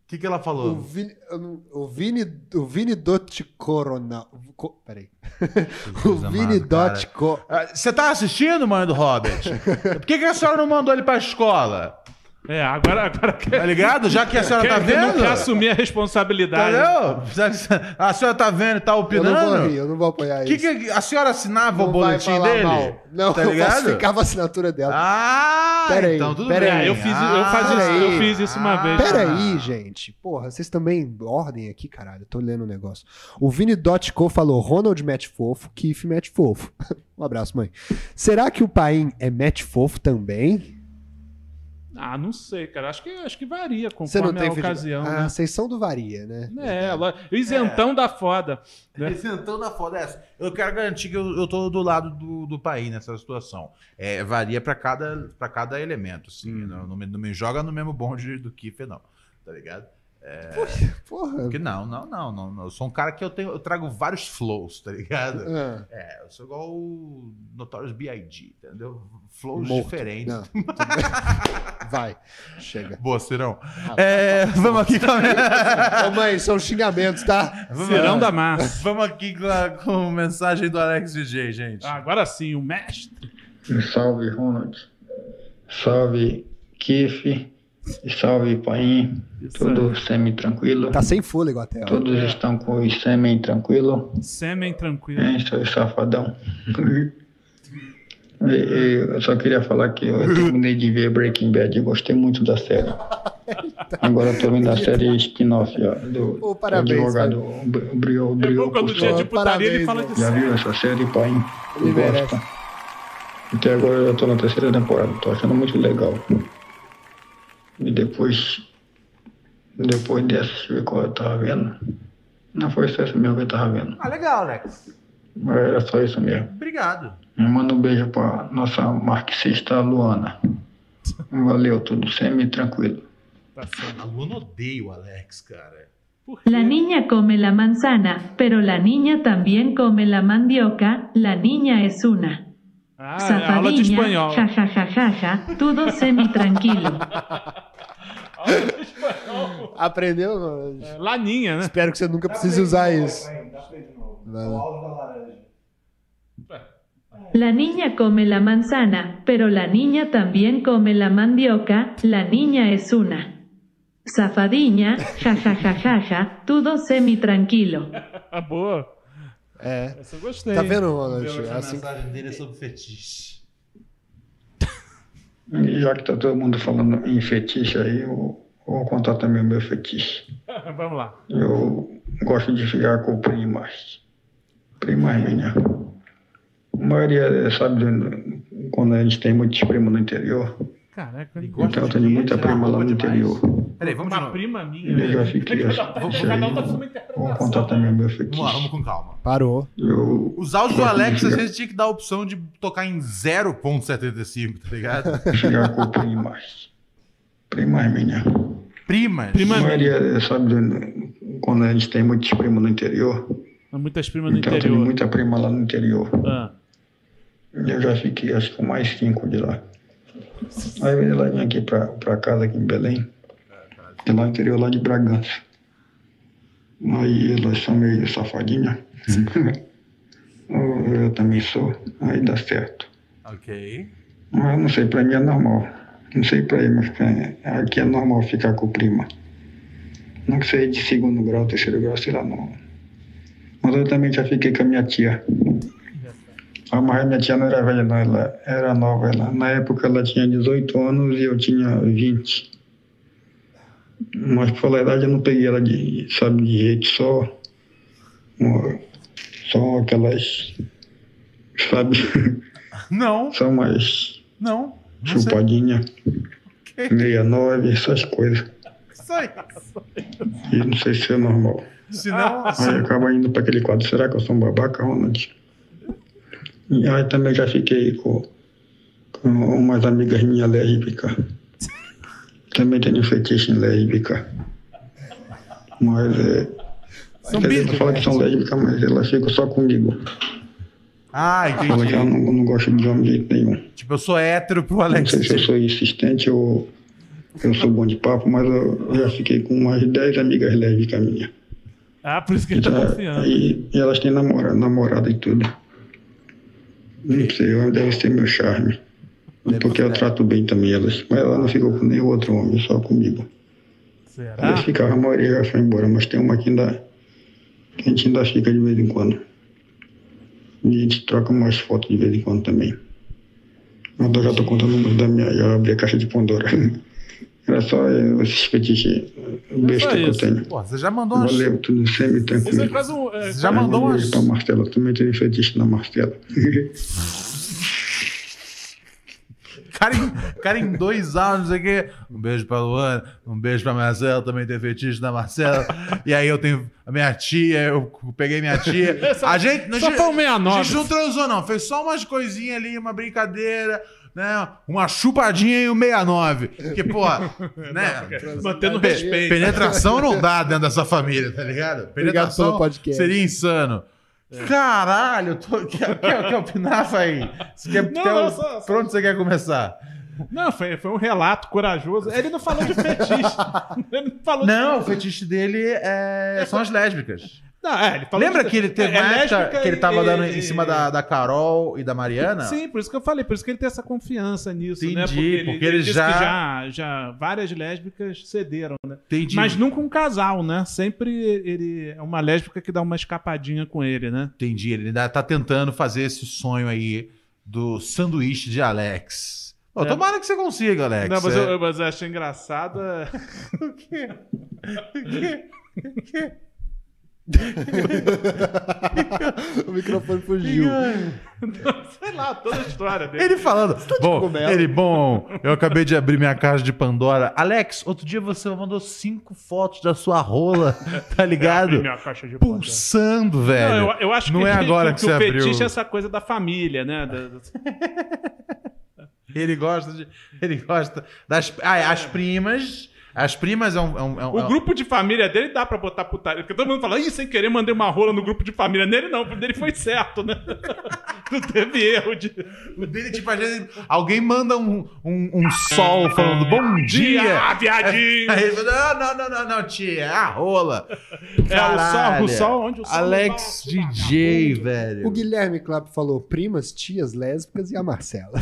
B: que, que ela
E: o
B: falou?
E: Vini, eu não- o Vini, o Vini Dot Corona. Co, peraí. O
B: Deus
E: Vini
B: amado, cara.
E: Dot Co.
B: Ah, Você tá assistindo, mãe do Robert? Por que, que a senhora não mandou ele pra escola?
A: É, agora, agora que,
B: Tá ligado? Já que a senhora
A: que-
B: tá
A: que não
B: vendo.
A: quer assumir a responsabilidade.
B: Entendeu? A senhora tá vendo e tá
E: Eu
B: opinando?
E: não vou rir, eu não vou apoiar
B: que,
E: isso.
B: que a senhora assinava o
E: não vai
B: boletim
E: falar
B: dele?
E: mal. Não,
B: tá
E: eu
B: ligado?
E: falsificava a assinatura dela.
B: Ah,
E: Pera
B: então
E: aí,
B: tudo
E: pera
B: bem.
E: aí. Ah,
A: É, eu fiz- eu fazia
E: isso- eu
A: fiz isso uma vez.
E: Peraí, Ah, gente. Porra, vocês também. Ordem aqui, caralho. Eu tô lendo o negócio. O Vini Dot Co falou: Ronald mete fofo, Kiff mete fofo. um abraço, mãe. Será que o Paim é mete fofo também?
A: Ah, não sei, cara. Acho que, acho que varia conforme
E: Você não tem
A: a
E: feedback?
A: ocasião,
E: Ah, vocês são do Varia, né?
A: né? É, lo- isentão da foda. né?
B: Representando na foda é essa. Eu quero garantir que eu, eu tô do lado do, do país nessa situação. É, varia pra
A: Uhum.
B: cada, pra cada elemento, assim. Não, não me, não me joga no mesmo bonde do Kiffer, não. Tá ligado? É,
E: Porra.
B: que não, não, não, não, não. Eu sou um cara que eu tenho, eu trago vários flows, tá ligado?
E: Ah.
B: É, eu sou igual o Notorious B.I.G., entendeu? Flows
E: Morto.
B: diferentes.
E: Não, tudo bem. Vai, chega.
B: Boa, Cirão. É, vamos aqui com...
E: Ô, mãe, são xingamentos, tá?
A: Cirão da massa.
B: Vamos aqui com- com mensagem do Alex DJ, gente.
A: Ah, Agora sim, o mestre.
L: Salve, Ronald. Salve, Kiff. E salve, Paim. Todos semi tranquilo.
E: Tá sem fôlego até. ó.
L: Todos
B: É.
L: estão com o sêmen tranquilo.
A: Sêmen tranquilo.
L: Hein, seu safadão. E- e Eu só queria falar que eu terminei de ver Breaking Bad e gostei muito da série. Agora eu tô vendo a série spin-off ó, do,
E: Ô,
L: do
E: parabéns,
L: advogado Bri- Brio, Brio.
A: É quando tinha de
E: Ô,
A: putaria, ele
E: parabéns, né?
A: fala de
L: Já
A: sêmen.
L: viu essa série, pai?
E: Ele
L: Eu gosto. Até agora eu já tô na terceira temporada, tô achando muito legal. E depois. Depois dessa, deixa eu ver qual eu tava vendo. Não foi só essa mesmo que eu tava vendo.
B: Ah, legal, Alex.
L: Mas era só isso mesmo.
B: Obrigado.
L: Manda um beijo pra nossa marxista Luana. Valeu, tudo semi-tranquilo.
B: Tá A Luana odeia o Alex, cara.
M: La niña come la manzana, pero la niña también come la mandioca, la niña es una.
K: é
A: Ah, aula de espanhol.
M: ja ja ja ja ja, tudo semi tranquilo.
E: Aprendeu? Ronald?
B: É,
A: Laninha, né?
E: Espero que você nunca precise usar isso. Vai lá.
M: La niña come la manzana, pero la niña también come la mandioca, la niña es una. Zafadiña, ja ja ja ja ja, tudo semi tranquilo.
A: Ah, boa.
E: É.
A: Essa eu gostei.
E: Tá vendo,
B: Pelo
E: Ronald?
B: que a
E: Assim-
B: mensagem dele é sobre fetiche.
L: E já que tá todo mundo falando em fetiche aí, eu vou contar também o meu fetiche.
A: Vamos lá.
L: Eu gosto de ficar com primas. Primas minhas. A maioria, eh, sabe, do- quando a gente tem muitos primos no interior.
A: Caraca,
L: Então eu tenho
B: é
L: muita prima lá no interior.
B: Peraí, vamos
A: Uma prima minha.
L: Eu já fiquei assim.
A: Cada um tá- cada um tá com uma interpretação.
L: Vou contar também o meu fetiche.
B: Vamos lá, Ah, vamos com calma.
E: Parou.
L: Eu
B: Os áudios do
L: gosto de
B: Alex, às
L: ficar-
B: vezes, tinha que dar a opção de tocar em 0.75, tá ligado?
L: Ficar com primas. Primas minhas.
B: Primas?
A: é
L: A maioria, eh, sabe, do- quando a gente tem muitos primos no interior.
A: Há Muitas primas no
L: Então eu tenho
A: interior.
L: muita prima lá no interior.
A: Ah.
L: Eu já fiquei, acho que com mais cinco de lá. Aí ela vinha aqui pra, pra casa, aqui em Belém. É lá no interior, lá de Bragança. Aí elas são meio safadinhas. eu, eu também sou. Aí dá certo.
B: ok.
L: Mas eu não sei, pra mim é normal. Não sei pra aí, mas pra, aqui é normal ficar com prima. Não que seja de segundo grau, terceiro grau, sei lá, não. Mas eu também já fiquei com a minha tia. Ah, mas a minha tia não era velha, não, ela era nova. Ela, na época ela tinha 18 anos e eu tinha 20. Mas por falar a idade eu não peguei ela de, sabe, de jeito só. uma- Só aquelas. Sabe?
B: Não.
L: Só umas
B: Não.
L: chupadinha, meia nove, essas coisas.
B: Isso aí.
L: E não sei se é normal.
B: Se não,
L: Aí acaba indo para aquele quadro, será que eu sou um babaca, Ronald? E aí também já fiquei com, com umas amigas minhas lésbicas. Também tenho um fetiche em lésbica. Mas é.
B: São né?
L: quer dizer, não
B: bichos,
L: fala que são lésbicas, mas elas ficam só comigo.
B: Ah,
L: Fala que
B: entendi.
L: ela não, não gosta de homem de jeito nenhum.
B: Tipo, eu sou hétero pro Alex.
L: Não sei se eu sou é insistente ou eu sou bom de papo, mas eu já fiquei com umas 10 amigas lésbicas minhas. Então,
A: Ah, por isso que ele tá confiando.
L: E, e elas têm namorada, namorada e tudo. Não sei, eu- deve ser meu charme. Porque eu trato bem também elas. Mas ela não ficou com nenhum outro homem, só comigo.
A: Será?
L: Elas ficavam, a maioria já foi embora, mas tem uma que ainda. que a gente ainda fica de vez em quando. E a gente troca umas fotos de vez em quando também. Mas eu já tô contando muito da minha. Já abri a caixa de Pandora. Era só eh, esses
A: É
L: fetiches
B: Um
L: besta que eu
B: É
L: tenho.
B: Pô, você já mandou umas...
L: Valeu, tudo sempre
A: Isso é
L: tranquilo.
A: quase um. é,
B: Você já mandou
L: Um
B: umas...
L: beijo pra Marcela, eu também tenho fetiche na Marcela.
B: Cara em, cara em dois áudios aqui. Um beijo pra Luana, um beijo pra Marcela, também tem fetiche da Marcela. E aí eu tenho a minha tia, eu peguei minha tia.
A: Só-
B: A gente,
A: só foi um 69.
B: A gente não transou, não. Fez só umas coisinhas ali, uma brincadeira. né? né, uma chupadinha e um 69. Que, pô, né?
A: Mantendo
B: pe-
A: respeito.
B: Penetração não dá dentro dessa família, tá ligado? Penetração
E: pelo podcast.
B: seria insano. Caralho, tô... quer, quer, quer opinar, Faí? Você quer-
A: Não,
B: quer-
A: não, só-
B: Por onde você quer começar?
A: Não, foi, foi um relato corajoso. Ele não falou de fetiche. ele não falou
B: Não, o
A: de
B: fetiche dele é... são as lésbicas.
A: Não, é, ele falou
B: Lembra
A: de-
B: que ele teve
A: é, é
B: uma época
A: lésbica
B: que ele tava
A: e-
B: dando
A: e-
B: em cima da, da Carol e da Mariana?
A: Sim, por isso que eu falei, por isso que ele tem essa confiança nisso, né?
B: Entendi, porque ele
A: disse
B: já-
A: que já já várias lésbicas cederam, né?
B: Entendi.
A: Mas nunca um casal, né? Sempre ele é uma lésbica que dá uma escapadinha com ele, né?
B: Entendi, ele ainda tá tentando fazer esse sonho aí do sanduíche de Alex. Pô,
A: É.
B: Tomara que você consiga, Alex.
A: Não, mas,
B: É-
A: eu, eu- mas eu achei é- engraçada. o quê? O quê?
E: o microfone fugiu.
A: Sei lá, toda a história dele.
B: É. Ele falando. Bom, ele, bom, eu acabei de abrir minha caixa de Pandora. Alex, outro dia você mandou cinco fotos da sua rola, tá ligado?
A: minha caixa de
B: Pulsando, velho.
A: Não, eu, eu acho
B: Não
A: que,
B: é agora que,
A: o
B: você abriu.
A: fetiche é essa coisa da família, né? Da- da- é
B: Ele gosta de. Ele gosta das. Ah, as primas. As primas é um. é um- é um- é
A: O
B: um-
A: grupo de família dele dá pra botar putaria. Porque todo mundo fala, ih, sem querer mandei uma rola no grupo de família. Nele não, o dele foi certo, né? Não teve erro de.
B: O dele, tipo, às vezes alguém manda um, um, um sol falando bom dia.
A: Ah, viadinho!
B: Aí ele fala, não, não, não, não, não, tia, é a rola.
A: É,
B: Caralho.
A: o sol, o sol, onde tá. o sol.
B: Alex DJ, velho.
E: O Guilherme Clapp falou primas, tias lésbicas e a Marcela.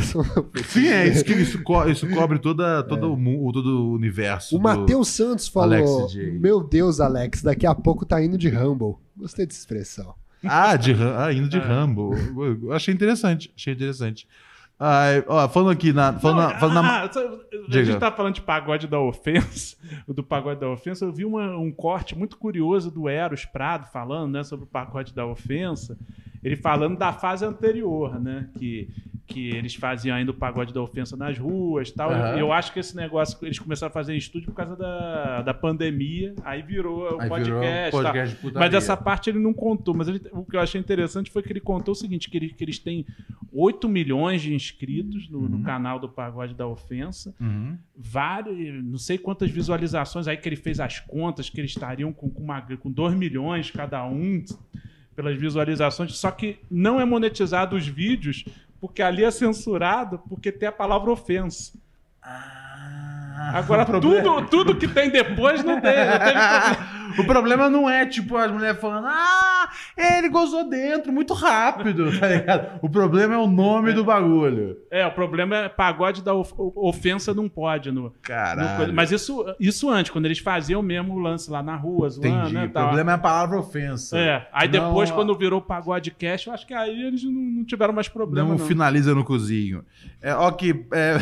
B: Sim, é isso que isso, co- isso cobre toda, todo, o mu- o, todo o universo.
E: O
B: do-
E: Matheus Santos falou:
B: Alex J.
E: Meu Deus, Alex, daqui a pouco tá indo de Rumble. Gostei dessa expressão.
B: Ah, de, Ra- ah, indo de Rambo. Eu- eu Achei interessante, achei interessante. Ai, ó, falando aqui na. Falando na, falando na-
A: Ah, só- a
B: Diga.
A: gente tá falando de pagode da ofensa, o do pagode da ofensa. Eu vi uma- um corte muito curioso do Eros Prado falando, né, sobre o pagode da ofensa. Ele falando da fase anterior, né, que que eles faziam ainda o pagode da ofensa nas ruas, tal.
B: Aham.
A: Eu, eu acho que esse negócio que eles começaram a fazer em estúdio por causa da, da pandemia, aí virou o um
B: Aí virou um
A: podcast.
B: podcast
A: tal.
B: de putaria.
A: mas essa parte ele não contou, mas ele- o que eu achei interessante foi que ele contou o seguinte, que, ele- que eles têm 8 milhões de inscritos no, no canal do Pagode da Ofensa,
B: Uhum.
A: vários, não sei quantas visualizações, aí que ele fez as contas, que eles estariam com, com, uma, com 2 milhões cada um pelas visualizações, só que não é monetizado os vídeos, porque ali é censurado, porque tem a palavra ofensa.
B: Ah,
A: Agora, tudo, tudo que tem depois não tem. Não teve problema.
B: O problema não é, tipo, as mulheres falando, ah, ele gozou dentro muito rápido, tá ligado? O problema é o nome do bagulho.
A: É, o problema é pagode da of- ofensa não pode. No,
B: Caralho.
A: no coisa. mas isso, isso antes, quando eles faziam mesmo o lance lá na rua, zoando,
B: Entendi.
A: né,
B: o
A: tal.
B: problema é a palavra ofensa.
A: É, aí depois,
B: Não-
A: quando virou pagode cash, eu acho que aí eles não, não tiveram mais problema.
B: Não,
A: não.
B: finaliza no cozinho. um É, ó que... É...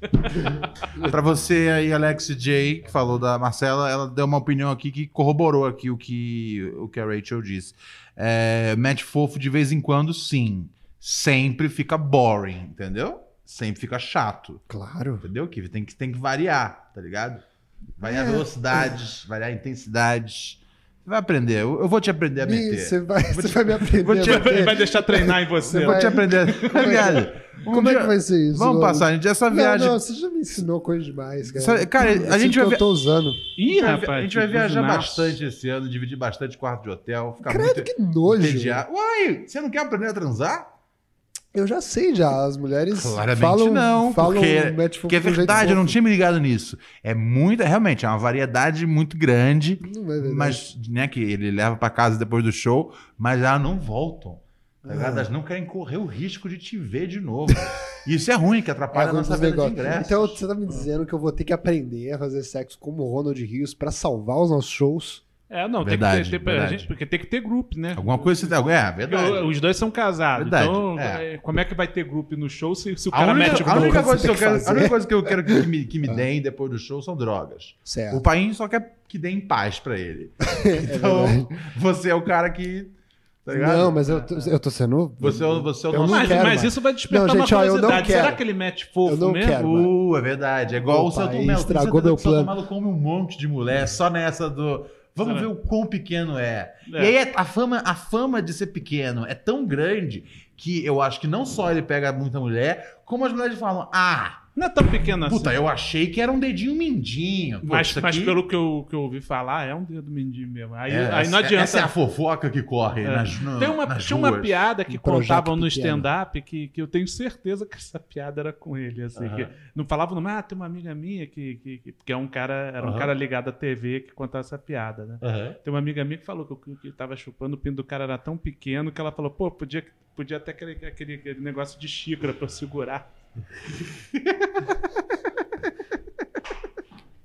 B: pra você aí, Alex J, que falou da Marcela, ela deu uma opinião aqui que corroborou aqui o que, o que a Rachel disse. É, match fofo de vez em quando, sim. Sempre fica boring, entendeu? Sempre fica chato.
E: Claro.
B: Entendeu, Kiff? Tem que, tem que variar, tá ligado? Variar
E: É.
B: velocidades, variar intensidades. Você vai aprender. Eu, eu vou te aprender a meter.
E: Ih, Você vai, você vai me aprender.
B: vou te-
E: a meter.
A: Ele vai deixar treinar em você.
B: eu vou te aprender. Tá ligado? Um
E: Como é
B: dia-
E: que vai ser isso?
B: Vamos
E: Lobo?
B: passar, gente. Essa viagem.
E: Não, não, você já me ensinou coisa demais, cara.
B: Sabe, cara, a
E: Sinto
B: gente
E: que
B: vai
E: Eu
B: ver-
E: tô usando.
A: Ih,
B: a gente vai-
A: rapaz.
B: a gente vai
A: que
B: viajar
A: buzinaço.
B: bastante esse ano, dividir bastante quarto de hotel, ficar
E: Credo,
B: muito
E: que nojo.
B: entediado. Uai, você não quer aprender a transar?
E: Eu já sei já, as mulheres
B: Claramente
E: falam,
B: não,
E: falam
B: porque,
E: match fofo
B: porque é
E: de um jeito
B: verdade, eu não
E: fofo.
B: tinha me ligado nisso. É muita, realmente, é uma variedade muito grande,
E: Não é verdade.
B: mas né, que ele leva pra casa depois do show, mas elas não voltam. tá ligado? Elas não querem correr o risco de te ver de novo. Isso é ruim, que
E: É
B: atrapalha a
E: ruim
B: nossa
E: pros
B: venda de
E: negócios.
B: ingresso.
E: Então você tá me dizendo que eu vou ter que aprender a fazer sexo como o Ronald Rios pra salvar os nossos shows?
A: É, não, tem
B: Verdade,
A: que ter, tem-
B: verdade.
A: gente, porque tem que ter grupo, né?
B: Alguma coisa você tem. É,
A: Porque
B: verdade.
A: Os dois são casados,
B: Verdade,
A: então
B: é.
A: é, como é que vai ter grupo no show se, se o
B: A
A: cara
B: única,
A: mete o
B: a
A: grupo?
B: única
E: você
B: coisa que
E: tem
B: eu
E: que
B: quero, a
E: fazer. Ah.
B: única coisa que eu quero que me, que me deem depois do show são drogas.
E: Certo.
B: O Paim só quer que deem paz pra ele. Então, você é o cara que. Tá ligado?
E: não, mas eu tô, eu tô sendo.
B: Você é o, você é o
E: Eu
B: nosso.
E: não
A: Mas,
E: quero
A: mas
E: mais.
A: isso vai despertar
E: Não, gente,
A: uma
E: ó, eu não
A: curiosidade. Será
E: quero.
A: que ele mete fofo
E: Eu não
A: mesmo?
E: quero.
B: Uh, é verdade. É igual
E: Opa,
B: o Celto
E: aí
B: Melo.
E: estragou
B: Tem certeza
E: meu
B: que o Celto
E: plano.
B: Melo come um monte de mulher só nessa do. Vamos ver o quão pequeno é. E aí a- a fama, a fama de ser pequeno é tão grande que eu acho que não só ele pega muita mulher, como as mulheres falam: ah.
A: Não é tão pequeno assim.
B: Puta, eu achei que era um dedinho mindinho. Pô,
A: Mas,
B: isso
A: mas
B: aqui-
A: pelo que eu, que eu ouvi falar, é um dedo mindinho mesmo. Aí,
B: É,
A: aí não
B: essa-
A: adianta.
B: Essa é a fofoca que corre
A: É.
B: nas, no,
A: Tem uma,
B: nas
A: tinha uma
B: ruas.
A: piada que
B: Um projeto
A: contavam no
B: pequeno.
A: stand-up que, que eu tenho certeza que essa piada era com ele. Assim,
B: Aham.
A: que não falava o nome, ah, tem uma amiga minha que. que, que porque é um cara, era um
B: Aham.
A: cara ligado à TV que contava essa piada, né?
B: Aham.
A: Tem uma amiga minha que falou que, o- que tava chupando o pino do cara era tão pequeno que ela falou, pô, podia, podia até aquele, aquele, aquele negócio de xícara pra eu segurar.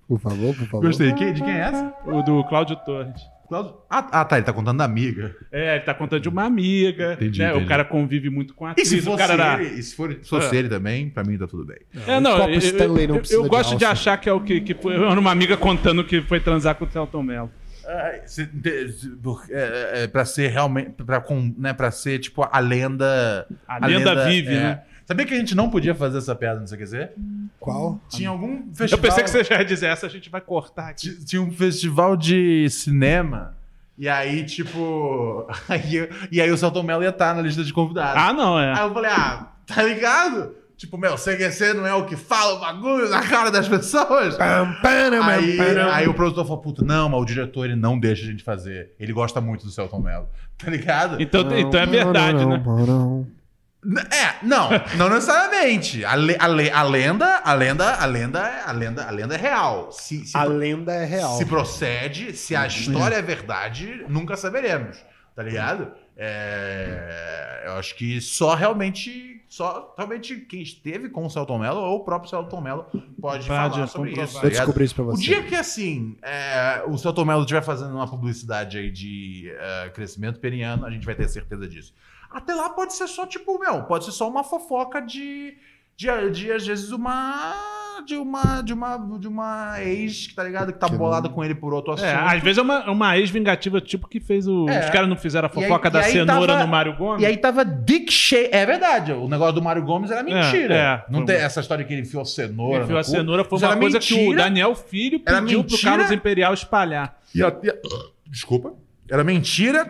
E: Por favor, por favor.
B: Gostei. Quem- de quem é essa?
A: O do Cláudio Torres.
B: Cláudio- Ah, ah, tá, ele tá contando da amiga.
A: É, ele tá contando de uma amiga.
B: Entendi,
A: né?
B: entendi.
A: O cara convive muito com a
B: E
A: atriz.
B: se
A: o
B: fosse
A: cara era-
B: ele, e se for, se fosse
A: Ah.
B: ele também, pra mim tá tudo bem.
A: É, não, eu, eu- eu- eu gosto de,
B: achar.
A: achar que é o que, que foi era uma amiga contando que foi transar com o Celton Mello.
B: Ai, se- de- se- por- é, é, é, pra ser realmente. Pra, com- né, pra ser tipo a lenda. é.
A: A lenda vive, né?
B: Sabia que a gente não podia fazer essa piada no CQZ?
E: Qual?
B: Tinha algum
A: Eu
B: festival.
A: pensei que você já ia dizer essa, a gente vai cortar aqui.
B: Tinha um festival de cinema. E aí, tipo. Aí, eu- e aí o Celton Mello ia estar na lista de convidados.
A: Ah, não, é.
B: Aí eu falei, ah, tá ligado? Tipo, meu, CQC não é o que fala o bagulho na cara das pessoas? aí, aí o produtor falou, puta, não, mas o diretor ele não deixa a gente fazer. Ele gosta muito do Celton Mello. Tá ligado?
A: Então- então é verdade, né?
B: É, não, não necessariamente. A, le- a le- a lenda, a lenda, a lenda, a lenda, a lenda é real. Se- se
E: A
B: pro-
E: lenda é real.
B: Se procede, se a história é verdade, nunca saberemos, tá ligado? É, eu acho que só realmente, só realmente quem esteve com o Celton Mello ou o próprio Celton Mello pode
E: Pode
B: falar sobre
E: comprovar.
B: isso. tá
E: Vou
B: ligado?
E: descobrir isso pra
B: O
E: você.
B: dia que assim, é, o Celton Mello estiver fazendo uma publicidade aí de é, crescimento periano, a gente vai ter certeza disso. Até lá pode ser só, tipo, meu, pode ser só uma fofoca de. de, de às vezes, uma. De uma. De uma. De uma ex, que tá ligado? Que tá bolada com ele por outro assunto.
A: É, às vezes é uma, é uma ex-vingativa, tipo que fez o.
B: É.
A: Os caras não fizeram a
B: E aí-
A: fofoca
B: e
A: da
B: aí
A: cenoura
B: tava-
A: no Mário Gomes.
B: E aí tava Dick Shea. É verdade, o negócio do Mário Gomes era mentira.
A: é.
B: Não
A: Foi
B: tem
A: uma-
B: essa história que ele enfiou a cenoura.
A: Enfiou
B: no
A: a
B: cu.
A: cenoura foi
B: Isso
A: uma
B: era
A: coisa que o
B: mentira.
A: Daniel Filho
B: Era
A: pediu pro
B: mentira.
A: Carlos Imperial espalhar.
B: E a- e a- Desculpa. Era mentira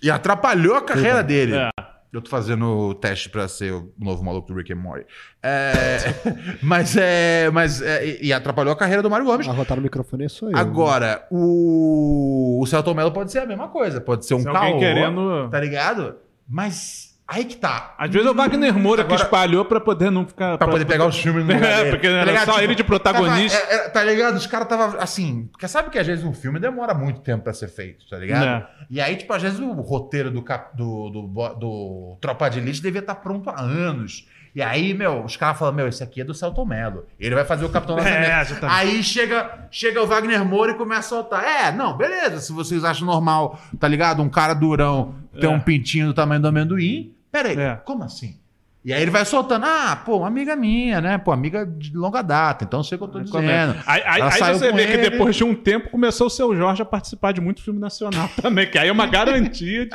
B: e atrapalhou a carreira dele.
A: É.
B: Eu tô fazendo o teste pra ser o novo maluco do Rick and Morty. É, mas é. Mas é, e- e atrapalhou a carreira do Mário Gomes.
E: Arrotar Ah, o microfone é sou eu.
B: Agora, o, o Celton Mello pode ser a mesma coisa. Pode ser um
A: Se alguém
B: caô,
A: querendo-
B: tá ligado? Mas aí que tá.
A: Às vezes é o Wagner Moura que
B: Agora-
A: espalhou pra poder não ficar.
B: Pra poder pegar os filmes no lugar
A: É,
B: dele.
A: porque
B: Tá
A: era
B: ligado?
A: só
B: Tipo,
A: ele de protagonista.
B: tava- é, é, tá ligado? Os caras tava assim. Porque sabe que às vezes um filme demora muito tempo pra ser feito, tá ligado?
A: Né.
B: E aí, tipo, às vezes o roteiro do, cap- do, do, bo- do Tropa de Elite devia estar pronto há anos. E aí, meu, os caras falam, meu, esse aqui é do Celton Mello. Ele vai fazer o Capitão
A: É,
B: Nascimento.
A: exatamente.
B: aí chega, chega o Wagner Moura e começa a soltar. É, não, beleza. Se vocês acham normal, tá ligado? Um cara durão ter
A: É.
B: um pintinho do tamanho do amendoim. Pera aí, como assim? E aí ele vai soltando, ah, pô, uma amiga minha, né? Pô, amiga de longa data, então eu sei o que eu tô dizendo.
A: Aí, aí-
B: Ela
A: aí
B: saiu
A: você
B: com
A: vê que
B: ele.
A: depois de um tempo começou o seu Jorge a participar de muito filme nacional também, que aí é uma garantia de.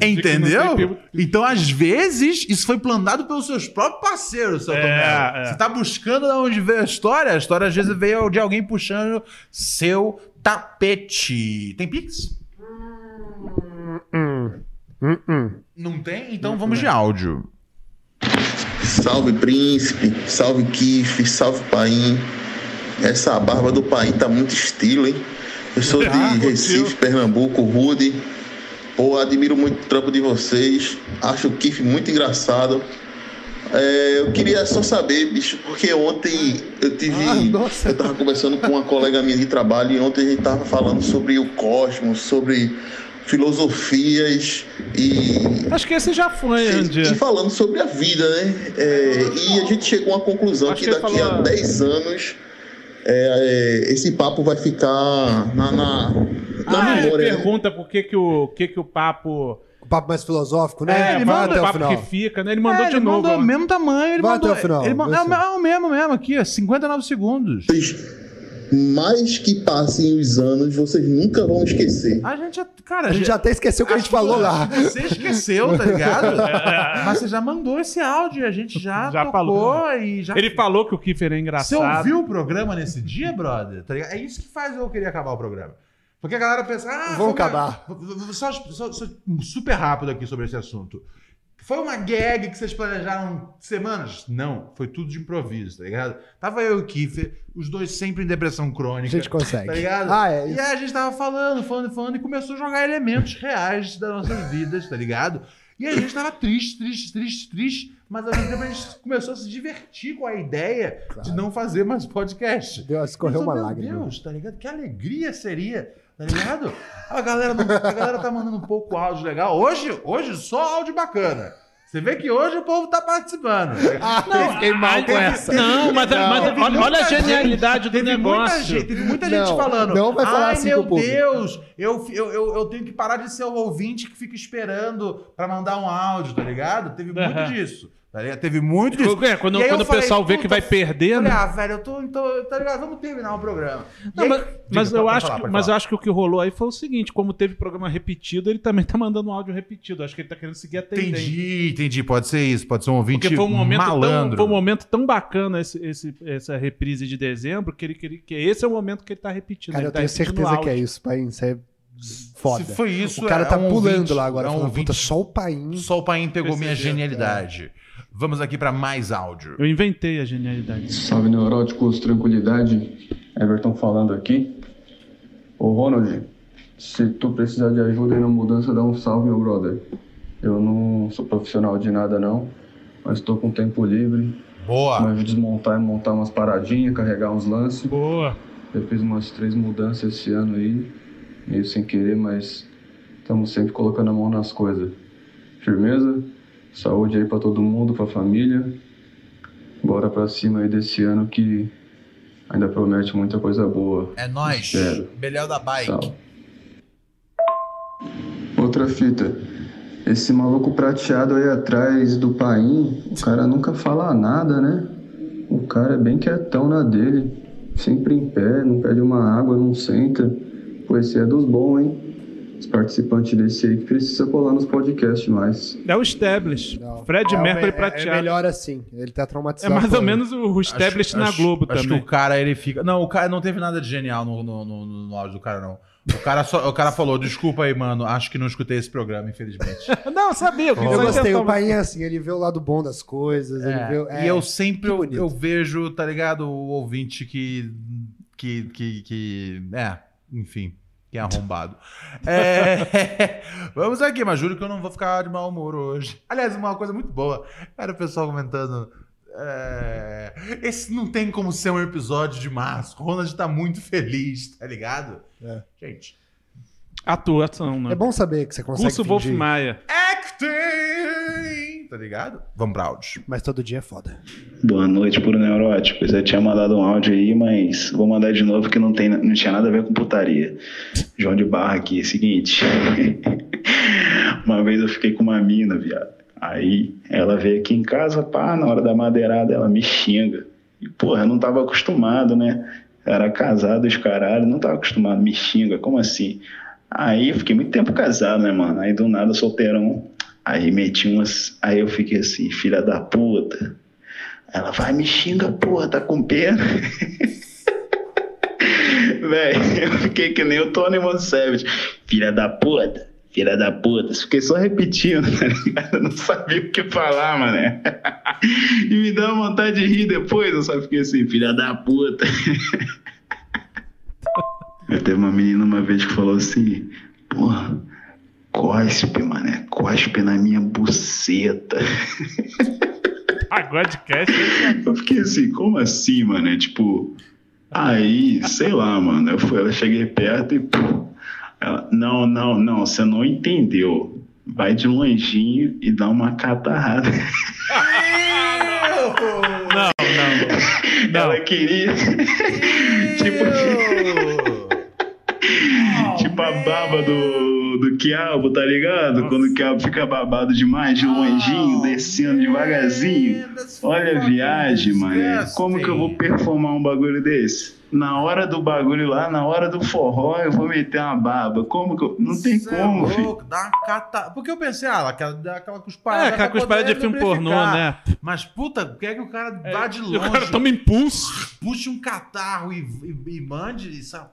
B: É, Entendeu? Então, às vezes, isso foi plantado pelos seus próprios parceiros, seu
A: É,
B: Tomé.
A: é.
B: Você tá buscando de onde veio a história, a história às vezes veio de alguém puxando seu tapete. Tem Pix?
E: Hum. Hum, hum.
B: Não tem? Então vamos de áudio.
N: Salve príncipe, salve Kiff, salve Paim. Essa barba do Paim tá muito estilo, hein? Eu sou de
B: Ah,
N: Recife, Pernambuco, Rude. Pô, admiro muito o trampo de vocês. Acho o Kiff muito engraçado. É, eu queria só saber, bicho, porque ontem eu tive.
B: Ah,
N: eu tava conversando com uma colega minha de trabalho e ontem a gente tava falando sobre o cosmos, sobre filosofias e
A: Acho que esse já foi, Andy.
N: e falando sobre a vida, né? É, e a gente chegou a uma conclusão
A: que
N: que
A: ele
N: daqui a
A: falou-
N: 10 anos é, é, esse papo vai ficar na, na, na
A: Ah, ele
N: memória. né?
A: pergunta por que, que, o, que, que o papo.
E: O papo mais filosófico,
A: né? É,
E: Vai
A: ele manda
E: até o
A: o papo
E: final.
A: que fica, né? Ele mandou
B: É,
A: de
B: ele
A: novo.
B: mandou o mesmo tamanho, ele
E: Vai
B: mandou.
E: até o final, é.
B: ele mandou-
E: vai
B: é, o- é o mesmo mesmo aqui, ó, 59 segundos.
N: mais que passem os anos, vocês nunca vão esquecer.
B: A gente, é- cara,
E: A gente já até esqueceu o que a gente falou lá.
B: Você esqueceu, tá ligado? Mas você já mandou esse áudio e a gente já,
A: É. Já
B: tocou
A: falou. né?
B: e já
A: Ele falou que o Kiffer é engraçado.
B: Você ouviu o programa nesse dia, brother? Tá ligado? É isso que faz eu querer acabar o programa. Porque a galera pensa, ah,
E: Vamos
B: foi uma-
E: acabar.
B: v- v- Só, só- só super rápido aqui sobre esse assunto. Foi uma gag que vocês planejaram semanas? Não, foi tudo de improviso, tá ligado? Tava eu e o Kiffer, os dois sempre em depressão crônica.
E: A gente consegue.
B: Tá ligado?
E: Ah, é
B: E
E: isso.
B: aí a gente tava falando, falando, falando, e começou a jogar elementos reais das nossas vidas, tá ligado? E a gente tava triste, triste, triste, triste, mas ao mesmo tempo a gente começou a se divertir com a ideia de não fazer mais podcast.
E: Deus, escorreu uma lágrima.
B: Meu Deus, tá ligado? Que alegria seria, tá ligado? A galera, não- a galera tá mandando um pouco áudio legal. Hoje, hoje só áudio bacana. Você vê que hoje o povo tá participando.
A: eu fiquei mal com essa. Não, mas- mas olha- olha a genialidade do negócio.
B: Muita gente, teve muita gente
A: Não,
B: falando.
A: não vai falar
B: Ai,
A: assim
B: meu
A: com o público."
B: Deus, eu, eu, eu, eu tenho que parar de ser o ouvinte que fica esperando pra mandar um áudio, tá ligado? Teve muito
A: Aham.
B: disso. tá ligado? Teve muito disso.
A: É, quando
B: E aí eu
A: quando o
B: falei,
A: pessoal vê que
B: "Puta,
A: vai perder, né?
B: Olha, velho, eu tô, então, tá ligado? Vamos terminar o programa. E aí-
A: Mas,
B: Diga,
A: eu
B: pode
A: acho,
B: falar,
A: que-
B: pode
A: mas eu
B: falar.
A: acho que o que rolou aí foi o seguinte: como teve programa repetido, ele também tá mandando um áudio repetido. Acho que ele tá querendo seguir a tendência.
B: Entendi, entendi. Pode ser isso. Pode ser um ouvinte
A: Porque foi um momento, tão,
B: malandro.
A: foi um momento tão bacana esse, esse- essa reprise de dezembro que, ele, que, ele- que esse é o momento que ele tá repetindo.
E: Cara,
A: ele
E: eu
A: tá
E: tenho
A: repetindo
E: certeza que é
A: áudio.
E: isso, Paim. Isso é foda.
B: Se foi isso,
E: O cara
B: é
E: tá
B: um
E: pulando
B: ouvinte,
E: lá agora.
B: é um
E: falando,
B: ouvinte.
E: puta, só o Paim.
B: Só o Paim pegou minha
A: é.
B: genialidade. Vamos aqui pra mais áudio.
A: Eu inventei a genialidade.
O: Salve neuróticos, tranquilidade. Everton falando aqui. Ô Ronald, se tu precisar de ajuda aí na mudança, dá um salve, meu brother. Eu não sou profissional de nada não, mas tô com tempo livre.
B: Boa!
O: Mas desmontar e montar umas paradinhas, carregar uns lances.
A: Boa!
O: Eu fiz umas três mudanças esse ano aí, meio sem querer, mas estamos sempre colocando a mão nas coisas. Firmeza? Saúde aí pra todo mundo, pra família. Bora pra cima aí desse ano que ainda promete muita coisa boa.
B: É nóis.
O: Espero.
B: Belhão da Bike.
O: Salve. Outra fita. Esse maluco prateado aí atrás do paim, o cara nunca fala nada, né? O cara é bem quietão na dele, sempre em pé, não pede uma água, não senta. Pô, esse é dos bons, hein? Os participantes desse aí que precisa colar nos podcasts mais.
A: É o Stablish. Fred
E: É o
A: Mercury
E: me- é-
A: prateado.
E: É melhor assim. Ele tá traumatizado.
A: É mais ou
E: com-
A: menos o- o Stablish na Globo
B: acho
A: também.
B: que o cara, ele fica... Não, o cara não teve nada de genial no, no, no, no- no áudio do cara, não. O cara, só, o cara falou, desculpa aí, mano, acho que não escutei esse programa, infelizmente.
A: Não, eu sabia.
B: queria
E: Eu
B: só
E: gostei.
B: tentar
E: O
B: uma-
E: Paim é assim, ele vê o lado bom das coisas. Ele
B: É,
E: vê, o-
B: e
E: é.
B: eu sempre eu, eu vejo, tá ligado, o ouvinte que. que. que. que é, enfim, que é arrombado. É, vamos aqui, mas juro que eu não vou ficar de mau humor hoje. Aliás, uma coisa muito boa era o pessoal comentando. é, esse não tem como ser um episódio de março. O Ronald tá muito feliz, tá ligado? Gente.
A: Atuação, né?
E: É bom saber que você consegue
A: Curso Wolf
E: fingir.
A: Maia.
B: Acting! Tá ligado? Vamos pra áudio.
E: Mas todo dia é foda.
P: Boa noite, puro neuróticos. Eu tinha mandado um áudio aí, mas vou mandar de novo que não, tem, não tinha nada a ver com putaria. João de Barra aqui, é seguinte. uma vez eu fiquei com uma mina, viado. Aí ela veio aqui em casa, pá, na hora da madeirada, ela me xinga. E, porra, eu não tava acostumado, né? Era casado, os caralho, não tava acostumado, me xinga, como assim? Aí eu fiquei muito tempo casado, né, mano? Aí do nada, solteirão. Aí meti umas. Aí eu fiquei assim, filha da puta. Ela vai, me xinga, porra, tá com pena. Véi, eu fiquei que nem o Tony Monsevich. Filha da puta, filha da puta. Fiquei só repetindo, tá ligado? Eu Não sabia o que falar, mané. E me dá uma vontade de rir depois, eu só fiquei assim, filha da puta. Eu teve uma menina uma vez que falou assim, porra, cospe, mané, cospe na minha buceta.
A: Agora de
P: Eu fiquei assim, como assim, mano? É tipo. Aí, sei lá, mano. Eu fui, ela cheguei perto e. pum. Ela, não, não, não, você não entendeu. Vai de longinho e dá uma catarrada.
A: Não, não.
P: Ela queria. tipo. tipo a baba do, do quiabo, tá ligado? Quando o quiabo fica babado demais, de longinho, descendo devagarzinho. Olha a viagem, mano. Como que eu vou performar um bagulho desse? Na hora do bagulho lá, na hora do forró, eu vou meter uma baba. Como que eu. Não tem
B: Cê é
P: como, filho.
B: louco, dá uma cata... Porque eu pensei, ah, aquela, dá aquela cusparada.
A: É, aquela
B: pra
A: cusparada
B: poder
A: de filme
B: lubrificar.
A: pornô, né?
B: Mas, puta, quer que o cara vá de
A: e
B: longe.
A: o cara toma impulso.
B: Puxa um catarro e, e, e mande. e sa-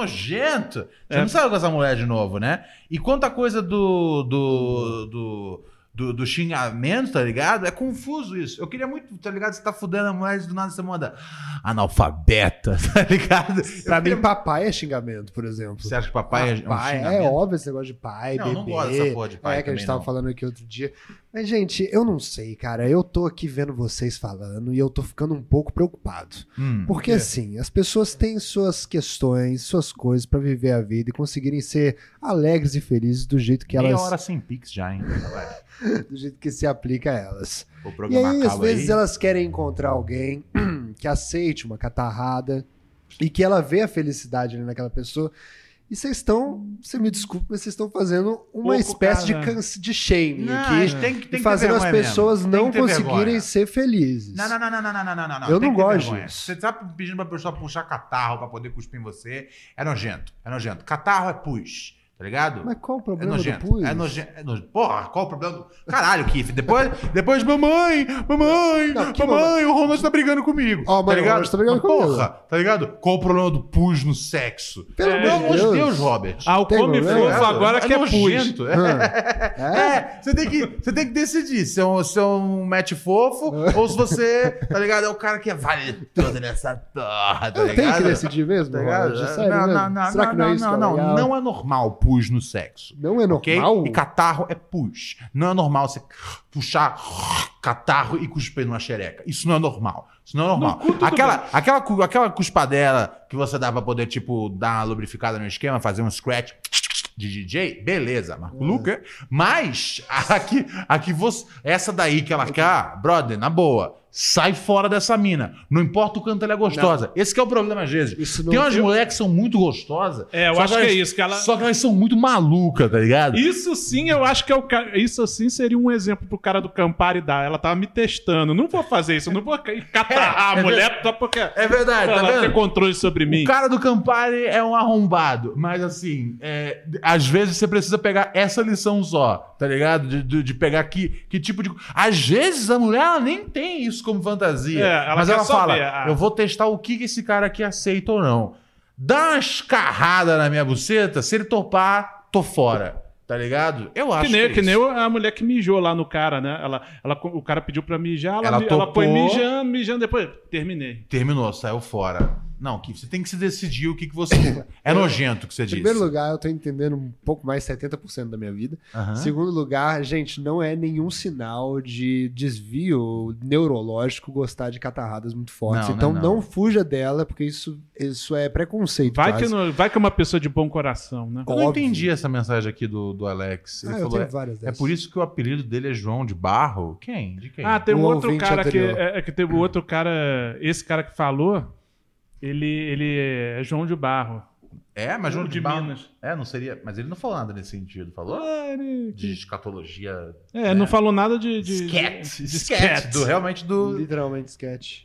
B: Nojento. Você
A: É.
B: não saiu com essa mulher de novo, né? E quanto à coisa do. do. do. do- do xingamento, tá ligado? É confuso isso. Eu queria muito, tá ligado? Você tá fudendo a mulher e do nada, você manda analfabeta, tá ligado?
E: Pra mim, papai é xingamento, por exemplo.
B: Você acha que papai é um
E: Papai, é
B: xingamento?
E: óbvio esse negócio de pai,
B: Não, eu
E: bebê.
B: não gosto dessa porra de pai
E: É que a gente
B: também,
E: tava
B: não.
E: falando aqui outro dia. Mas, gente, eu não sei, cara. Eu tô aqui vendo vocês falando e eu tô ficando um pouco preocupado.
B: Hum, por
E: Porque,
B: quê?
E: assim, as pessoas têm suas questões, suas coisas pra viver a vida e conseguirem ser alegres e felizes do jeito que
B: Meia
E: elas...
B: hora sem pix já, hein? Vai.
E: do jeito que se aplica a elas.
B: O
E: E
B: programa
E: aí, às
B: acaba
E: vezes,
B: aí.
E: elas querem encontrar alguém que aceite uma catarrada e que ela vê a felicidade ali naquela pessoa. E vocês estão, você me desculpa, mas vocês estão fazendo
B: Pouco,
E: uma espécie
B: cara.
E: de canse de shaming
B: Não, a
E: aqui.
B: gente tem que- tem que ter
E: fazendo as
B: vergonha mesmo.
E: pessoas
B: Tem
E: não
B: que ter
E: conseguirem
B: vergonha.
E: ser felizes.
B: Não, não, não, não, não, não, não, não, não.
E: Eu
B: Tem
E: não
B: que ter
E: gosto
B: vergonha.
E: disso.
B: Você tá pedindo pra pessoa puxar catarro pra poder cuspir em você. É nojento, é nojento. Catarro é pus, tá ligado?
E: Mas qual o
B: é
E: problema do
B: nojento,
E: pus?
B: é nojento, é nojento. Porra, qual o problema do... Caralho, Kiff, depois, depois, mamãe, mamãe,
E: que
B: mamãe, o Ronaldo tá brigando comigo,
E: Ó, mano, o Ronald tá brigando
B: Mas,
E: comigo.
B: Porra, tá ligado? Qual o problema do pus no sexo?
E: Pelo
B: Pelo amor de Deus, Robert.
A: Ah, o
B: Tem
E: um
A: come
B: problema?
A: fofo agora
B: É
A: que é pus.
B: nojento,
E: Hum.
B: é, você tem que, você tem que decidir se é um, se é um match fofo ou se você, tá ligado, é o cara que vale tudo nessa porra, tá
E: Eu
B: ligado?
E: tenho que decidir Tá mesmo,
B: Tá ligado?
E: Ronald? Sério
B: não,
E: mesmo?
B: não, não,
E: Será
B: não,
E: que não é
B: não,
E: isso que
B: não,
E: é
B: não,
E: legal?
B: não é normal pus no sexo.
E: Não é normal?
B: E catarro é pus. Não é normal você puxar catarro e cuspir numa xereca. Isso não é normal. Isso não é normal. Aquela, aquela, cu- aquela cuspadela que você dá pra poder, tipo, dar uma lubrificada no esquema, fazer um scratch de DJ, beleza,
A: Uhum.
B: Marco Luca. Mas aqui, aqui você, essa daí que ela quer, ah, brother, na boa. Sai fora dessa mina. Não importa o quanto ela é gostosa. Esse que é o problema, às vezes. Tem umas
A: eu-
B: mulheres que são muito gostosas.
A: É, eu
B: só
A: acho que
B: elas-
A: é isso, que ela-
B: Só que elas são muito malucas, tá ligado?
A: Isso sim, eu acho que é o ca- Isso sim seria um exemplo pro cara do Campari dar. Ela tava me testando. Não vou fazer isso, não vou ca- catarrar a mulher só porque. É
B: verdade, tá vendo?
A: Ter controle sobre mim.
B: O cara do Campari é um arrombado, mas assim, é, às vezes você precisa pegar essa lição só, tá ligado? De, de- de pegar que, que tipo de. Às vezes a mulher ela nem tem isso como fantasia,
A: É, ela
B: mas
A: quer
B: ela
A: só
B: fala:
A: ver a-
B: eu vou testar o que que esse cara aqui aceita ou não. Dá uma escarrada na minha buceta, se ele topar, tô fora, tá ligado? Eu acho
A: que nem,
B: é
A: que,
B: isso.
A: nem a mulher que mijou lá no cara, né? Ela, ela, o cara pediu pra mijar, ela,
B: Ela
A: mi- ela foi
B: topou.
A: mijando, mijando, depois terminei.
B: Terminou, saiu fora. Não, que você tem que se decidir o que, que você. É nojento o que você
E: Em
B: disse.
E: primeiro lugar, eu tô entendendo um pouco mais 70% da minha vida.
B: Aham.
E: Em Segundo lugar, gente, não é nenhum sinal de desvio neurológico gostar de catarradas muito fortes.
A: Não,
E: então
A: não,
E: não,
A: não.
E: fuja dela, porque isso, isso é preconceito.
A: Vai que,
E: quase.
A: não- vai que é uma pessoa de bom coração, né?
B: Eu não entendi essa mensagem aqui do, do Alex. Ele
A: Ah, eu
B: falou,
A: tenho
B: é-
A: várias
B: é
A: dessas.
B: por isso que o apelido dele é João de Barro? Quem? De quem?
A: Ah, tem um
B: O
A: outro
B: ouvinte
A: cara
B: anterior.
A: que. É, é que teve outro cara. Esse cara que falou, ele, ele é João de Barro.
B: É, mas João
A: O
B: de,
A: de
B: Barro.
A: Minas.
B: É, não seria. Mas ele não falou nada nesse sentido, falou? "Ah,
A: É, ele-
B: De escatologia.
A: É, não falou nada de. de
B: Scat.
A: de- de
B: Scat.
A: scat.
B: Do, realmente do.
E: Literalmente sketch.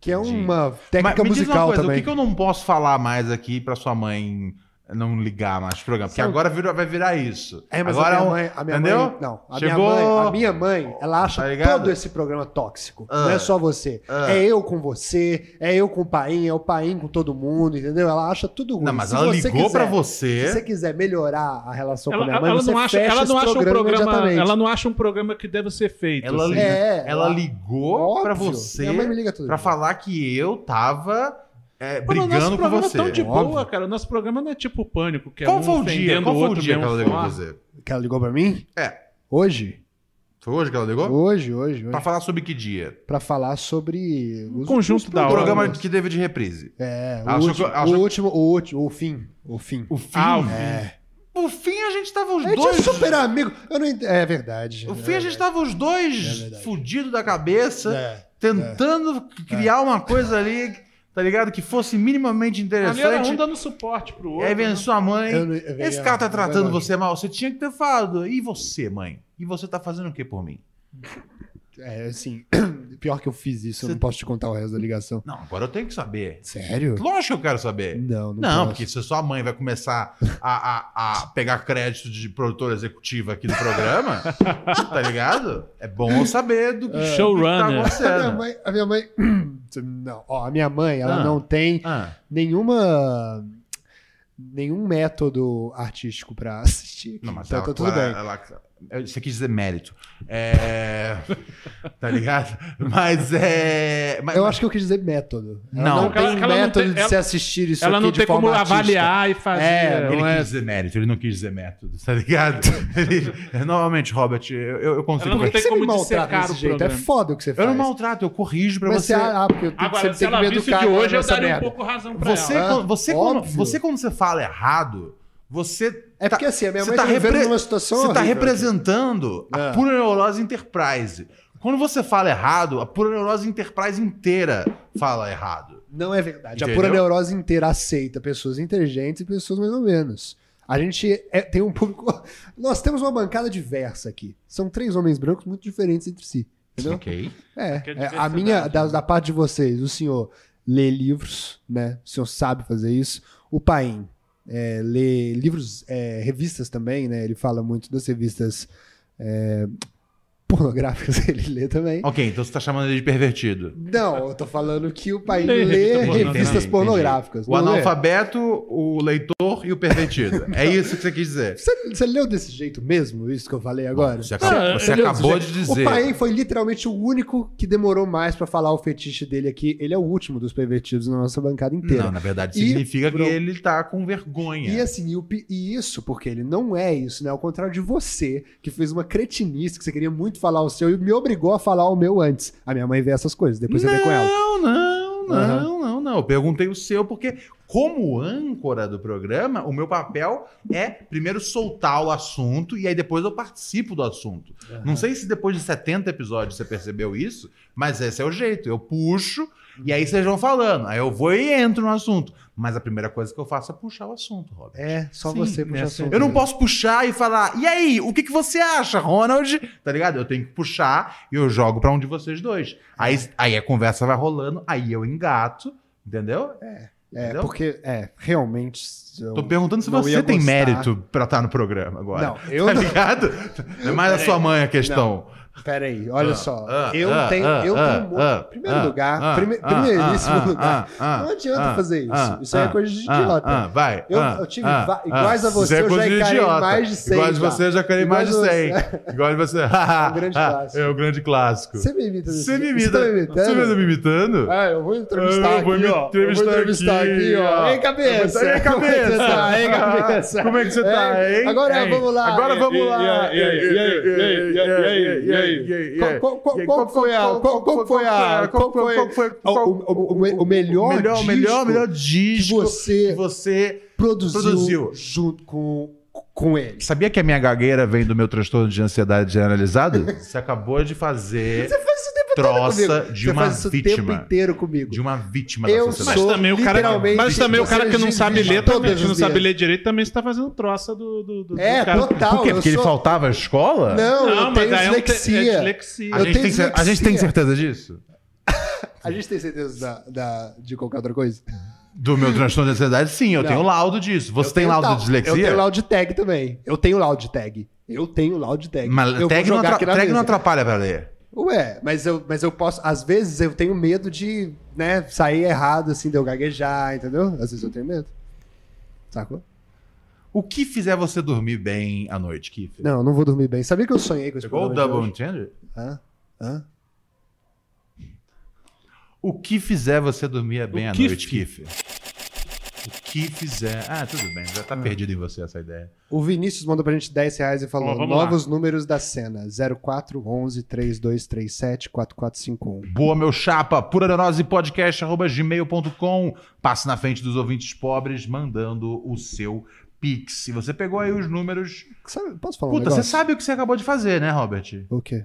E: Que é
B: De-
E: uma técnica
B: Mas me diz uma
E: musical
B: coisa, O
E: também.
B: que, que eu não posso falar mais aqui pra sua mãe não ligar mais pro programa? Porque
E: Sabe-
B: agora virou- vai virar isso.
E: É, mas
B: agora
E: a
B: é
E: minha
B: um-
E: mãe, a minha
B: entendeu?
E: mãe, não, a
B: Chegou... Ah.
E: minha mãe, a minha mãe, ela acha
B: Tá ligado?
E: todo esse programa tóxico.
B: Ah.
E: não é só você.
B: Ah.
E: É eu com você, é eu com o pai, é o pai com todo mundo, entendeu? Ela acha tudo ruim.
B: Não, mas ela ligou pra você.
E: Se você quiser melhorar a relação com a
A: Ela,
E: minha mãe,
A: ela
E: você
A: não acha,
E: fecha
A: ela
E: esse
A: não acha um
E: programa,
A: programa.
E: imediatamente.
A: Ela não acha um programa que deve ser feito.
B: Ela,
A: assim.
B: li- ela ligou pra você
A: Minha mãe me
E: liga
B: pra falar que eu tava é,
A: Pô, mas o
B: brigando
A: nosso
B: com
A: programa
B: você.
A: é tão de boa, cara. O nosso programa não é tipo o pânico, que é
B: Qual
A: um
B: foi o dia?
A: ofendendo
B: Qual
A: o
B: foi o
A: outro
B: dia
A: de um
B: que ela ligou
A: falar.
B: pra você?
E: Que ela ligou pra mim?
B: É.
E: Hoje?
B: Foi hoje que ela ligou?
E: Hoje, hoje, hoje.
B: Pra falar sobre que dia?
E: Pra falar sobre... Os, os
B: O programa
E: programas.
B: que teve de reprise.
E: É,
B: Achou
E: o último,
B: que- achou
E: o último, o último, o fim, o fim.
B: O fim?
A: Ah, o
E: É.
B: O fim a gente tava os
E: A gente
B: dois.
E: é super amigo. Eu não ent- É verdade.
B: O fim a gente tava os dois fudidos da cabeça, tentando criar uma coisa ali, tá ligado? Que fosse minimamente
A: Ali era
B: interessante.
A: um dando suporte pro outro.
B: Aí vem
A: né?
B: sua mãe.
A: Eu não- eu vi-
B: Esse cara tá
A: eu- eu-
B: tratando tá você mal. Você tinha que ter falado. E você, mãe? E você tá fazendo o que por mim?
E: É, assim, pior que eu fiz isso, eu não posso te contar o resto da ligação.
B: Não, agora eu tenho que saber.
E: Sério?
B: Lógico que eu quero saber.
E: Não, não
B: Não,
E: posso.
B: porque se sua mãe vai começar a, a- a pegar crédito de produtora executiva aqui do programa, tá ligado? É bom eu saber
E: Ah,
B: do que, do que tá
E: A minha
B: acontecendo.
E: mãe. A minha mãe não, ó, a minha mãe, ela
B: Ah.
E: não tem
B: Ah.
E: nenhuma. Nenhum método artístico pra assistir.
B: Não, mas é
E: então
B: ela-
E: tá tudo
B: ela-
E: bem.
B: ela- você quis dizer mérito. É, tá ligado? Mas é. mas-
E: eu acho que eu quis dizer método. Ela
B: Não.
E: não,
B: Ela-
E: tem
B: ela não
E: método
B: tem-
E: de
B: ela-
E: se assistir isso
A: ela
E: aqui
A: não
E: de
A: tem como
E: forma artística.
A: avaliar e fazer.
E: É, não
B: ele
E: é...
B: quis dizer mérito, ele não quis dizer método, tá ligado? Ele- é, novamente, Robert, eu, eu eu consigo.
E: Por que que você me maltrata desse jeito? É foda o que você faz.
B: Eu não maltrato, eu corrijo pra
E: Mas
B: você.
E: Ah, porque eu tenho que-
A: Agora,
E: você
A: se
E: tem que
A: ela
E: me
A: visse
E: educar
A: de
E: agora
A: hoje, eu
E: nessa
A: daria um
E: merda.
A: pouco razão pra
B: Você,
E: ela.
B: quando, você, quando,
E: Óbvio.
B: você, quando você fala errado, você.
E: É porque assim, a minha
B: você
E: mãe
B: tá
E: tá vivendo
B: repre-
E: numa situação
B: Você tá
E: horrível aqui.
B: representando
E: Ah.
B: a Pura Neurose Enterprise. Quando você fala errado, a Pura Neurose Enterprise inteira fala errado.
E: Não é verdade. A
B: Entendeu?
E: pura neurose inteira aceita pessoas inteligentes e pessoas mais ou menos. A gente é- tem um público. Nós temos uma bancada diversa aqui. São três homens brancos muito diferentes entre si. Entendeu?
B: Ok.
E: É.
A: Que
E: é, a
A: diversidade,
E: minha, da, da parte de vocês, o senhor lê livros, né? O senhor sabe fazer isso. O Paim é, lê livros, é, revistas também, né? Ele fala muito das revistas é, pornográficas, ele lê também.
B: Ok, então você tá chamando ele de pervertido.
E: Não, eu tô falando que o Paim
B: Lê revista
E: lê
B: pornográfica.
E: revistas
B: Entendi.
E: pornográficas.
B: O
E: não é? lê?
B: analfabeto, o leitor e o pervertido. É isso que você quis dizer.
E: Você, você leu desse jeito mesmo, isso que eu falei agora?
B: Você acabou- você
E: Ah, leu desse
B: acabou
E: jeito?
B: de dizer.
E: O Paim foi literalmente o único que demorou mais pra falar o fetiche dele aqui. Ele é o último dos pervertidos na nossa bancada inteira.
B: Não, na verdade,
E: E-
B: significa que
E: Bruno,
B: ele tá com vergonha.
E: E assim, e, o pi- e isso, porque ele não é isso, né? Ao contrário de você, que fez uma cretinice, que você queria muito falar o seu e me obrigou a falar o meu antes. A minha mãe vê essas coisas, depois você vê com ela.
B: Não, não, não, não, não. Eu perguntei o seu, porque, como âncora do programa, o meu papel é primeiro soltar o assunto e aí depois eu participo do assunto. Não sei se depois de 70 episódios você percebeu isso, mas esse é o jeito. Eu puxo e aí vocês vão falando. Aí eu vou e entro no assunto. Mas a primeira coisa que eu faço é puxar o assunto, Robert.
E: É, só
B: Sim,
E: você puxa
B: né?
E: assunto.
B: Eu não posso puxar e falar, e aí, o que, que você acha, Ronald? Tá ligado? Eu tenho que puxar e eu jogo pra um de vocês dois. Aí,
E: É.
B: aí a conversa vai rolando, aí eu engato, entendeu?
E: É. É, porque, é, realmente. eu
B: Tô perguntando se
E: não
B: você
E: ia
B: tem
E: gostar.
B: mérito pra estar no programa agora.
E: Não, eu
B: Tá
E: não.
B: ligado? É mais a
E: Peraí.
B: sua mãe a questão.
E: Não, Peraí, olha
B: Ah,
E: só.
B: ah,
E: eu
B: ah,
E: tenho. eu
B: ah,
E: tenho um monte-
B: ah,
E: primeiro
B: ah,
E: lugar,
B: ah,
E: prime-
B: ah,
E: primeiríssimo
B: ah,
E: lugar.
B: ah, ah,
E: não adianta
B: ah,
E: fazer isso.
B: ah,
E: isso aí é
B: ah,
E: coisa de
B: ah,
E: idiota.
B: ah, vai,
E: Eu,
B: ah,
E: eu tive
B: ah,
E: va- iguais a
B: ah,
E: você,
B: isso é
E: eu
B: coisa
E: já
B: de
E: encarei
B: idiota.
E: mais de 100.
B: Iguais a você, eu já encarei mais de 100.
E: Iguais a você.
B: Igual a você.
E: É um grande clássico.
B: É um grande clássico.
E: Você me imita desse
B: Você me
E: jeito?
B: imita.
E: Você tá me imitando?
B: Você tá me imitando?
E: Ah, eu vou entrevistar
B: Eu vou
E: aqui,
B: me
E: ó.
B: entrevistar
E: eu vou entrevistar aqui,
B: aqui, ó.
E: ó. Ei,
B: Eu vou-
E: cabeça!
B: Ei, cabeça!
E: Como é que você tá? Ei, cabeça!
B: Como é que você tá, hein?
E: Agora
B: Ei.
E: vamos lá.
B: Agora vamos lá.
E: Qual- qual- qual- Qual foi a. Qual qual foi a. Qual foi
B: qual foi-
E: o- o- o- o- O melhor
B: melhor,
E: disco
B: melhor, melhor disco
E: que você,
B: você
E: produziu,
B: produziu.
E: junto com, com ele?
B: Sabia que a minha gagueira vem do meu transtorno de ansiedade generalizado? Você acabou de fazer
E: Você faz isso o tempo todo
B: troça
E: comigo.
B: de
E: Você
B: uma
E: faz isso o
B: vítima.
E: tempo inteiro comigo.
B: de uma vítima
E: Eu
B: da sociedade.
A: Mas também, o cara,
E: literalmente,
A: mas também o cara que não
E: vocês
A: sabe ler,
E: todas
A: também, que
E: as
A: não sabe
E: vezes.
A: ler direito, também está fazendo troça do, do, do- do
E: É,
A: cara.
E: total.
B: Por quê?
E: eu
B: Porque ele
E: sou-
B: faltava a escola?
E: Não,
A: Não,
E: eu
A: mas
E: tenho
A: aí é um te- é
E: dislexia.
A: dislexia.
B: A
E: Eu
B: gente, tem,
E: tenho
B: cer- a gente tem
E: dislexia.
B: certeza disso?
E: A gente tem certeza da, da- de qualquer outra coisa?
B: Do meu transtorno de ansiedade, sim, eu
E: Não.
B: tenho laudo disso. Você
E: Eu
B: tem
E: tenho
B: laudo
E: tal-
B: de dislexia?
E: Eu tenho loud tag também. Eu tenho loud tag. Eu tenho loud tag.
B: Mas
E: eu
B: tag, não,
E: vou jogar
B: atra-
E: aqui na
B: tag não
E: mesa.
B: atrapalha pra ler.
E: Ué, mas eu, mas eu posso. Às vezes eu tenho medo de né, sair errado, assim, de eu gaguejar, entendeu? Às vezes eu tenho medo. Sacou?
B: O que fizer você dormir bem à noite, Kiff?
E: Não, eu não vou dormir bem. Sabia que eu sonhei com esse
B: Pegou o
E: programa de
B: Double
E: hoje?
B: Entender?
E: Hã? Hã?
B: O que fizer você dormir é bem
A: O
B: à
A: que
B: noite, Kiff? O que fizer. Ah, tudo bem, já tá perdido em você essa ideia.
E: O Vinícius mandou pra gente 10 reais e falou:
B: Bom, vamos
E: Novos números da cena: 0411 3237 4451.
B: Boa, meu chapa. Pura neurose podcast, arroba gmail.com. Passe na frente dos ouvintes pobres, mandando o seu pix. Se você pegou aí os números.
E: Sabe, posso falar um
B: Puta, você
E: negócio?
B: sabe o que você acabou de fazer, né, Robert?
E: O quê?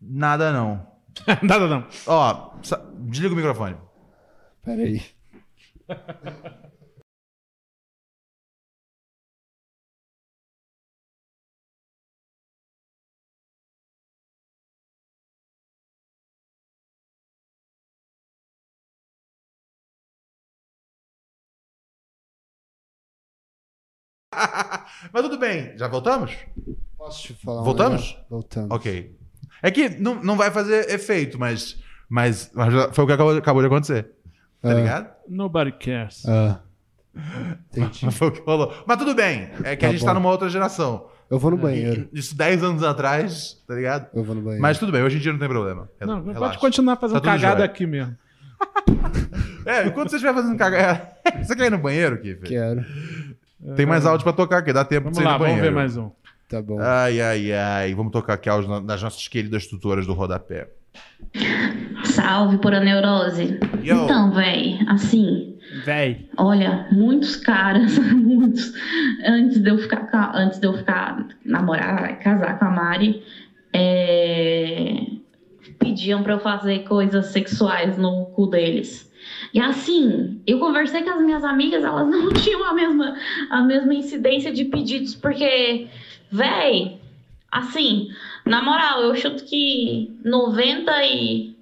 B: Nada não.
A: Nada não.
B: Ó, sa- desliga o microfone.
E: Peraí.
B: Mas tudo bem, já voltamos?
E: Posso te falar? um
B: Voltamos?
E: negócio? Voltamos.
B: Ok. É que não, não vai fazer efeito, mas, mas, mas já foi o que acabou, acabou de acontecer. Tá
E: Ah.
B: ligado?
A: Nobody cares.
E: Ah,
B: Foi o que rolou. Mas tudo bem, é que a
E: Tá
B: gente
E: bom.
B: tá numa outra geração.
E: eu vou no
B: É.
E: banheiro.
B: Isso 10 anos atrás, tá ligado?
E: Eu vou no banheiro.
B: Mas tudo bem, hoje em dia não tem problema. Rel-
A: Não,
B: É, relaxa.
A: pode continuar fazendo
B: Tá tudo
A: cagada
B: jóia.
A: aqui mesmo.
B: É, enquanto você estiver fazendo cagada. Você quer ir no banheiro, Kiff?
E: Quero.
B: Tem mais áudio pra tocar aqui, dá tempo
A: Vamos
B: de você ir
A: lá,
B: no banheiro. É.
A: vamos ver mais um.
E: Tá bom.
B: Ai, ai, ai. Vamos tocar aqui áudio na- das nossas queridas tutoras do rodapé.
Q: Salve por a neurose.
B: Yo.
Q: Então, véi, assim,
A: Véi.
Q: olha, muitos caras, muitos, antes de eu ficar, ca- antes de eu ficar namorar, casar com a Mari, é, pediam pra eu fazer coisas sexuais no cu deles. E assim, eu conversei com as minhas amigas, elas não tinham a mesma, a mesma incidência de pedidos, porque, véi, assim, na moral, eu chuto que 90 e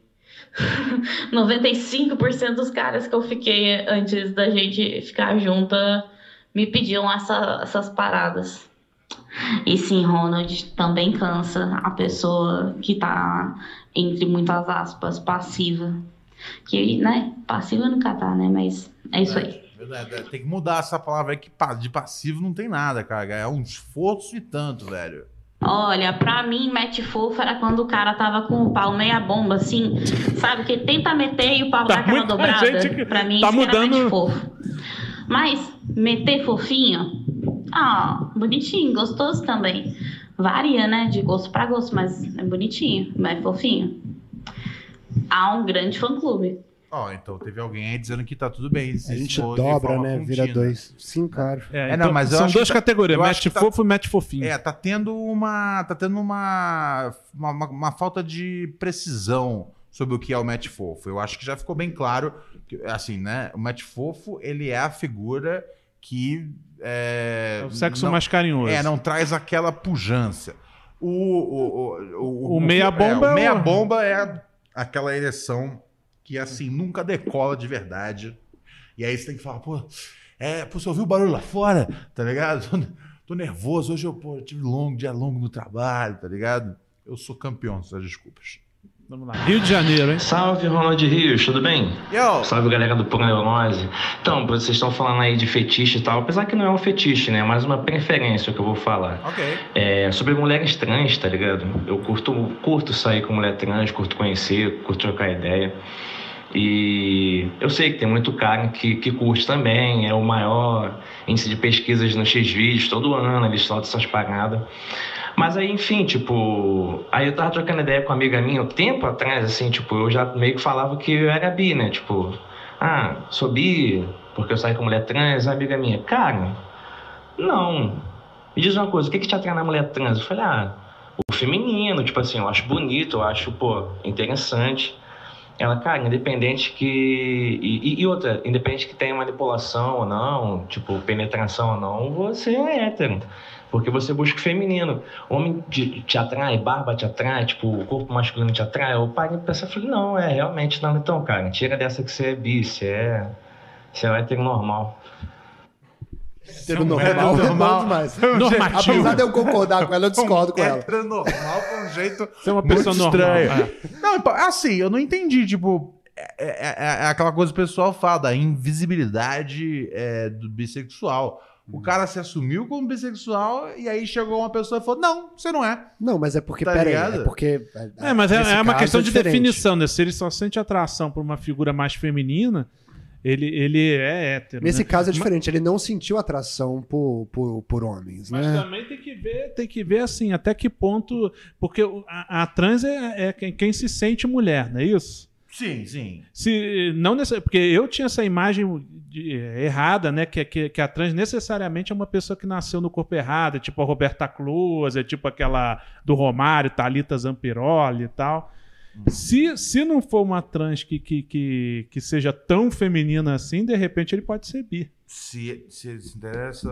Q: 95% dos caras que eu fiquei antes da gente ficar junta me pediam essa- essas paradas. E sim, Ronald também cansa a pessoa que tá, entre muitas aspas, passiva. Que, né, passiva nunca tá, né? Mas é isso aí.
B: Verdade, é, Tem que mudar essa palavra aí, que pa- de passivo não tem nada, cara. É um esforço e tanto, velho.
Q: Olha, pra mim, mete fofo era quando o cara tava com o pau meia bomba, assim, sabe? Que tenta meter e o pau
A: Tá
Q: dá aquela
A: muita
Q: dobrada.
A: gente que
Q: pra mim,
A: tá
Q: isso era
A: mudando-
Q: mete fofo. Mas meter fofinho, ah, bonitinho, gostoso também. Varia, né? De gosto pra gosto, mas é bonitinho, mas é fofinho. Há um grande fã-clube.
B: Ó, então teve alguém aí dizendo que tá tudo bem.
E: A gente dobra, né? Vira dois. Sim, claro.
B: É, não, mas eu
A: são
B: acho que
A: duas
B: tá-
A: categorias,
B: eu acho
A: match
B: que tá-
A: fofo e match fofinho.
B: É, tá tendo uma. Tá tendo uma uma, uma- uma falta de precisão sobre o que é o match fofo. Eu acho que já ficou bem claro que, assim, né? O match fofo, ele é a figura que. É,
A: É o sexo mais carinhoso.
B: É, não traz aquela pujança. O, o, o, o,
A: O meia-bomba
B: é,
A: é
B: o
A: o-
B: meia bomba é aquela ereção que assim nunca decola de verdade. E aí você tem que falar, pô, é, pô, você ouviu o barulho lá fora, tá ligado? Tô, tô nervoso, hoje eu, pô, eu tive longo, dia longo no trabalho, tá ligado? Eu sou campeão dessas desculpas.
A: Vamos lá. Rio de Janeiro, hein?
R: Salve, Ronald Rios, tudo bem?
B: Yo.
R: Salve, galera do Proneurose. Então, vocês estão falando aí de fetiche e tal, apesar que não é um fetiche, né? É mais uma preferência que eu vou falar.
B: Ok.
R: É, sobre mulheres trans, tá ligado? Eu curto, curto sair com mulher trans, curto conhecer, curto trocar ideia. E eu sei que tem muito cara que, que curte também, é o maior índice de pesquisas no X-Vídeos, todo ano eles soltam essas paradas. Mas aí, enfim, tipo, aí eu tava trocando ideia com uma amiga minha um tempo atrás, assim, tipo, eu já meio que falava que eu era bi, né? Tipo, ah, sou bi, porque eu saio com mulher trans, a amiga minha, cara, não. Me diz uma coisa, o que, que te atrai na mulher trans? Eu falei, ah, o feminino, tipo assim, eu acho bonito, eu acho, pô, interessante. Ela, cara, independente que. E, e- e outra, independente que tenha manipulação ou não, tipo, penetração ou não, você é hétero. Porque você busca o feminino. Homem te, te atrai, barba te atrai, tipo, o corpo masculino te atrai. Eu parei pra pensar e falei, não, é realmente não. Então, cara, tira dessa que você é bi, você é. Você é um hétero normal.
E: Hétero normal, é bom demais.
B: Normativo.
E: Apesar de eu concordar com ela, eu discordo com ela.
B: Hétero normal com um jeito
A: é uma
E: pessoa normal,
B: Não, então, assim, eu não entendi, tipo, é, é- é- é aquela coisa que o pessoal fala, da invisibilidade é, do bissexual.
E: Hum.
B: O cara se assumiu como bissexual e aí chegou uma pessoa e falou, não, você não é.
E: Não, mas é porque,
B: Tá
E: peraí,
B: ligado?
E: é porque...
A: É, mas é,
E: nesse
A: é uma
E: caso
A: questão
E: é
A: de
E: diferente.
A: definição, né? Se ele só sente atração por uma figura mais feminina, ele, ele é hétero.
E: Nesse
A: né?
E: caso é diferente, ele não sentiu atração por, por, por homens,
A: Mas
E: né?
A: também tem que ver, tem que ver assim, até que ponto. Porque o- a, a trans é, é quem, quem se sente mulher, não é isso?
B: Sim, sim.
A: Se, não necess... Porque eu tinha essa imagem de- eh, errada, né? Que, que, que a trans necessariamente é uma pessoa que nasceu no corpo errado, é tipo a Roberta Close, é tipo aquela do Romário, Thalita Zamperoli e tal. Se, se não for uma trans que, que, que, que seja tão feminina assim, de repente ele pode ser bi.
B: Se, se ele se interessa.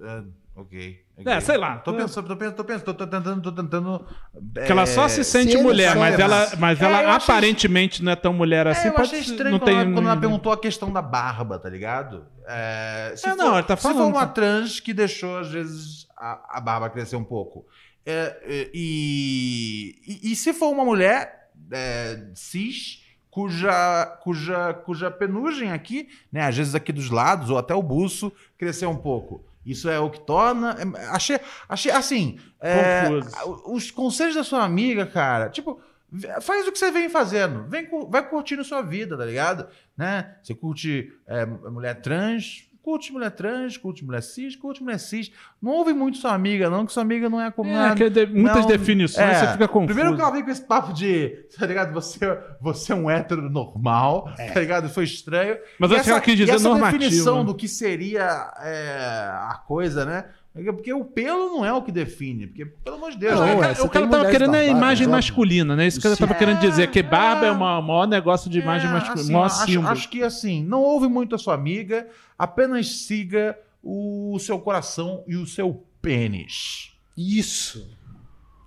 B: ah, ok.
A: É, sei lá.
B: Tô pensando, tô pensando, tô pensando, tô tentando, tô tentando. é,
A: Porque ela só É, se sente mulher,
E: é
A: mas ela, mas ela aparentemente não é tão mulher assim.
B: É, eu
A: pode
B: achei
A: ser-
B: estranho
A: não
B: quando,
A: tem... um
B: ela, quando ela perguntou a questão da barba, tá ligado? É, se,
A: É,
B: for,
A: não, ela tá
B: se
A: falando,
B: for uma
A: tá.
B: trans que deixou, às vezes, a, a barba crescer um pouco. É, é, e, e, e se for uma mulher é, cis, cuja, cuja, cuja penugem aqui, né, às vezes aqui dos lados, ou até o buço, cresceu um pouco. Isso é o que torna. é, Achei, achei assim. é,
A: Confuso.
B: a- os conselhos da sua amiga, cara, tipo, v- faz o que você vem fazendo. Vem, cu- vai curtindo sua vida, tá ligado? Né? Você curte é, mulher trans, curte mulher trans, curte mulher cis, curte mulher cis. Não ouve muito sua amiga, não, que sua amiga não é como.
A: É, que de- muitas definições, você fica confuso.
B: Primeiro que ela vem com esse papo de, tá ligado? Você, você é um hétero normal,
E: É.
B: tá ligado? Foi estranho.
A: Mas
B: E
A: acho que ela quis
B: e
A: dizer
B: essa
A: normativo,
B: definição
A: né?
B: do que seria é, a coisa, né? Porque o pelo não é o que define. Porque, pelo amor de Deus,
A: Não,
E: é,
B: né?
A: o cara- o cara tava querendo a imagem masculina, né? Isso que ela tava querendo dizer,
E: Ah.
A: que barba é o
B: um
A: maior, maior negócio
E: É,
A: de imagem masculina,
B: Assim,
A: maior
B: acho,
A: símbolo.
B: acho que assim, não ouve muito a sua amiga, apenas siga o seu coração e o seu pênis.
E: Isso.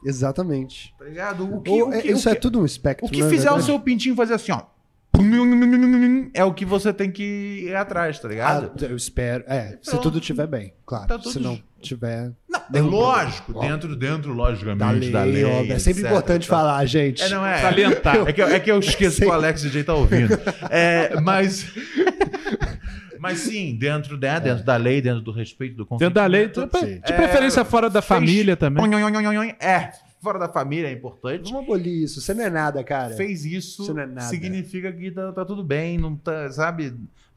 E: Exatamente.
B: Tá ligado? O que,
E: Ou-
B: o
E: é-
B: que-
E: isso
B: o
E: é
B: que-
E: tudo um espectro.
B: O que
E: né,
B: fizer o
E: verdade?
B: seu pintinho fazer assim, ó. É o que você tem que ir atrás, tá ligado?
E: Ah, eu espero. É, se
B: Pronto.
E: tudo estiver bem, claro.
B: Então, Tá tudo
E: Se não tiver.
B: É
E: derruba.
B: lógico,
E: Ó.
B: dentro, dentro, logicamente,
E: Da
B: da
E: lei,
B: lei.
E: óbvio. É sempre
B: etc,
E: importante
B: e tal.
E: falar, gente.
B: É, não é.
E: Salientar.
B: É que, eu- é que eu esqueço que o Alex DJ tá ouvindo. É, mas. Mas sim, dentro, né,
E: É.
B: dentro da lei, dentro do respeito, do
A: Dentro da lei, de de preferência fora da família também.
B: É, fora da família é importante.
E: Vamos abolir isso. Você não é nada, cara.
B: Fez isso,
E: Você não é nada.
B: significa que tá, tá tudo bem, não tá, sabe?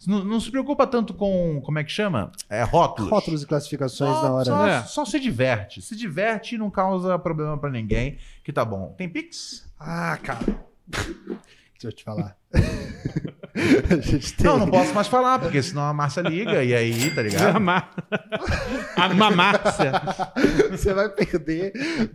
B: Não, não se preocupa tanto com, como é que chama? É rótulos.
E: Rótulos e classificações
B: Só-
E: na hora.
B: Só,
E: né?
B: só se diverte. Se diverte e não causa problema pra ninguém, que tá bom. Tem Pix?
E: Ah, cara. Deixa eu te falar. A gente tem-
B: Não, não posso mais falar, porque senão a Márcia liga e aí, tá ligado?
E: A
A: A mamácia.
E: Você vai perder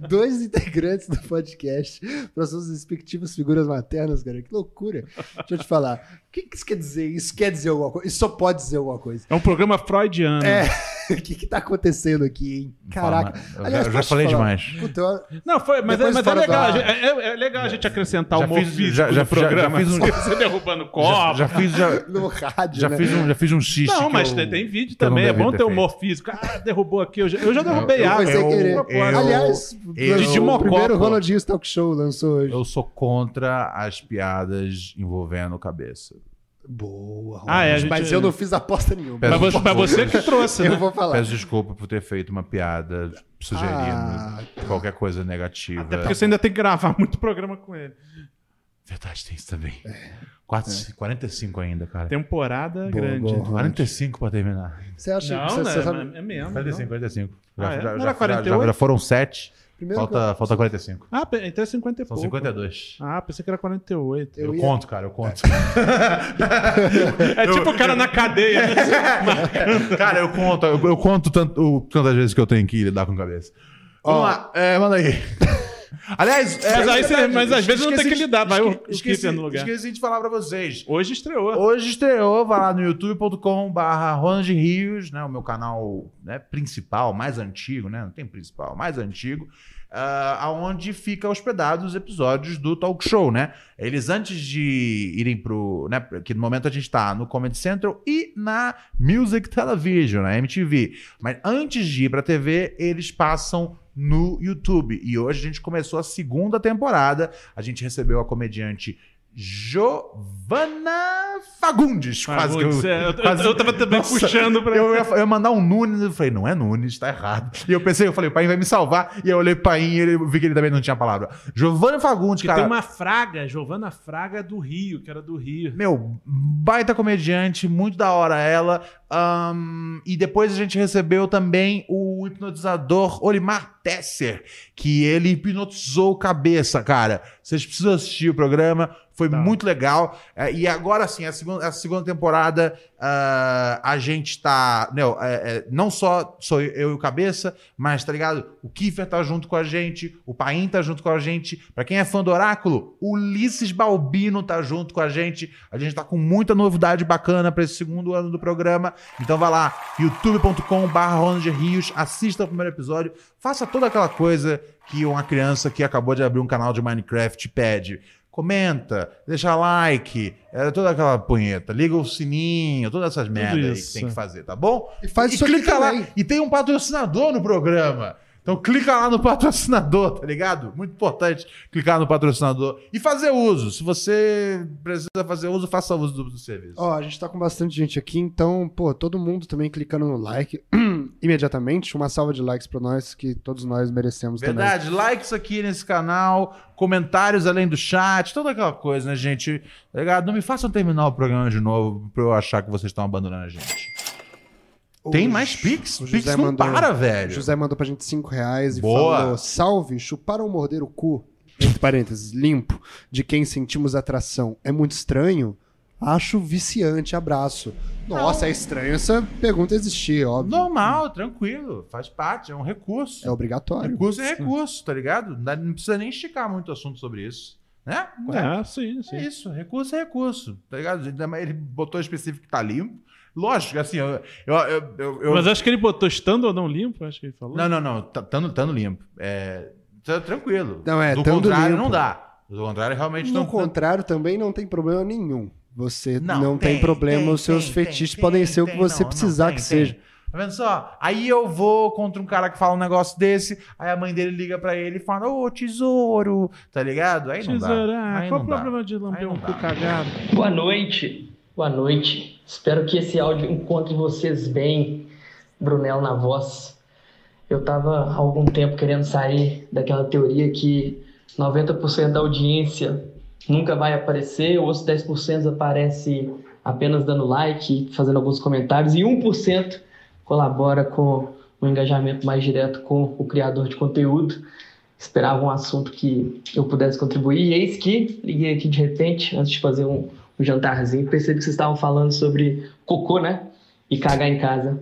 E: dois integrantes do podcast para suas respectivas figuras maternas, cara. Que loucura. Deixa eu te falar. O que, que isso quer dizer? Isso quer dizer alguma coisa? Isso só pode dizer alguma coisa.
A: É um programa freudiano.
E: É. O que, que tá acontecendo aqui, hein? Caraca.
A: fala, eu
E: Aliás,
A: já- eu já
E: posso te
A: falei
E: falar?
A: demais.
E: Puta, eu-
A: Não, foi, mas, é, mas
E: Depois
A: é
E: fora do
A: legal.
E: ar.
A: a gente- É, é legal a gente acrescentar
B: Já
A: o humor
B: fiz-
A: físico
B: já- já-
A: do
B: já- já
A: programa.
B: fiz um-
A: Você derrubando copo.
B: já fiz- já-
E: No rádio,
B: já
E: né?
B: fiz um- já fiz um xiste
A: Não,
B: que
A: mas
B: eu-
A: tem, tem vídeo
B: que eu não
A: também. É
B: devia
A: bom
B: ter
A: ter humor físico. Ah, derrubou aqui. Eu já, eu já derrubei
E: É, eu,
A: água.
E: eu, sem querer. Aliás,
A: de
E: o primeiro
A: mocó.
E: Ronaldinho Talk Show lançou hoje.
B: Eu sou contra as piadas envolvendo cabeça.
E: Boa,
A: Ah, é, a gente-
E: Mas eu não fiz aposta nenhuma.
B: Peço desculpa.
A: né?
E: Eu vou falar.
B: Peço desculpa por ter feito uma piada sugerindo
A: Ah,
E: tá.
B: qualquer coisa negativa.
A: Até porque você ainda tem que gravar muito programa com ele.
B: Verdade, tem isso também.
E: É.
B: Quatro- 45 ainda, cara.
A: Temporada grande.
B: 45 pra terminar.
E: Você acha
A: Não,
E: que você,
A: né,
E: você sabe...
A: mas é mesmo,
B: 45, 45. Já,
A: Ah, é?
B: já-
A: Não era
B: já- já-
A: 48?
B: já foram 7.
E: Primeiro
B: Falta,
A: que-
B: falta 45.
A: Ah, pe- então é 50 e
B: São
A: pouco.
B: 52.
A: Ah, pensei que era 48.
B: Eu, conto, cara, eu conto.
A: É tipo o cara na cadeia. né?
B: cara, eu conto. Eu, eu conto tanto, o- tantas vezes que eu tenho que lidar com cabeça. Vamos lá, é, manda aí. Aliás, é,
A: Mas aí você-
B: verdade,
A: mas às vezes não tem
B: esqueci
A: que lidar, vai o- o
B: esque- esqueci,
A: Kiffer no lugar.
B: esqueci de falar pra vocês.
A: Hoje estreou.
B: Hoje estreou, vai lá no youtube.com.br Ronald Rios, né, o meu canal né, principal, mais antigo, né, não tem principal, mais antigo, ah, aonde fica hospedado os episódios do Talk Show, né? Eles antes de irem pro, né, que no momento a gente tá no Comedy Central e na Music Television, na MTV. Mas antes de ir pra TV, eles passam no YouTube. E hoje a gente começou a segunda temporada. A gente recebeu a comediante Giovana Fagundes. Quase que eu,
A: Fagundes, é, eu-
B: quase-
A: eu- eu tava também puxando pra-
B: Eu ia, eu ia mandar um Nunes, eu falei, não é Nunes, tá errado. E eu pensei, eu falei, o Paim vai me salvar. E eu olhei pro Paim e ele, eu vi que ele também não tinha palavra. Giovana Fagundes,
A: Que
B: cara.
A: tem uma Fraga, Giovana Fraga do Rio, que era do Rio.
B: Meu, baita comediante, muito da hora ela. Ahn, e depois a gente recebeu também o hipnotizador Olimar Tesser, que ele hipnotizou cabeça, cara. Vocês precisam assistir o programa, foi muito legal. É, e agora sim, a segunda, a segunda temporada, ah, a gente tá. Não, é, é, não só sou eu e o Cabeça, mas tá ligado? O Kiefer tá junto com a gente, o Paim tá junto com a gente. Pra quem é fã do Oráculo, o Ulisses Balbino tá junto com a gente. A gente tá com muita novidade bacana pra esse segundo ano do programa. Então vai lá, youtube.com/barra Ronald Rios, assista o primeiro episódio, faça toda aquela coisa que uma criança que acabou de abrir um canal de Minecraft pede. Comenta, deixa like, é, toda aquela punheta, liga o sininho, todas essas merdas aí que
S: isso.
B: tem que fazer, tá bom? E
E: faz
B: isso clica
E: é
B: lá. E tem um patrocinador no programa. Então clica lá no patrocinador, tá ligado? Muito importante clicar no patrocinador e fazer uso. Se você precisa fazer uso, faça uso do, do serviço.
E: Ó, a gente tá com bastante gente aqui, então, pô, todo mundo também clicando no like imediatamente. Uma salva de likes pra nós, que todos nós merecemos também.
B: Verdade, likes aqui nesse canal, comentários além do chat, toda aquela coisa, né, gente? Tá ligado? Não me façam terminar o programa de novo pra eu achar que vocês estão abandonando a gente. Tem mais Pix?
E: O
B: Pix não para, velho.
E: José mandou pra gente 5 reais e
B: Boa.
E: falou: salve, chupar ou morder o cu, entre parênteses, limpo, de quem sentimos atração é muito estranho? Acho viciante, abraço. Nossa, é estranho essa pergunta existir, óbvio.
B: Normal, tranquilo, faz parte, é um recurso.
E: É obrigatório.
B: Recurso é recurso, tá ligado? Não dá- não precisa nem esticar muito o assunto sobre isso. Né?
A: Ah, sim, sim.
B: É isso, recurso é recurso, tá ligado? Ainda mais Ele botou específico que tá limpo. Lógico, assim, eu. eu, eu, eu- eu-
A: Mas acho que ele botou estando ou não limpo, acho que ele falou.
B: Não, não, não. tá- Tando, tando limpo. É, tá tranquilo.
E: Não, é,
B: Do
E: tando
B: contrário,
E: limpo.
B: não dá. Do contrário, realmente
E: No
B: não.
E: contrário, também não tem problema nenhum. Você não, tem,
B: tem,
E: problema,
B: tem,
E: os seus
B: tem,
E: fetiches
B: tem, tem,
E: podem ser o que
B: tem,
E: você
B: não, não,
E: precisar
B: tem,
E: que
B: tem.
E: seja.
B: Tá vendo só? Aí eu vou contra um cara que fala um negócio desse, aí a mãe dele liga pra ele e fala, ô tesouro, tá ligado? Aí não dá.
A: Tesoura,
B: Aí
A: qual
B: não
A: o
B: dá.
A: problema de lamber um
B: dá.
A: cu cagado?
T: Boa noite. Boa noite. Espero que esse áudio encontre vocês bem. Brunel na voz. Eu tava há algum tempo querendo sair daquela teoria que 90% da audiência nunca vai aparecer, ou os 10% aparece apenas dando like, fazendo alguns comentários, e 1% colabora com o engajamento mais direto com o criador de conteúdo. Esperava um assunto que eu pudesse contribuir, e eis que liguei aqui de repente, antes de fazer um, um jantarzinho, percebi que vocês estavam falando sobre cocô, né? E cagar em casa.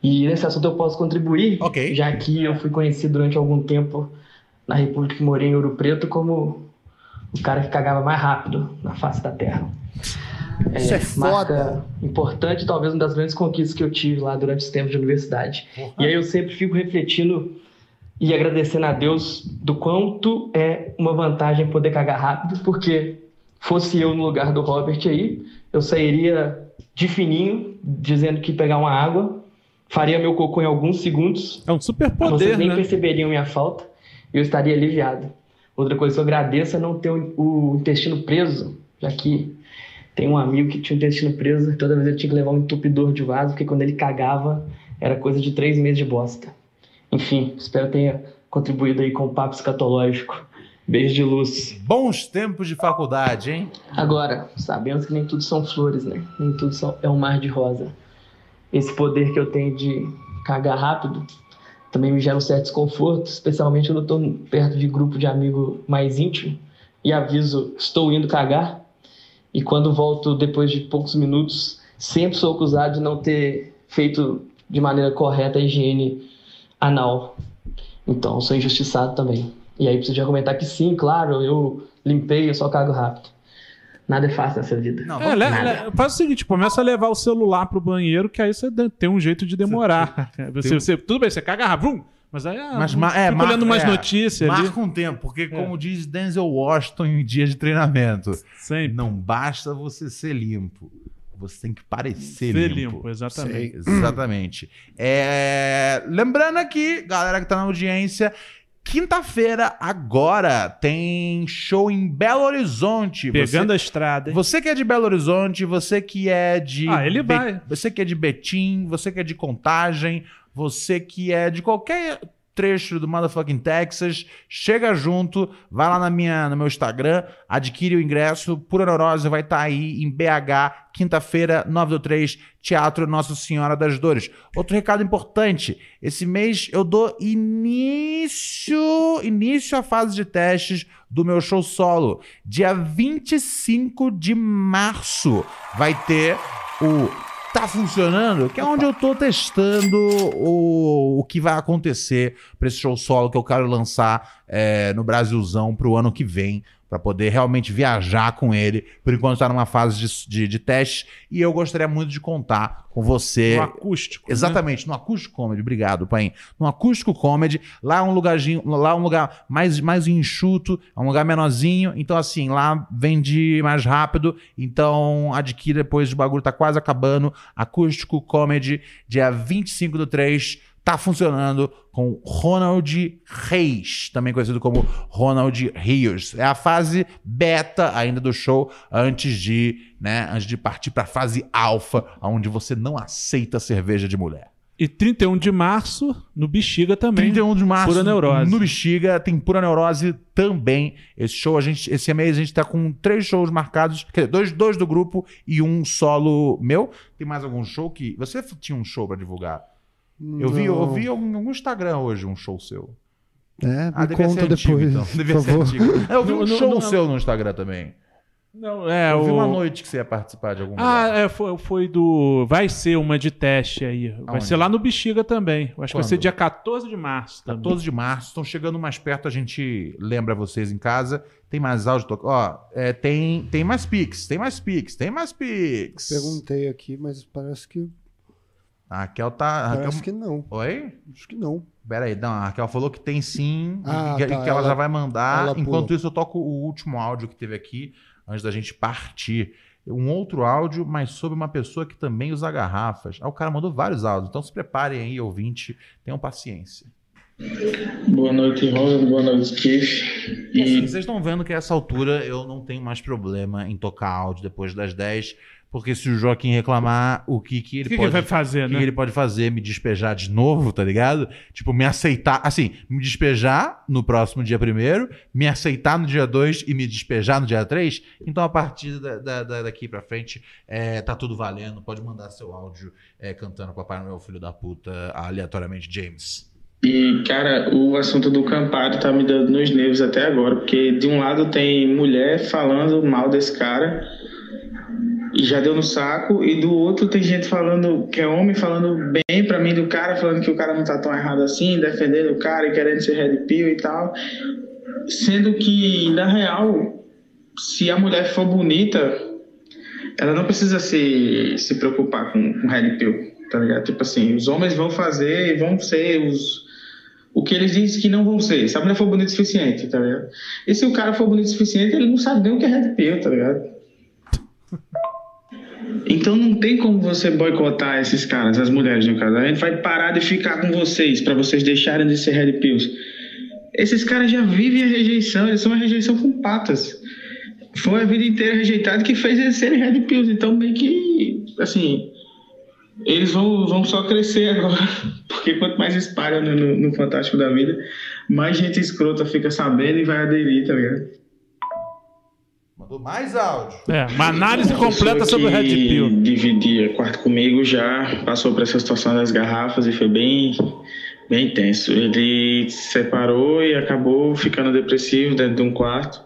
T: E nesse assunto eu posso contribuir, já que eu fui conhecido durante algum tempo na República que morei em Ouro Preto como o cara que cagava mais rápido na face da terra.
E: Isso é
T: Marca importante, talvez uma das grandes conquistas que eu tive lá durante esse tempo de universidade. E aí eu sempre fico refletindo e agradecendo a Deus do quanto é uma vantagem poder cagar rápido, porque fosse eu no lugar do Robert aí, eu sairia de fininho, dizendo que pegar uma água, faria meu cocô em alguns segundos.
A: É um super
T: Vocês
A: poder,
T: nem
A: né?
T: perceberiam minha falta e eu estaria aliviado. Outra coisa que eu agradeço é não ter o- o intestino preso, já que tem um amigo que tinha o intestino preso, e toda vez ele tinha que levar um entupidor de vaso, porque quando ele cagava era coisa de três meses de bosta. Enfim, espero tenha contribuído aí com o papo escatológico. Beijo de luz.
B: Bons tempos de faculdade, hein?
T: Agora, sabemos que nem tudo são flores, né? Nem tudo são- é um mar de rosa. Esse poder que eu tenho de cagar rápido também me gera um certo desconforto, especialmente quando eu tô perto de grupo de amigo mais íntimo e aviso, estou indo cagar. E quando volto depois de poucos minutos, sempre sou acusado de não ter feito de maneira correta a higiene anal. Então, sou injustiçado também. E aí preciso de argumentar que sim, claro, eu limpei, eu só cago rápido. Nada é fácil nessa vida.
A: É, le- le- faz o seguinte, começa a levar o celular pro banheiro, que aí você de- tem um jeito de demorar. Você,
B: tem um-
A: você- tudo bem, você caga, ah, vrum, mas aí ah,
B: Mas ma- é,
A: fica
B: marca-
A: olhando mais
B: é,
A: notícias ali. É.
B: Marca um tempo, porque como diz Denzel Washington em dias de treinamento, não basta você ser limpo. Você tem que parecer
A: Ser
B: limpo.
A: limpo, exatamente.
B: Sei, exatamente. É, lembrando aqui, galera que tá na audiência, quinta-feira agora tem show em Belo Horizonte.
A: Pegando a
B: estrada. Você que é de Belo Horizonte, você que é de
A: Ah, ele
B: Be-
A: vai.
B: você que é de Betim, você que é de Contagem, você que é de qualquer trecho do Motherfucking Texas. Chega junto, vai lá na minha, no meu Instagram, adquire o ingresso. Pura Neurose vai estar aí em BH, quinta-feira, 9 do 3, Teatro Nossa Senhora das Dores. Outro recado importante: esse mês eu dou início, início à fase de testes do meu show solo. Dia 25 de março vai ter o tá funcionando, que é onde eu tô testando o, o que vai acontecer pra esse show solo que eu quero lançar é, no Brasilzão pro ano que vem, pra poder realmente viajar com ele. Por enquanto tá numa fase de, de, de teste e eu gostaria muito de contar com você.
A: No acústico, né?
B: Exatamente, no acústico comedy, obrigado, Paim. No acústico comedy, lá é um lugarzinho, lá é um lugar mais, mais enxuto, é um lugar menorzinho, então assim, lá vende mais rápido, então adquira depois o bagulho tá quase acabando. Acústico comedy, dia 25 do 3, tá funcionando com Ronald Reis, também conhecido como Ronald Rios. É a fase beta ainda do show antes de, né, antes de partir pra fase alfa, onde você não aceita cerveja de mulher.
A: E 31 de março, no Bexiga também.
B: 31 de março,
A: Pura neurose.
B: no Bexiga, É, tem Pura Neurose também. Esse show, a gente, esse mês a gente tá com três shows marcados, quer dizer, dois, dois do grupo e um solo meu. Tem mais algum show que... Você tinha um show pra divulgar? Eu vi, eu
E: Não.
B: vi em algum Instagram hoje um show seu.
E: É, me
B: Ah, devia
E: conta
B: ser antigo,
E: depois.
B: então. Devia
E: por
B: ser
E: favor.
B: antigo. Eu vi um
A: Não, não,
B: show
A: não,
B: seu no Instagram também.
A: Não, é,
B: eu vi
A: o-
B: uma noite que você ia participar de algum
A: Ah, é, foi, foi do. Vai ser uma de teste aí. Vai
B: Aonde?
A: ser lá no Bexiga também. Eu Acho que vai ser
B: Quando?
A: dia 14 de março. Também.
B: 14 de março, estão chegando mais perto, a gente lembra vocês em casa. Tem mais áudio, to- ó, é, tem, tem mais Pix, tem mais Pix, tem mais Pix.
E: Perguntei aqui, mas parece que.
B: A Raquel tá... a Raquel-
E: Parece que não.
B: Oi?
E: Acho que não.
B: Pera aí, não, a Raquel falou que tem sim,
E: Ah,
B: e que,
E: tá,
B: que ela,
E: ela-
B: já vai mandar.
E: ela
B: Enquanto
E: pulou.
B: isso, eu toco o último áudio que teve aqui, antes da gente partir. Um outro áudio, mas sobre uma pessoa que também usa garrafas. Ah, o cara mandou vários áudios, então se preparem aí, ouvinte, tenham paciência.
F: Boa noite, Ronald. Boa noite, Kiff.
B: E assim, vocês estão vendo que a essa altura eu não tenho mais problema em tocar áudio depois das 10, porque se o Joaquim reclamar, o que, que ele
A: O que que
B: pode
A: ele vai fazer,
B: o que
A: né?
B: que ele pode fazer? Me despejar de novo, tá ligado? Tipo, me aceitar, assim, me despejar no próximo dia primeiro, me aceitar no dia 2 e me despejar no dia 3. Então, a partir da- da- da- daqui pra frente, é, tá tudo valendo. Pode mandar seu áudio é, cantando Papai Noel, filho da puta, aleatoriamente, James.
F: E, cara, o assunto do Campari tá me dando nos nervos até agora, porque de um lado tem mulher falando mal desse cara, e já deu no saco, e do outro tem gente falando, que é homem, falando bem pra mim do cara, falando que o cara não tá tão errado assim, defendendo o cara e querendo ser red pill e tal. Sendo que, na real, se a mulher for bonita, ela não precisa se, se preocupar com, com red pill, tá ligado? Tipo assim, os homens vão fazer e vão ser os o que eles dizem que não vão ser. Se a mulher for bonita o suficiente, tá ligado? E se o cara for bonito o suficiente, ele não sabe nem o que é red pill, tá ligado? Então não tem como você boicotar esses caras, as mulheres no caso. A gente vai parar de ficar com vocês pra vocês deixarem de ser red pills. Esses caras já vivem a rejeição, eles são uma rejeição com patas. Foi a vida inteira rejeitado que fez eles serem red pills. Então meio que assim, eles vão, vão só crescer agora, porque quanto mais espalham no, no- no Fantástico da Vida, mais gente escrota fica sabendo e vai aderir, tá ligado?
B: Mandou mais áudio.
A: É, uma análise
F: Uma pessoa
A: completa sobre o Red
F: que
A: Pill.
F: Dividia quarto comigo já passou por essa situação das garrafas e foi bem, bem tenso. Ele se separou e acabou ficando depressivo dentro de um quarto.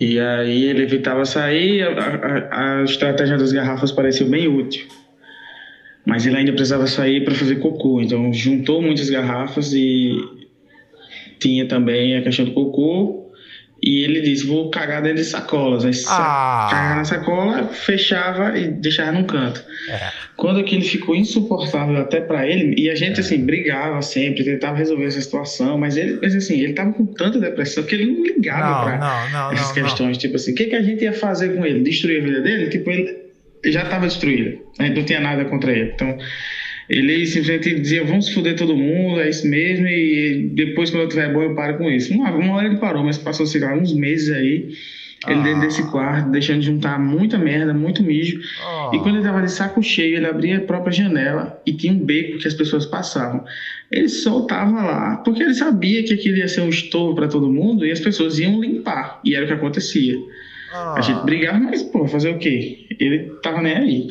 F: E aí ele evitava sair, a, a- a estratégia das garrafas parecia bem útil. Mas ele ainda precisava sair para fazer cocô, então juntou muitas garrafas e tinha também a questão do cocô. E ele disse: Vou cagar dentro de sacolas. Aí sa- cagava na sacola, fechava e deixava num canto.
B: É.
F: Quando aquilo ficou insuportável até pra ele, e a gente assim brigava sempre, tentava resolver essa situação, mas ele, mas, assim, ele tava com tanta depressão que ele não ligava
B: Não,
F: pra
B: não, não,
F: essas
B: não,
F: questões. Tipo assim, o que, que a gente ia fazer com ele? Destruir a vida dele? Tipo, ele já tava destruído. A gente não tinha nada contra ele. Então, ele simplesmente dizia, vamos foder todo mundo, é isso mesmo, e depois quando eu tiver bom eu paro com isso. Uma, uma hora ele parou, mas passou, sei lá, uns meses aí, Ele dentro desse quarto, deixando de juntar muita merda, muito mijo. E quando ele tava de saco cheio, ele abria a própria janela e tinha um beco que as pessoas passavam. Ele soltava lá, porque ele sabia que aquilo ia ser um estouro para todo mundo e as pessoas iam limpar. E era o que acontecia. A gente brigava, mas, pô, fazer o quê? Ele tava nem aí.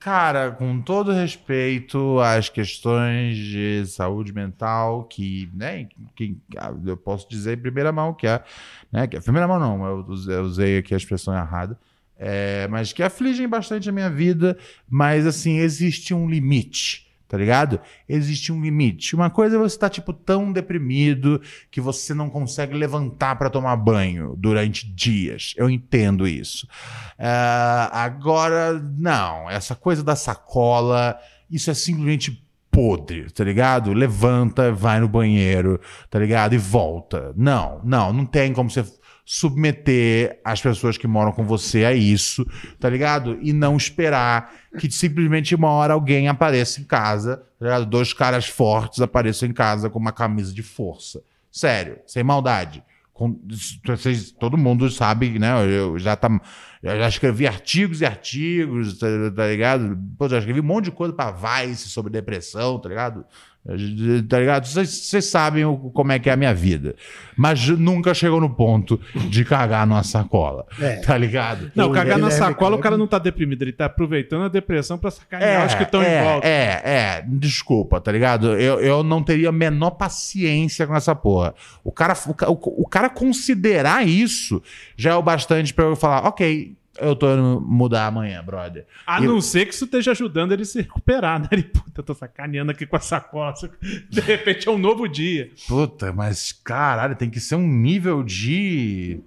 B: Cara, com todo respeito às questões de saúde mental, que, né, que ah, eu posso dizer em primeira mão que é, né, que é primeira mão não, eu usei- eu usei aqui a expressão errada, é, mas que afligem bastante a minha vida, mas assim, existe um limite, tá ligado? Existe um limite. Uma coisa é você estar, tipo, tão deprimido que você não consegue levantar pra tomar banho durante dias. Eu entendo isso. Ah, agora, não, essa coisa da sacola, isso é simplesmente podre, tá ligado? Levanta, vai no banheiro, tá ligado? E volta. Não, não, não tem como você submeter as pessoas que moram com você a isso, tá ligado? E não esperar que simplesmente uma hora alguém apareça em casa, tá ligado? Dois caras fortes apareçam em casa com uma camisa de força. Sério, sem maldade. Com- vocês- todo mundo sabe, né? Eu já, tá, eu já escrevi artigos e artigos, tá, tá ligado? Pô, já escrevi um monte de coisa pra Vice sobre depressão, tá ligado? Tá ligado? Vocês vocês sabem o- como é que é a minha vida. Mas nunca chegou no ponto de cagar numa sacola.
A: É.
B: Tá ligado?
A: Não, cagar na sacola, o cara não tá deprimido, ele tá aproveitando a depressão pra sacanear os que estão
B: é,
A: em volta.
B: É, é, desculpa, tá ligado? Eu, eu não teria a menor paciência com essa porra. O cara, o, ca- o cara considerar isso já é o bastante pra eu falar, ok, eu tô indo mudar amanhã, brother.
A: A
B: E-
A: não ser que isso esteja ajudando ele se recuperar, né? Ele, puta, eu tô sacaneando aqui com a sacola. De repente é um novo dia.
B: Puta, mas caralho, tem que ser um nível de.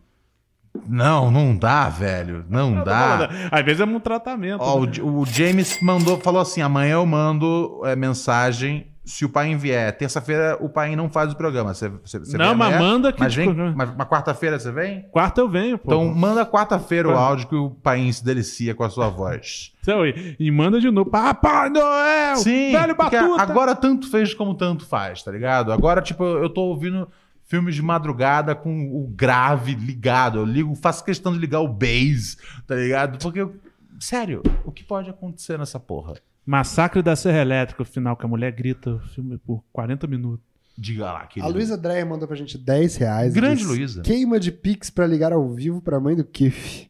B: Não, não dá, velho. Não dá.
A: Às vezes é um tratamento.
B: Ó,
A: né?
B: o J- o, James mandou, falou assim: amanhã eu mando é, mensagem. Se o pai vier, terça-feira o pai não faz o programa. Você, você, você
A: Não,
B: vem
A: mas
B: amanhã?
A: manda que
B: Mas,
A: te-
B: vem, mas, mas quarta-feira você vem?
A: Quarta eu venho, pô.
B: Então manda quarta-feira o áudio que o pai se delicia com a sua voz.
A: Então, e, e manda de novo. Papai Noel!
B: Sim,
A: velho
B: porque
A: batuta!
B: agora tanto fez como tanto faz, tá ligado? Agora, tipo, eu eu tô ouvindo filmes de madrugada com o grave ligado. Eu ligo, faço questão de ligar o bass, tá ligado? Porque, eu- sério, o que pode acontecer nessa porra?
A: Massacre da Serra Elétrica, o final, que a mulher grita o filme por 40 minutos.
B: Diga lá,
E: A Luísa Dreyer mandou pra gente 10 reais. e
A: Grande
E: diz,
A: Luísa.
E: Queima de Pix pra ligar ao vivo pra mãe do Kiff.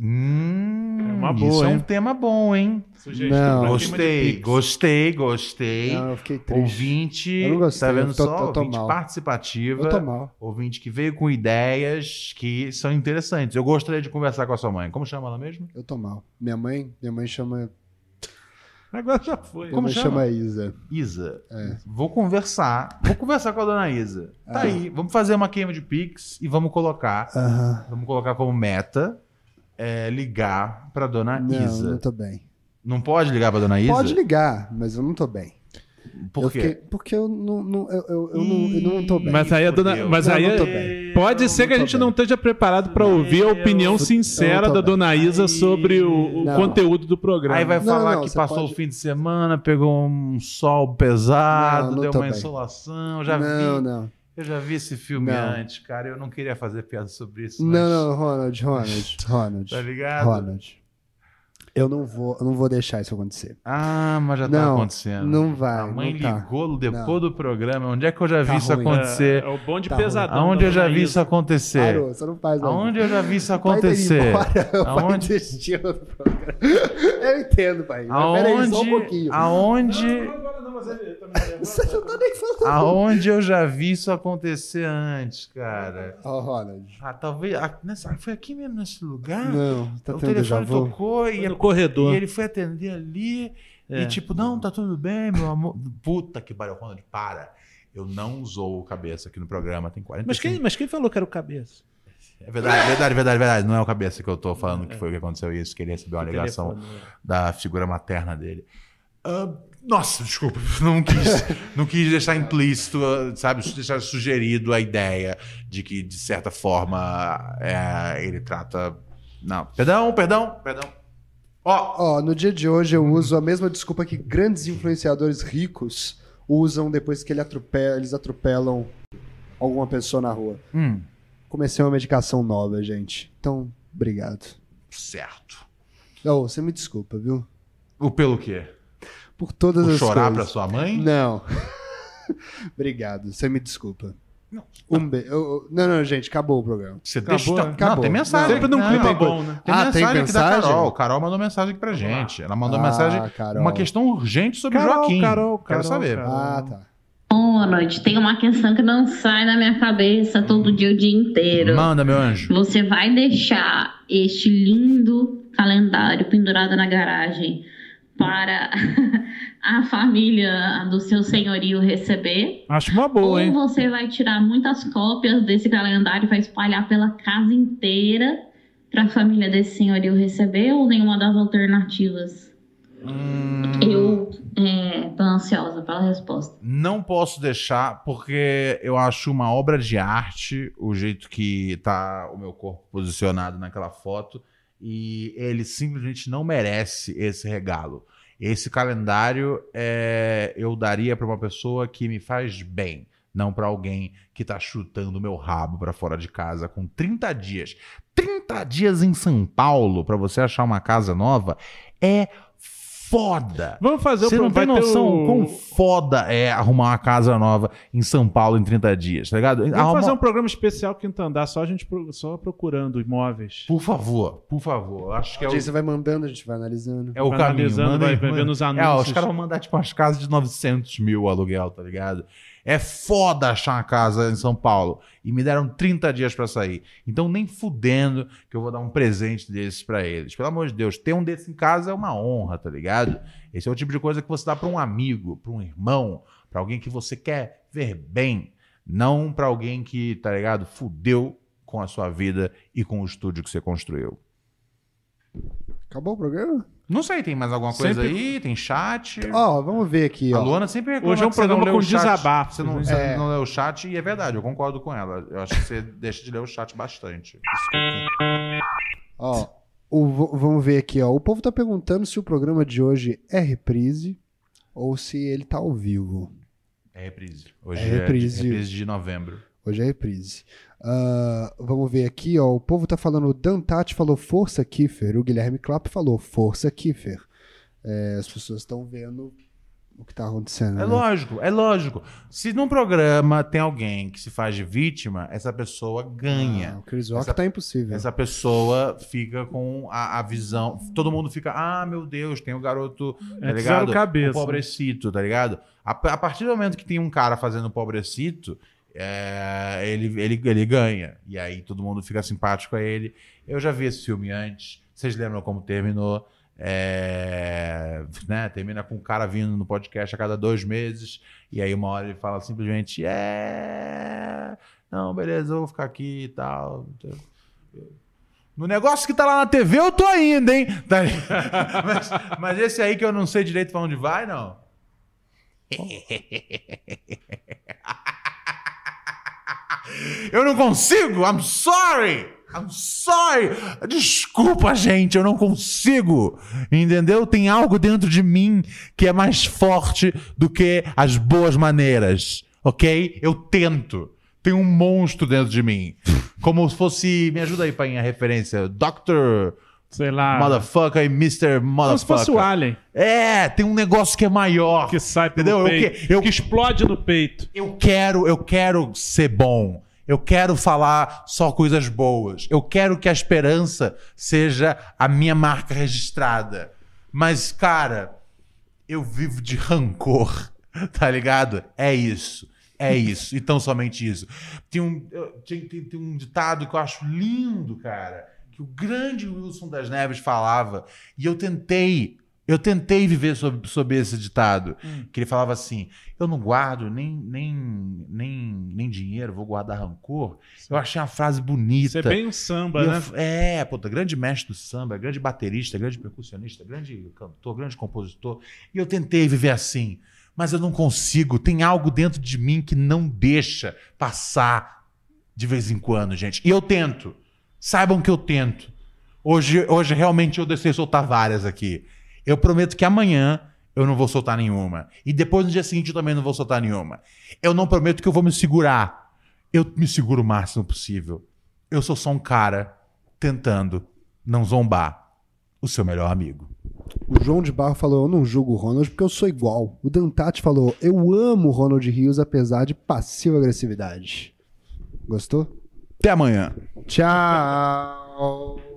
B: Hum,
E: é
B: uma boa, isso é um hein? tema bom, hein?
E: Não.
B: Gostei, gostei, gostei.
E: Não, eu fiquei triste.
B: Ouvinte,
E: Eu não gostei,
B: tá vendo
E: eu tô-
B: só?
E: eu tô
B: ouvinte
E: mal.
B: participativa.
E: Eu tô mal.
B: Ouvinte que veio com ideias que são interessantes. Eu gostaria de conversar com a sua mãe. Como chama ela mesmo?
E: Eu tô mal. Minha mãe, minha mãe chama.
A: Agora já foi.
E: Minha mãe chama Isa. É.
B: Isa. Vou conversar. Vou conversar com a dona Isa. Tá
E: Ah.
B: aí. Vamos fazer uma queima de Pix e vamos colocar.
E: Aham.
B: Vamos colocar como meta é, ligar pra dona
E: Não,
B: Isa.
E: não tô bem.
B: Não pode ligar pra dona Isa?
E: Pode ligar, mas eu não tô bem.
B: Por
E: eu
B: quê?
E: fiquei- porque eu não, não- eu, eu, eu não, eu não tô bem.
A: Mas aí a É, dona.
E: Fudeu.
A: Mas
E: Não,
A: aí
E: eu não tô bem.
A: Pode ser que a gente não esteja preparado para ouvir a opinião sincera
B: tô
A: da
B: bem.
A: dona Isa sobre o, o
B: Não.
A: conteúdo do programa.
B: Aí vai falar que passou o fim de semana, pegou um sol pesado,
A: Não, não
B: deu
A: tô
B: uma
A: bem.
B: insolação. Já
E: Não,
B: vi.
E: não.
B: Eu já vi esse filme
E: Não.
B: antes, cara. Eu não queria fazer piada sobre isso.
E: Não,
B: mas-
E: não, Ronald, Ronald, Ronald.
B: Tá ligado?
E: Ronald. Eu não vou, eu não vou deixar isso acontecer.
B: Ah, mas já tá
E: Não,
B: acontecendo.
E: não vai,
B: A mãe
E: não tá.
B: ligou depois
E: Não.
B: do programa. Onde é que eu já vi
E: Tá
B: isso
E: ruim.
B: acontecer?
E: É, é o bonde
A: pesadão
B: Aonde
A: da
B: eu já
A: Dona
B: vi
A: Isa.
B: isso acontecer?
E: Parou, você não faz mais
B: Aonde
E: isso.
B: eu já vi isso
E: Vai daí
B: acontecer?
E: embora, vai
B: Aonde-
E: desistir do programa. Eu entendo, pai. mas Peraí, só um
B: Aonde,
E: pouquinho.
B: aonde,
E: Você não tá nem falando.
B: aonde eu já vi isso acontecer antes, cara?
E: Ó, Ronald.
B: Ah, talvez. ah, nessa- foi aqui mesmo nesse lugar?
E: Não, tá
B: O
E: tendo déjà
B: telefone
E: vu?
B: tocou e
A: no corredor.
B: E ele foi atender ali.
A: É.
B: E tipo, não, tá tudo bem, meu amor. Puta que pariu, Ronald, para. Eu não usou o cabeça aqui no programa, tem 40
A: Mas quem, mas quem falou que era o cabeça?
B: É verdade, verdade, verdade, verdade. Não é o cabeça que eu tô falando que foi o que aconteceu isso, que ele recebeu uma
A: Que
B: ligação
A: telefone, né?
B: da figura materna dele. Ah, nossa, desculpa, não quis, não quis deixar implícito, ah, sabe, deixar sugerido a ideia de que, de certa forma, é, ele trata. Não. Perdão, perdão, perdão. Ó,
E: no dia de hoje eu uso a mesma desculpa que grandes influenciadores ricos usam depois que ele atrope- eles atropelam alguma pessoa na rua.
B: Hum.
E: Comecei uma medicação nova, gente. Então, obrigado.
B: Certo.
E: Oh, você me desculpa, viu?
B: O pelo quê?
E: Por todas
B: Por
E: as
B: chorar
E: coisas.
B: pra sua mãe?
E: Não. obrigado, você me desculpa.
B: Não.
E: Um be... eu- eu- Não, não, gente, acabou o programa.
B: Você
E: acabou,
B: deixa. tá,
E: né?
B: Não, tem mensagem.
E: Sempre num
B: Não,
E: clima
B: tem-
E: bom, né?
B: Tem
E: ah,
B: mensagem,
E: tem
B: aqui da
E: mensagem?
B: Carol. Carol mandou mensagem aqui pra gente. Ela mandou
E: Ah,
B: mensagem.
E: Carol.
B: Uma questão urgente sobre
E: Carol,
B: Joaquim.
E: Carol,
B: Quero
E: Carol,
B: saber.
E: Carol. Ah, tá.
Q: Boa noite. Tem uma questão que não sai da minha cabeça todo dia, o dia inteiro.
B: Manda, meu anjo.
Q: Você vai deixar este lindo calendário pendurado na garagem para a família do seu senhorio receber?
A: Acho uma boa,
Q: Ou
A: hein?
Q: você vai tirar muitas cópias desse calendário e vai espalhar pela casa inteira para a família desse senhorio receber? Ou nenhuma das alternativas?
B: Hum.
Q: Eu é, tô ansiosa pela resposta.
B: Não posso deixar, porque eu acho uma obra de arte o jeito que tá o meu corpo posicionado naquela foto. E ele simplesmente não merece esse regalo. Esse calendário é, eu daria para uma pessoa que me faz bem, não para alguém que tá chutando meu rabo para fora de casa com 30 dias. 30 dias em São Paulo para você achar uma casa nova é foda.
A: Vamos fazer o
B: Você não
A: pro-
B: tem
A: vai ter
B: noção
A: o-
B: quão foda é arrumar uma casa nova em São Paulo em 30 dias, tá ligado?
A: Vamos fazer um programa especial Quinto Andar, só a gente pro- só procurando imóveis.
B: Por favor, por favor. Acho que é o,
E: Gente, Você vai mandando, a gente vai analisando.
B: é o caminho. Manda
A: vai-
B: aí,
A: vai
B: manda.
A: vendo os
B: É, ó,
A: anúncios.
B: os caras vão mandar tipo umas casas de 900 mil aluguel, tá ligado? É foda achar uma casa em São Paulo. E me deram 30 dias pra sair. Então nem fudendo que eu vou dar um presente desses pra eles. Pelo amor de Deus, ter um desses em casa é uma honra, tá ligado? Esse é o tipo de coisa que você dá pra um amigo, pra um irmão, pra alguém que você quer ver bem. Não pra alguém que, tá ligado, fudeu com a sua vida e com o estúdio que você construiu.
E: Acabou o programa?
B: Não sei, tem mais alguma coisa
E: Sempre-
B: aí? Tem chat?
E: Ó, vamos ver aqui, ó.
B: A Luana sempre reclama
A: Hoje é um
B: que você não
A: programa
B: lê
A: com
B: o chat.
A: desabafos,
B: Você não,
A: né?
B: você
A: É.
B: não lê o chat e é verdade, eu concordo com ela. Eu acho que você deixa de ler o chat bastante.
E: Ó, o- v- vamos ver aqui, ó. O povo tá perguntando se o programa de hoje é reprise ou se ele tá ao vivo.
B: É reprise. Hoje
E: É
B: é
E: reprise.
B: reprise, é reprise de novembro.
E: Hoje é reprise. Ah, vamos ver aqui, ó. O povo tá falando, o Dantati falou força Kiffer, o Guilherme Clapp falou força Kiffer. É, as pessoas estão vendo o que tá acontecendo.
B: É
E: né?
B: lógico, é lógico. Se num programa tem alguém que se faz de vítima, essa pessoa ganha.
E: Ah, o Chris Rock
B: Essa-
E: tá impossível.
B: Essa pessoa fica com a, a visão. Todo mundo fica, ah, meu Deus, tem o garoto, tá
A: É,
B: ligado?
A: zero cabeça.
B: O pobrecito, tá ligado? A, a partir do momento que tem um cara fazendo o pobrecito, é, ele, ele, ele ganha. E aí todo mundo fica simpático a ele. Eu já vi esse filme antes, vocês lembram como terminou? É, né, termina com o cara vindo no podcast a cada dois meses, e aí uma hora ele fala simplesmente: É, não, beleza, eu vou ficar aqui e tal. No negócio que tá lá na TV eu tô ainda, hein? Tá li- mas, mas esse aí que eu não sei direito pra onde vai, não.
L: assim,
B: eu não consigo! I'm sorry! I'm sorry! Desculpa, gente, eu não consigo! Entendeu? Tem algo dentro de mim que é mais forte do que as boas maneiras, ok? Eu tento. Tem um monstro dentro de mim. Como se fosse. Me ajuda aí, Painha, a referência. Dr.
A: Sei lá.
B: Motherfucker e Mr. Motherfucker.
A: Como se fosse o Alien.
B: É, tem um negócio que é maior.
A: Que sai pelo
B: Entendeu? Eu
A: peito.
B: que- eu-
A: que explode no peito.
B: Eu quero, eu quero ser bom. Eu quero falar só coisas boas. Eu quero que a esperança seja a minha marca registrada. Mas, cara, eu vivo de rancor, tá ligado? É isso. É isso. E tão somente isso. Tem um, eu- tem, tem- tem um ditado que eu acho lindo, cara, que o grande Wilson das Neves falava. E eu tentei. Eu tentei viver sob, sob esse ditado. Que ele falava assim: eu não guardo nem, nem, nem, nem dinheiro, vou guardar rancor. Eu achei uma frase
A: Isso
B: bonita.
A: é bem um samba,
B: E eu
A: né?
B: f- é, puta, grande mestre do samba, grande baterista, grande percussionista, grande cantor, grande compositor. E eu tentei viver assim, mas eu não consigo. Tem algo dentro de mim que não deixa passar de vez em quando, gente. E eu tento. Saibam que eu tento. Hoje, hoje realmente eu deixei soltar várias aqui. Eu prometo que amanhã eu não vou soltar nenhuma. E depois no dia seguinte eu também não vou soltar nenhuma. Eu não prometo que eu vou me segurar. Eu me seguro o máximo possível. Eu sou só um cara tentando não zombar o seu melhor amigo.
E: O João de Barro falou: Eu não julgo o Ronald porque eu sou igual. O Dantati falou: Eu amo o Ronald Rios, apesar de passiva agressividade. Gostou?
B: Até amanhã.
E: Tchau.